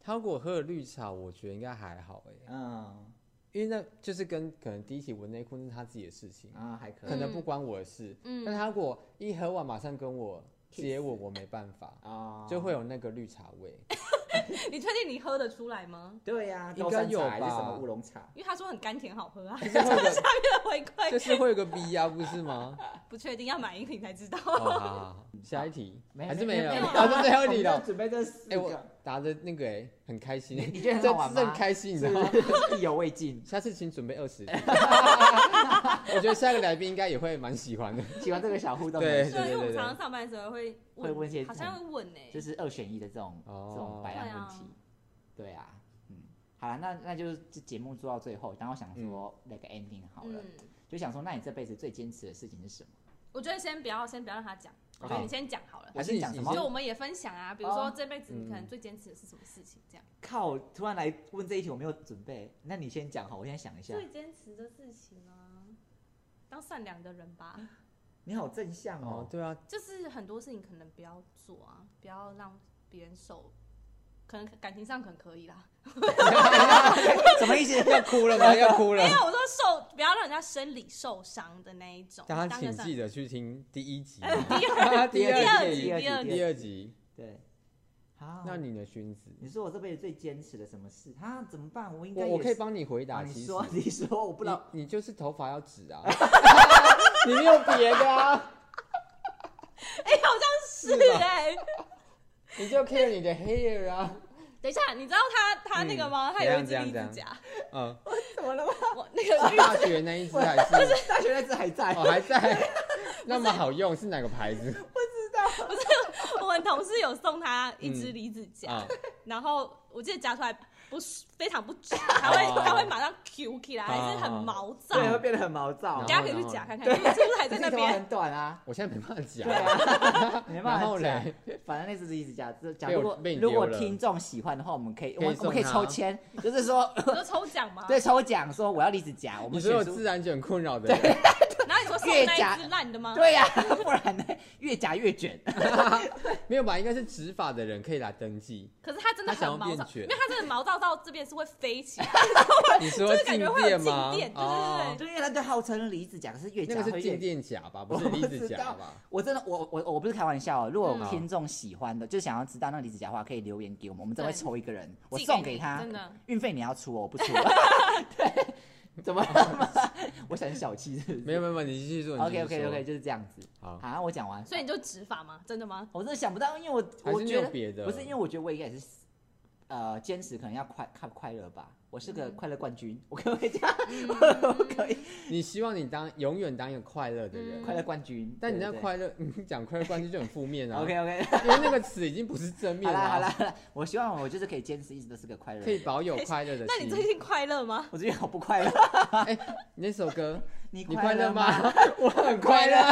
Speaker 3: 他如果喝了绿茶，我觉得应该还好哎、
Speaker 1: 嗯
Speaker 3: 因为那就是跟可能第一题我内裤那是他自己的事情，
Speaker 1: 啊还可
Speaker 3: 可
Speaker 1: 以
Speaker 3: 能不关我的事。
Speaker 2: 嗯
Speaker 3: 但他如果一喝完马上跟我
Speaker 1: Kiss
Speaker 3: 接吻，我没办法，
Speaker 1: 啊，
Speaker 3: 就会有那个绿茶味。
Speaker 2: 你确定你喝得出来吗？
Speaker 1: 对呀，
Speaker 3: 应
Speaker 1: 高
Speaker 3: 该
Speaker 1: 山
Speaker 3: 有
Speaker 1: 茶还是
Speaker 3: 吧
Speaker 1: 什么乌龙茶？
Speaker 2: 因为他说很甘甜好喝啊，
Speaker 3: 就是会有个
Speaker 2: 下面的回馈
Speaker 3: 就是会有个 B 呀、不是吗？
Speaker 2: 不确定，要买一瓶才知道。
Speaker 3: 哦，好好好，下一题还是没有，
Speaker 2: 没有
Speaker 3: 好，这最后一
Speaker 1: 啊我们
Speaker 3: 题
Speaker 1: 要
Speaker 3: 了。
Speaker 1: 准备这四
Speaker 3: 哎、我
Speaker 1: 个，
Speaker 3: 答的那个哎、很开心，
Speaker 1: 你觉得很好玩吗
Speaker 3: 这次很开心，你啊知
Speaker 1: 是
Speaker 3: 道吗？
Speaker 1: 意犹未尽。
Speaker 3: 下次请准备二十题，我觉得下一个来宾应该也会蛮喜欢的。
Speaker 1: 喜欢这个小互动
Speaker 3: 对
Speaker 2: 对
Speaker 1: 游戏，，
Speaker 2: 因为我们
Speaker 3: 对
Speaker 2: 常常上班的时候会
Speaker 1: 会问一些
Speaker 2: 好像会问欸呢，
Speaker 1: 就是二选一的这种这种白烂问题。对啊，嗯，好了，那那就是这节目做到最后，然后想说那个 ending 好了，
Speaker 2: 嗯，
Speaker 1: 就想说，那你这辈子最坚持的事情是什么？
Speaker 2: 我觉得先不要，先不要让他讲，我觉得你先讲好了。
Speaker 3: 还是你
Speaker 1: 我先讲什
Speaker 3: 好
Speaker 1: 么
Speaker 2: 就我们也分享啊，比如说
Speaker 1: 哦
Speaker 2: 这辈子你可能
Speaker 3: 嗯
Speaker 2: 最坚持的是什么事情，这样
Speaker 1: 靠！突然来问这一题，我没有准备。那你先讲好，我先想一下。
Speaker 2: 最坚持的事情啊，当善良的人吧，
Speaker 1: 你好正向
Speaker 3: 哦
Speaker 1: 哦，，
Speaker 3: 对啊，
Speaker 2: 就是很多事情可能不要做啊，不要让别人受，可能感情上可能可以啦，
Speaker 1: 什么意思？
Speaker 3: 啊要哭了吗？要哭了
Speaker 2: 没。有，我说受，不要让人家生理受伤的那一种。
Speaker 3: 大家
Speaker 2: 当个
Speaker 3: 请
Speaker 2: 善
Speaker 3: 记得去听第一 集、
Speaker 1: 第
Speaker 3: 第
Speaker 1: 二
Speaker 3: 二
Speaker 1: 集
Speaker 3: 集、
Speaker 1: 第二集哦
Speaker 3: 第二集。
Speaker 1: 对，好。
Speaker 3: 那你的君子，
Speaker 1: 你说我这辈子最坚持的什么事？啊，怎么办？我应该
Speaker 3: 我我
Speaker 1: 也
Speaker 3: 可以
Speaker 1: 是
Speaker 3: 帮你回
Speaker 1: 啊
Speaker 3: 答。
Speaker 1: 你
Speaker 3: 其实
Speaker 1: 说，你 说，我不知道。
Speaker 3: 你你就是头发要直 啊， 你没有别的啊，
Speaker 2: 哎、好像是
Speaker 3: 是吧
Speaker 2: 哎、
Speaker 1: 啊
Speaker 3: 你就 care 你的 hair 啊。
Speaker 2: 等一下，你知道他他那个吗？
Speaker 3: 嗯
Speaker 2: 他有一
Speaker 3: 怎
Speaker 2: 只
Speaker 3: 样
Speaker 2: 栗
Speaker 3: 怎
Speaker 2: 子
Speaker 3: 样
Speaker 2: 夹，
Speaker 3: 嗯，
Speaker 1: 怎么了吗？
Speaker 2: 我那个栗
Speaker 3: 大学那一只还是
Speaker 1: 大学那次还 在，
Speaker 3: 哦还在，那么好用是哪个牌子
Speaker 2: 我们同事有送他一只
Speaker 3: 嗯
Speaker 2: 梨子夹，
Speaker 3: 啊？
Speaker 2: 然后我记得夹出来不是非常不直，
Speaker 1: 哦
Speaker 2: 它会它会马上 Q 起来，还是很毛躁。
Speaker 1: 对，会变得很毛躁
Speaker 3: 然后。
Speaker 2: 大家可以去夹看看，是不是是不是还在
Speaker 1: 可
Speaker 2: 那
Speaker 1: 是头发
Speaker 2: 边？
Speaker 1: 很短啊。
Speaker 3: 我现在没办法夹
Speaker 1: 对，啊， 没办
Speaker 3: 然后
Speaker 1: 法讲
Speaker 3: 嘞。
Speaker 1: 反正那次是一直讲，这讲
Speaker 3: 被
Speaker 1: 如
Speaker 3: 我
Speaker 1: 果
Speaker 3: 被你
Speaker 1: 如果
Speaker 3: 丢了
Speaker 1: 听众喜欢的话，我们可以我
Speaker 3: 可以
Speaker 1: 们我们可以
Speaker 3: 送
Speaker 1: 抽
Speaker 3: 他
Speaker 1: 签，就是说
Speaker 2: 你说抽奖吗？
Speaker 1: 对。抽奖说我要离子夹，我
Speaker 3: 你
Speaker 1: 们
Speaker 3: 说
Speaker 1: 选
Speaker 3: 有
Speaker 1: 出
Speaker 3: 自然卷困扰的人，
Speaker 2: 然后你说送
Speaker 1: 越
Speaker 2: 那
Speaker 1: 夹
Speaker 2: 一只烂的吗？
Speaker 1: 对呀、不然呢越夹越卷。
Speaker 3: 没有吧？应该是直发的人可以来 登记。
Speaker 2: 可是它真的
Speaker 3: 它想
Speaker 2: 很
Speaker 3: 要
Speaker 2: 毛躁
Speaker 3: 变，卷
Speaker 2: 因为它真的毛躁到这边是会飞起来。
Speaker 3: 你说
Speaker 2: 就是感觉会有
Speaker 3: 电吗？
Speaker 2: 静电对对对
Speaker 3: 哦
Speaker 1: 就因为他就号称离子夹，可是越
Speaker 3: 那
Speaker 1: 夹
Speaker 3: 个
Speaker 1: 会
Speaker 3: 是静
Speaker 1: 越。
Speaker 3: 电夹吧，不是
Speaker 1: 我不
Speaker 3: 离子
Speaker 1: 知道
Speaker 3: 夹吧？
Speaker 1: 我真的，我我我不是开玩笑哦。如果有
Speaker 2: 嗯
Speaker 1: 听众喜欢的，就想要知道那个离子夹的话，可以留言给我们，我们真的会
Speaker 2: 对
Speaker 1: 抽一个人，我
Speaker 2: 寄
Speaker 1: 送
Speaker 2: 给
Speaker 1: 给
Speaker 2: 你
Speaker 1: 他。
Speaker 2: 真的，
Speaker 1: 运费你要出哦，我不出。 对，怎么了吗？ 我想小气是不是？
Speaker 3: 没有没有，没有你继续说。你
Speaker 1: OK
Speaker 3: 继续
Speaker 1: OK
Speaker 3: 说
Speaker 1: OK，就是这样子。
Speaker 3: 好，
Speaker 1: 好，我讲完。
Speaker 2: 所以你就直发吗？真的 吗？
Speaker 1: 我真的想不到，因为我
Speaker 3: 还
Speaker 1: 我
Speaker 3: 是你
Speaker 1: 觉
Speaker 3: 有
Speaker 1: 得
Speaker 3: 别的？
Speaker 1: 不是因为我觉得我应该也是，呃，坚持可能要快看快乐吧。我是个
Speaker 2: 嗯
Speaker 1: 快乐冠军，我可不可以这样？我可不可以
Speaker 3: 你希望你当永远当一个快乐的人，
Speaker 2: 嗯
Speaker 1: 快乐冠军？
Speaker 3: 但你
Speaker 1: 对
Speaker 3: 那
Speaker 1: 对
Speaker 3: 快乐，你讲快乐关系就很负面啊。
Speaker 1: OK OK，
Speaker 3: 因为那个词已经不是正
Speaker 1: 好
Speaker 3: 面
Speaker 1: 啦好啦
Speaker 3: 了，啊
Speaker 1: 好啦，我希望我就是可以坚持一直都是个快乐。
Speaker 3: 可以，保有快乐的
Speaker 2: 那你最
Speaker 3: 心。
Speaker 2: 近快乐吗？
Speaker 1: 我最近好不快乐。
Speaker 3: 你那首歌，
Speaker 1: 你
Speaker 3: 你快
Speaker 1: 乐
Speaker 3: 乐？吗？ 我很快乐。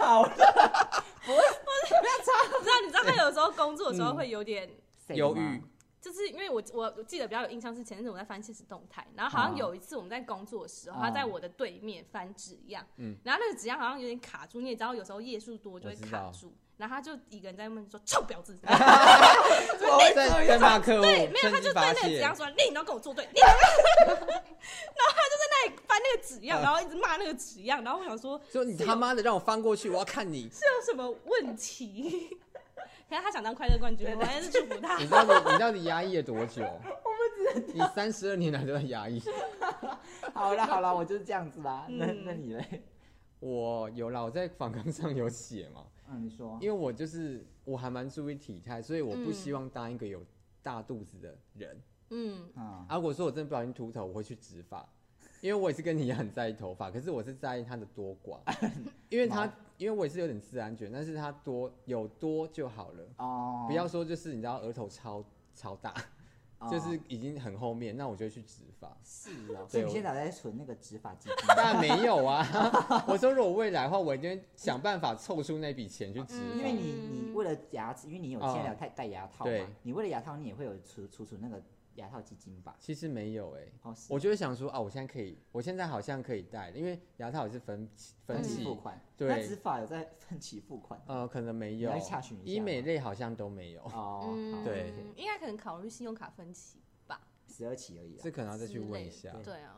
Speaker 1: 好了，
Speaker 2: 你知道，你知道他有时候工作的时
Speaker 3: 嗯
Speaker 2: 候会有点，
Speaker 1: 谁
Speaker 3: 忧
Speaker 1: 吗
Speaker 3: 郁，
Speaker 2: 就是因为我我我记得比较有印象是前阵子我在翻现实动态，然后好
Speaker 3: 啊
Speaker 2: 像有一次我们在工作的时候，
Speaker 1: 啊
Speaker 2: 他在我的对面翻纸样，
Speaker 3: 嗯
Speaker 2: 然后那个纸样好像有点卡住，你也知道有时候页数多就会
Speaker 3: 我知
Speaker 2: 卡
Speaker 3: 道
Speaker 2: 住，然后他就一个人在那边说臭婊 子，
Speaker 3: 在在骂客户，
Speaker 2: 对，没有，他
Speaker 3: 趁
Speaker 2: 就对
Speaker 3: 机
Speaker 2: 那
Speaker 3: 发
Speaker 2: 个纸
Speaker 3: 泄
Speaker 2: 样。说你你要跟我作对， 你然后他就在那里翻那个纸
Speaker 3: 啊
Speaker 2: 样，然后一直骂那个纸样，然后我想说
Speaker 3: 说你他妈的让我翻过去，我要看你。
Speaker 2: 这有什么问题？ 可是他想当快乐冠军，我还是祝福 他
Speaker 3: 你。到底你到底压抑了多久？我不知道。你三十二年来都在压抑。
Speaker 1: 好啦好啦，我就是这样子啦。那
Speaker 2: 嗯
Speaker 1: 那你嘞？
Speaker 3: 我有啦，我在访纲上有写嘛，
Speaker 1: 嗯，你说
Speaker 3: 因为我就是我还蛮注意体态，所以我不
Speaker 2: 嗯
Speaker 3: 希望当一个有大肚子的人。
Speaker 2: 嗯，
Speaker 1: 嗯，
Speaker 3: 啊，我说我真的不小心秃头，我会去植发，因为我也是跟你一样很在意头发，可是我是在意它的多 寡，因为它因为我也是有点自然卷，但是它多有多就好了，
Speaker 1: 哦，
Speaker 3: 不要说就是你知道额头超超大，
Speaker 1: 哦，
Speaker 3: 就是已经很后面，那我就会去植发。
Speaker 1: 是哦，所以
Speaker 3: 对
Speaker 1: 你
Speaker 3: 我，
Speaker 1: 现在还在存那个植发基金
Speaker 3: 当然没 有啊！我说如果未来的话，我一定会想办法凑出那笔钱去植
Speaker 2: 嗯
Speaker 3: 发。
Speaker 1: 因为你你为了牙齿，因为你有
Speaker 3: 哦
Speaker 1: 现在有戴戴牙套嘛
Speaker 3: 对，
Speaker 1: 你为了牙套你也会有储储存那个牙套基金吧？
Speaker 3: 其实没有哎、
Speaker 1: 哦，是
Speaker 3: 我就会想说啊，我现在可以，我现在好像可以戴了，因为牙套也是分分
Speaker 1: 分期
Speaker 3: 期
Speaker 1: 付，款，
Speaker 3: 对
Speaker 1: 那植发有在分期付款
Speaker 3: 呃，可能没
Speaker 1: 你要
Speaker 3: 有
Speaker 1: 去查询一下
Speaker 3: 医美
Speaker 1: 吗
Speaker 3: 类好像都没有。
Speaker 1: 哦，
Speaker 2: 嗯，
Speaker 3: 对，
Speaker 2: 应该可能考虑信用卡分期吧，
Speaker 1: 十二期而已啦啊
Speaker 3: 这。可能要再去
Speaker 2: 之
Speaker 3: 问
Speaker 2: 类
Speaker 3: 一
Speaker 2: 的
Speaker 3: 下，
Speaker 2: 对啊，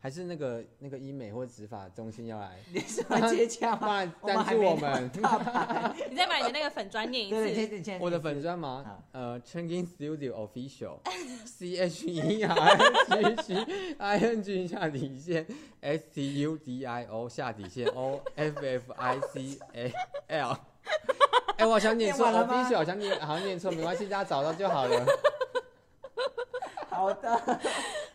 Speaker 3: 还是那个那个医美或者植发中心要来
Speaker 1: 你是要接洽
Speaker 3: 不
Speaker 1: 吗？
Speaker 3: 然
Speaker 1: 我们
Speaker 3: 赞
Speaker 1: 还
Speaker 3: 助
Speaker 1: 没
Speaker 3: 我们
Speaker 2: 你再把你的那个粉砖念一
Speaker 1: 对对，
Speaker 2: 次，
Speaker 1: 对对，现在
Speaker 3: 我的粉砖嘛
Speaker 1: 啊，
Speaker 3: 呃 c h a n g i n Studio Official C H E R G G I N G 下底线 S T U D I O 下底线 O F F I C A L。哎，我好像念错
Speaker 1: 念完了吗
Speaker 3: ，official 好像念好像念错，没关系，大家找到就好了。
Speaker 1: 好 的，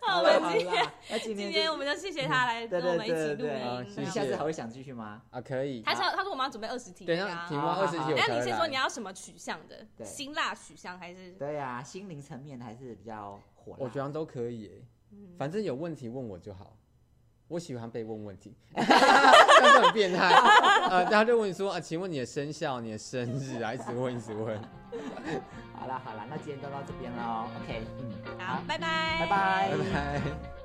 Speaker 2: 好
Speaker 1: 好
Speaker 2: 了
Speaker 1: 了好
Speaker 2: 今天
Speaker 1: 了，那今
Speaker 2: 今
Speaker 1: 天
Speaker 2: 天
Speaker 1: 就
Speaker 2: 我们就谢谢他来跟我们一起
Speaker 1: 对对
Speaker 2: 录
Speaker 1: 对对
Speaker 3: 啊
Speaker 2: 音，
Speaker 3: 谢
Speaker 1: 你
Speaker 3: 谢
Speaker 1: 下次还会想继续吗？
Speaker 3: 啊，可以。
Speaker 2: 他说他说我们要准备二十题
Speaker 3: 等
Speaker 2: 给
Speaker 3: 一
Speaker 2: 他
Speaker 3: 下，题目二十题我才会来。
Speaker 2: 哎那你先说你要什么取向的？
Speaker 1: 对
Speaker 2: 辛辣取向还是？
Speaker 1: 对呀，心灵层面还是比较火辣。
Speaker 3: 我觉得都可以耶、
Speaker 2: 嗯
Speaker 3: 反正有问题问我就好。我喜欢被问问题， 真的很变态。呃，大家就问你说啊，请问你的生肖、你的生日啊，一直问一直问。
Speaker 1: 好啦好啦，那今天就到这边喽。OK，嗯，
Speaker 2: 好，拜拜，
Speaker 1: 拜拜
Speaker 3: 拜拜。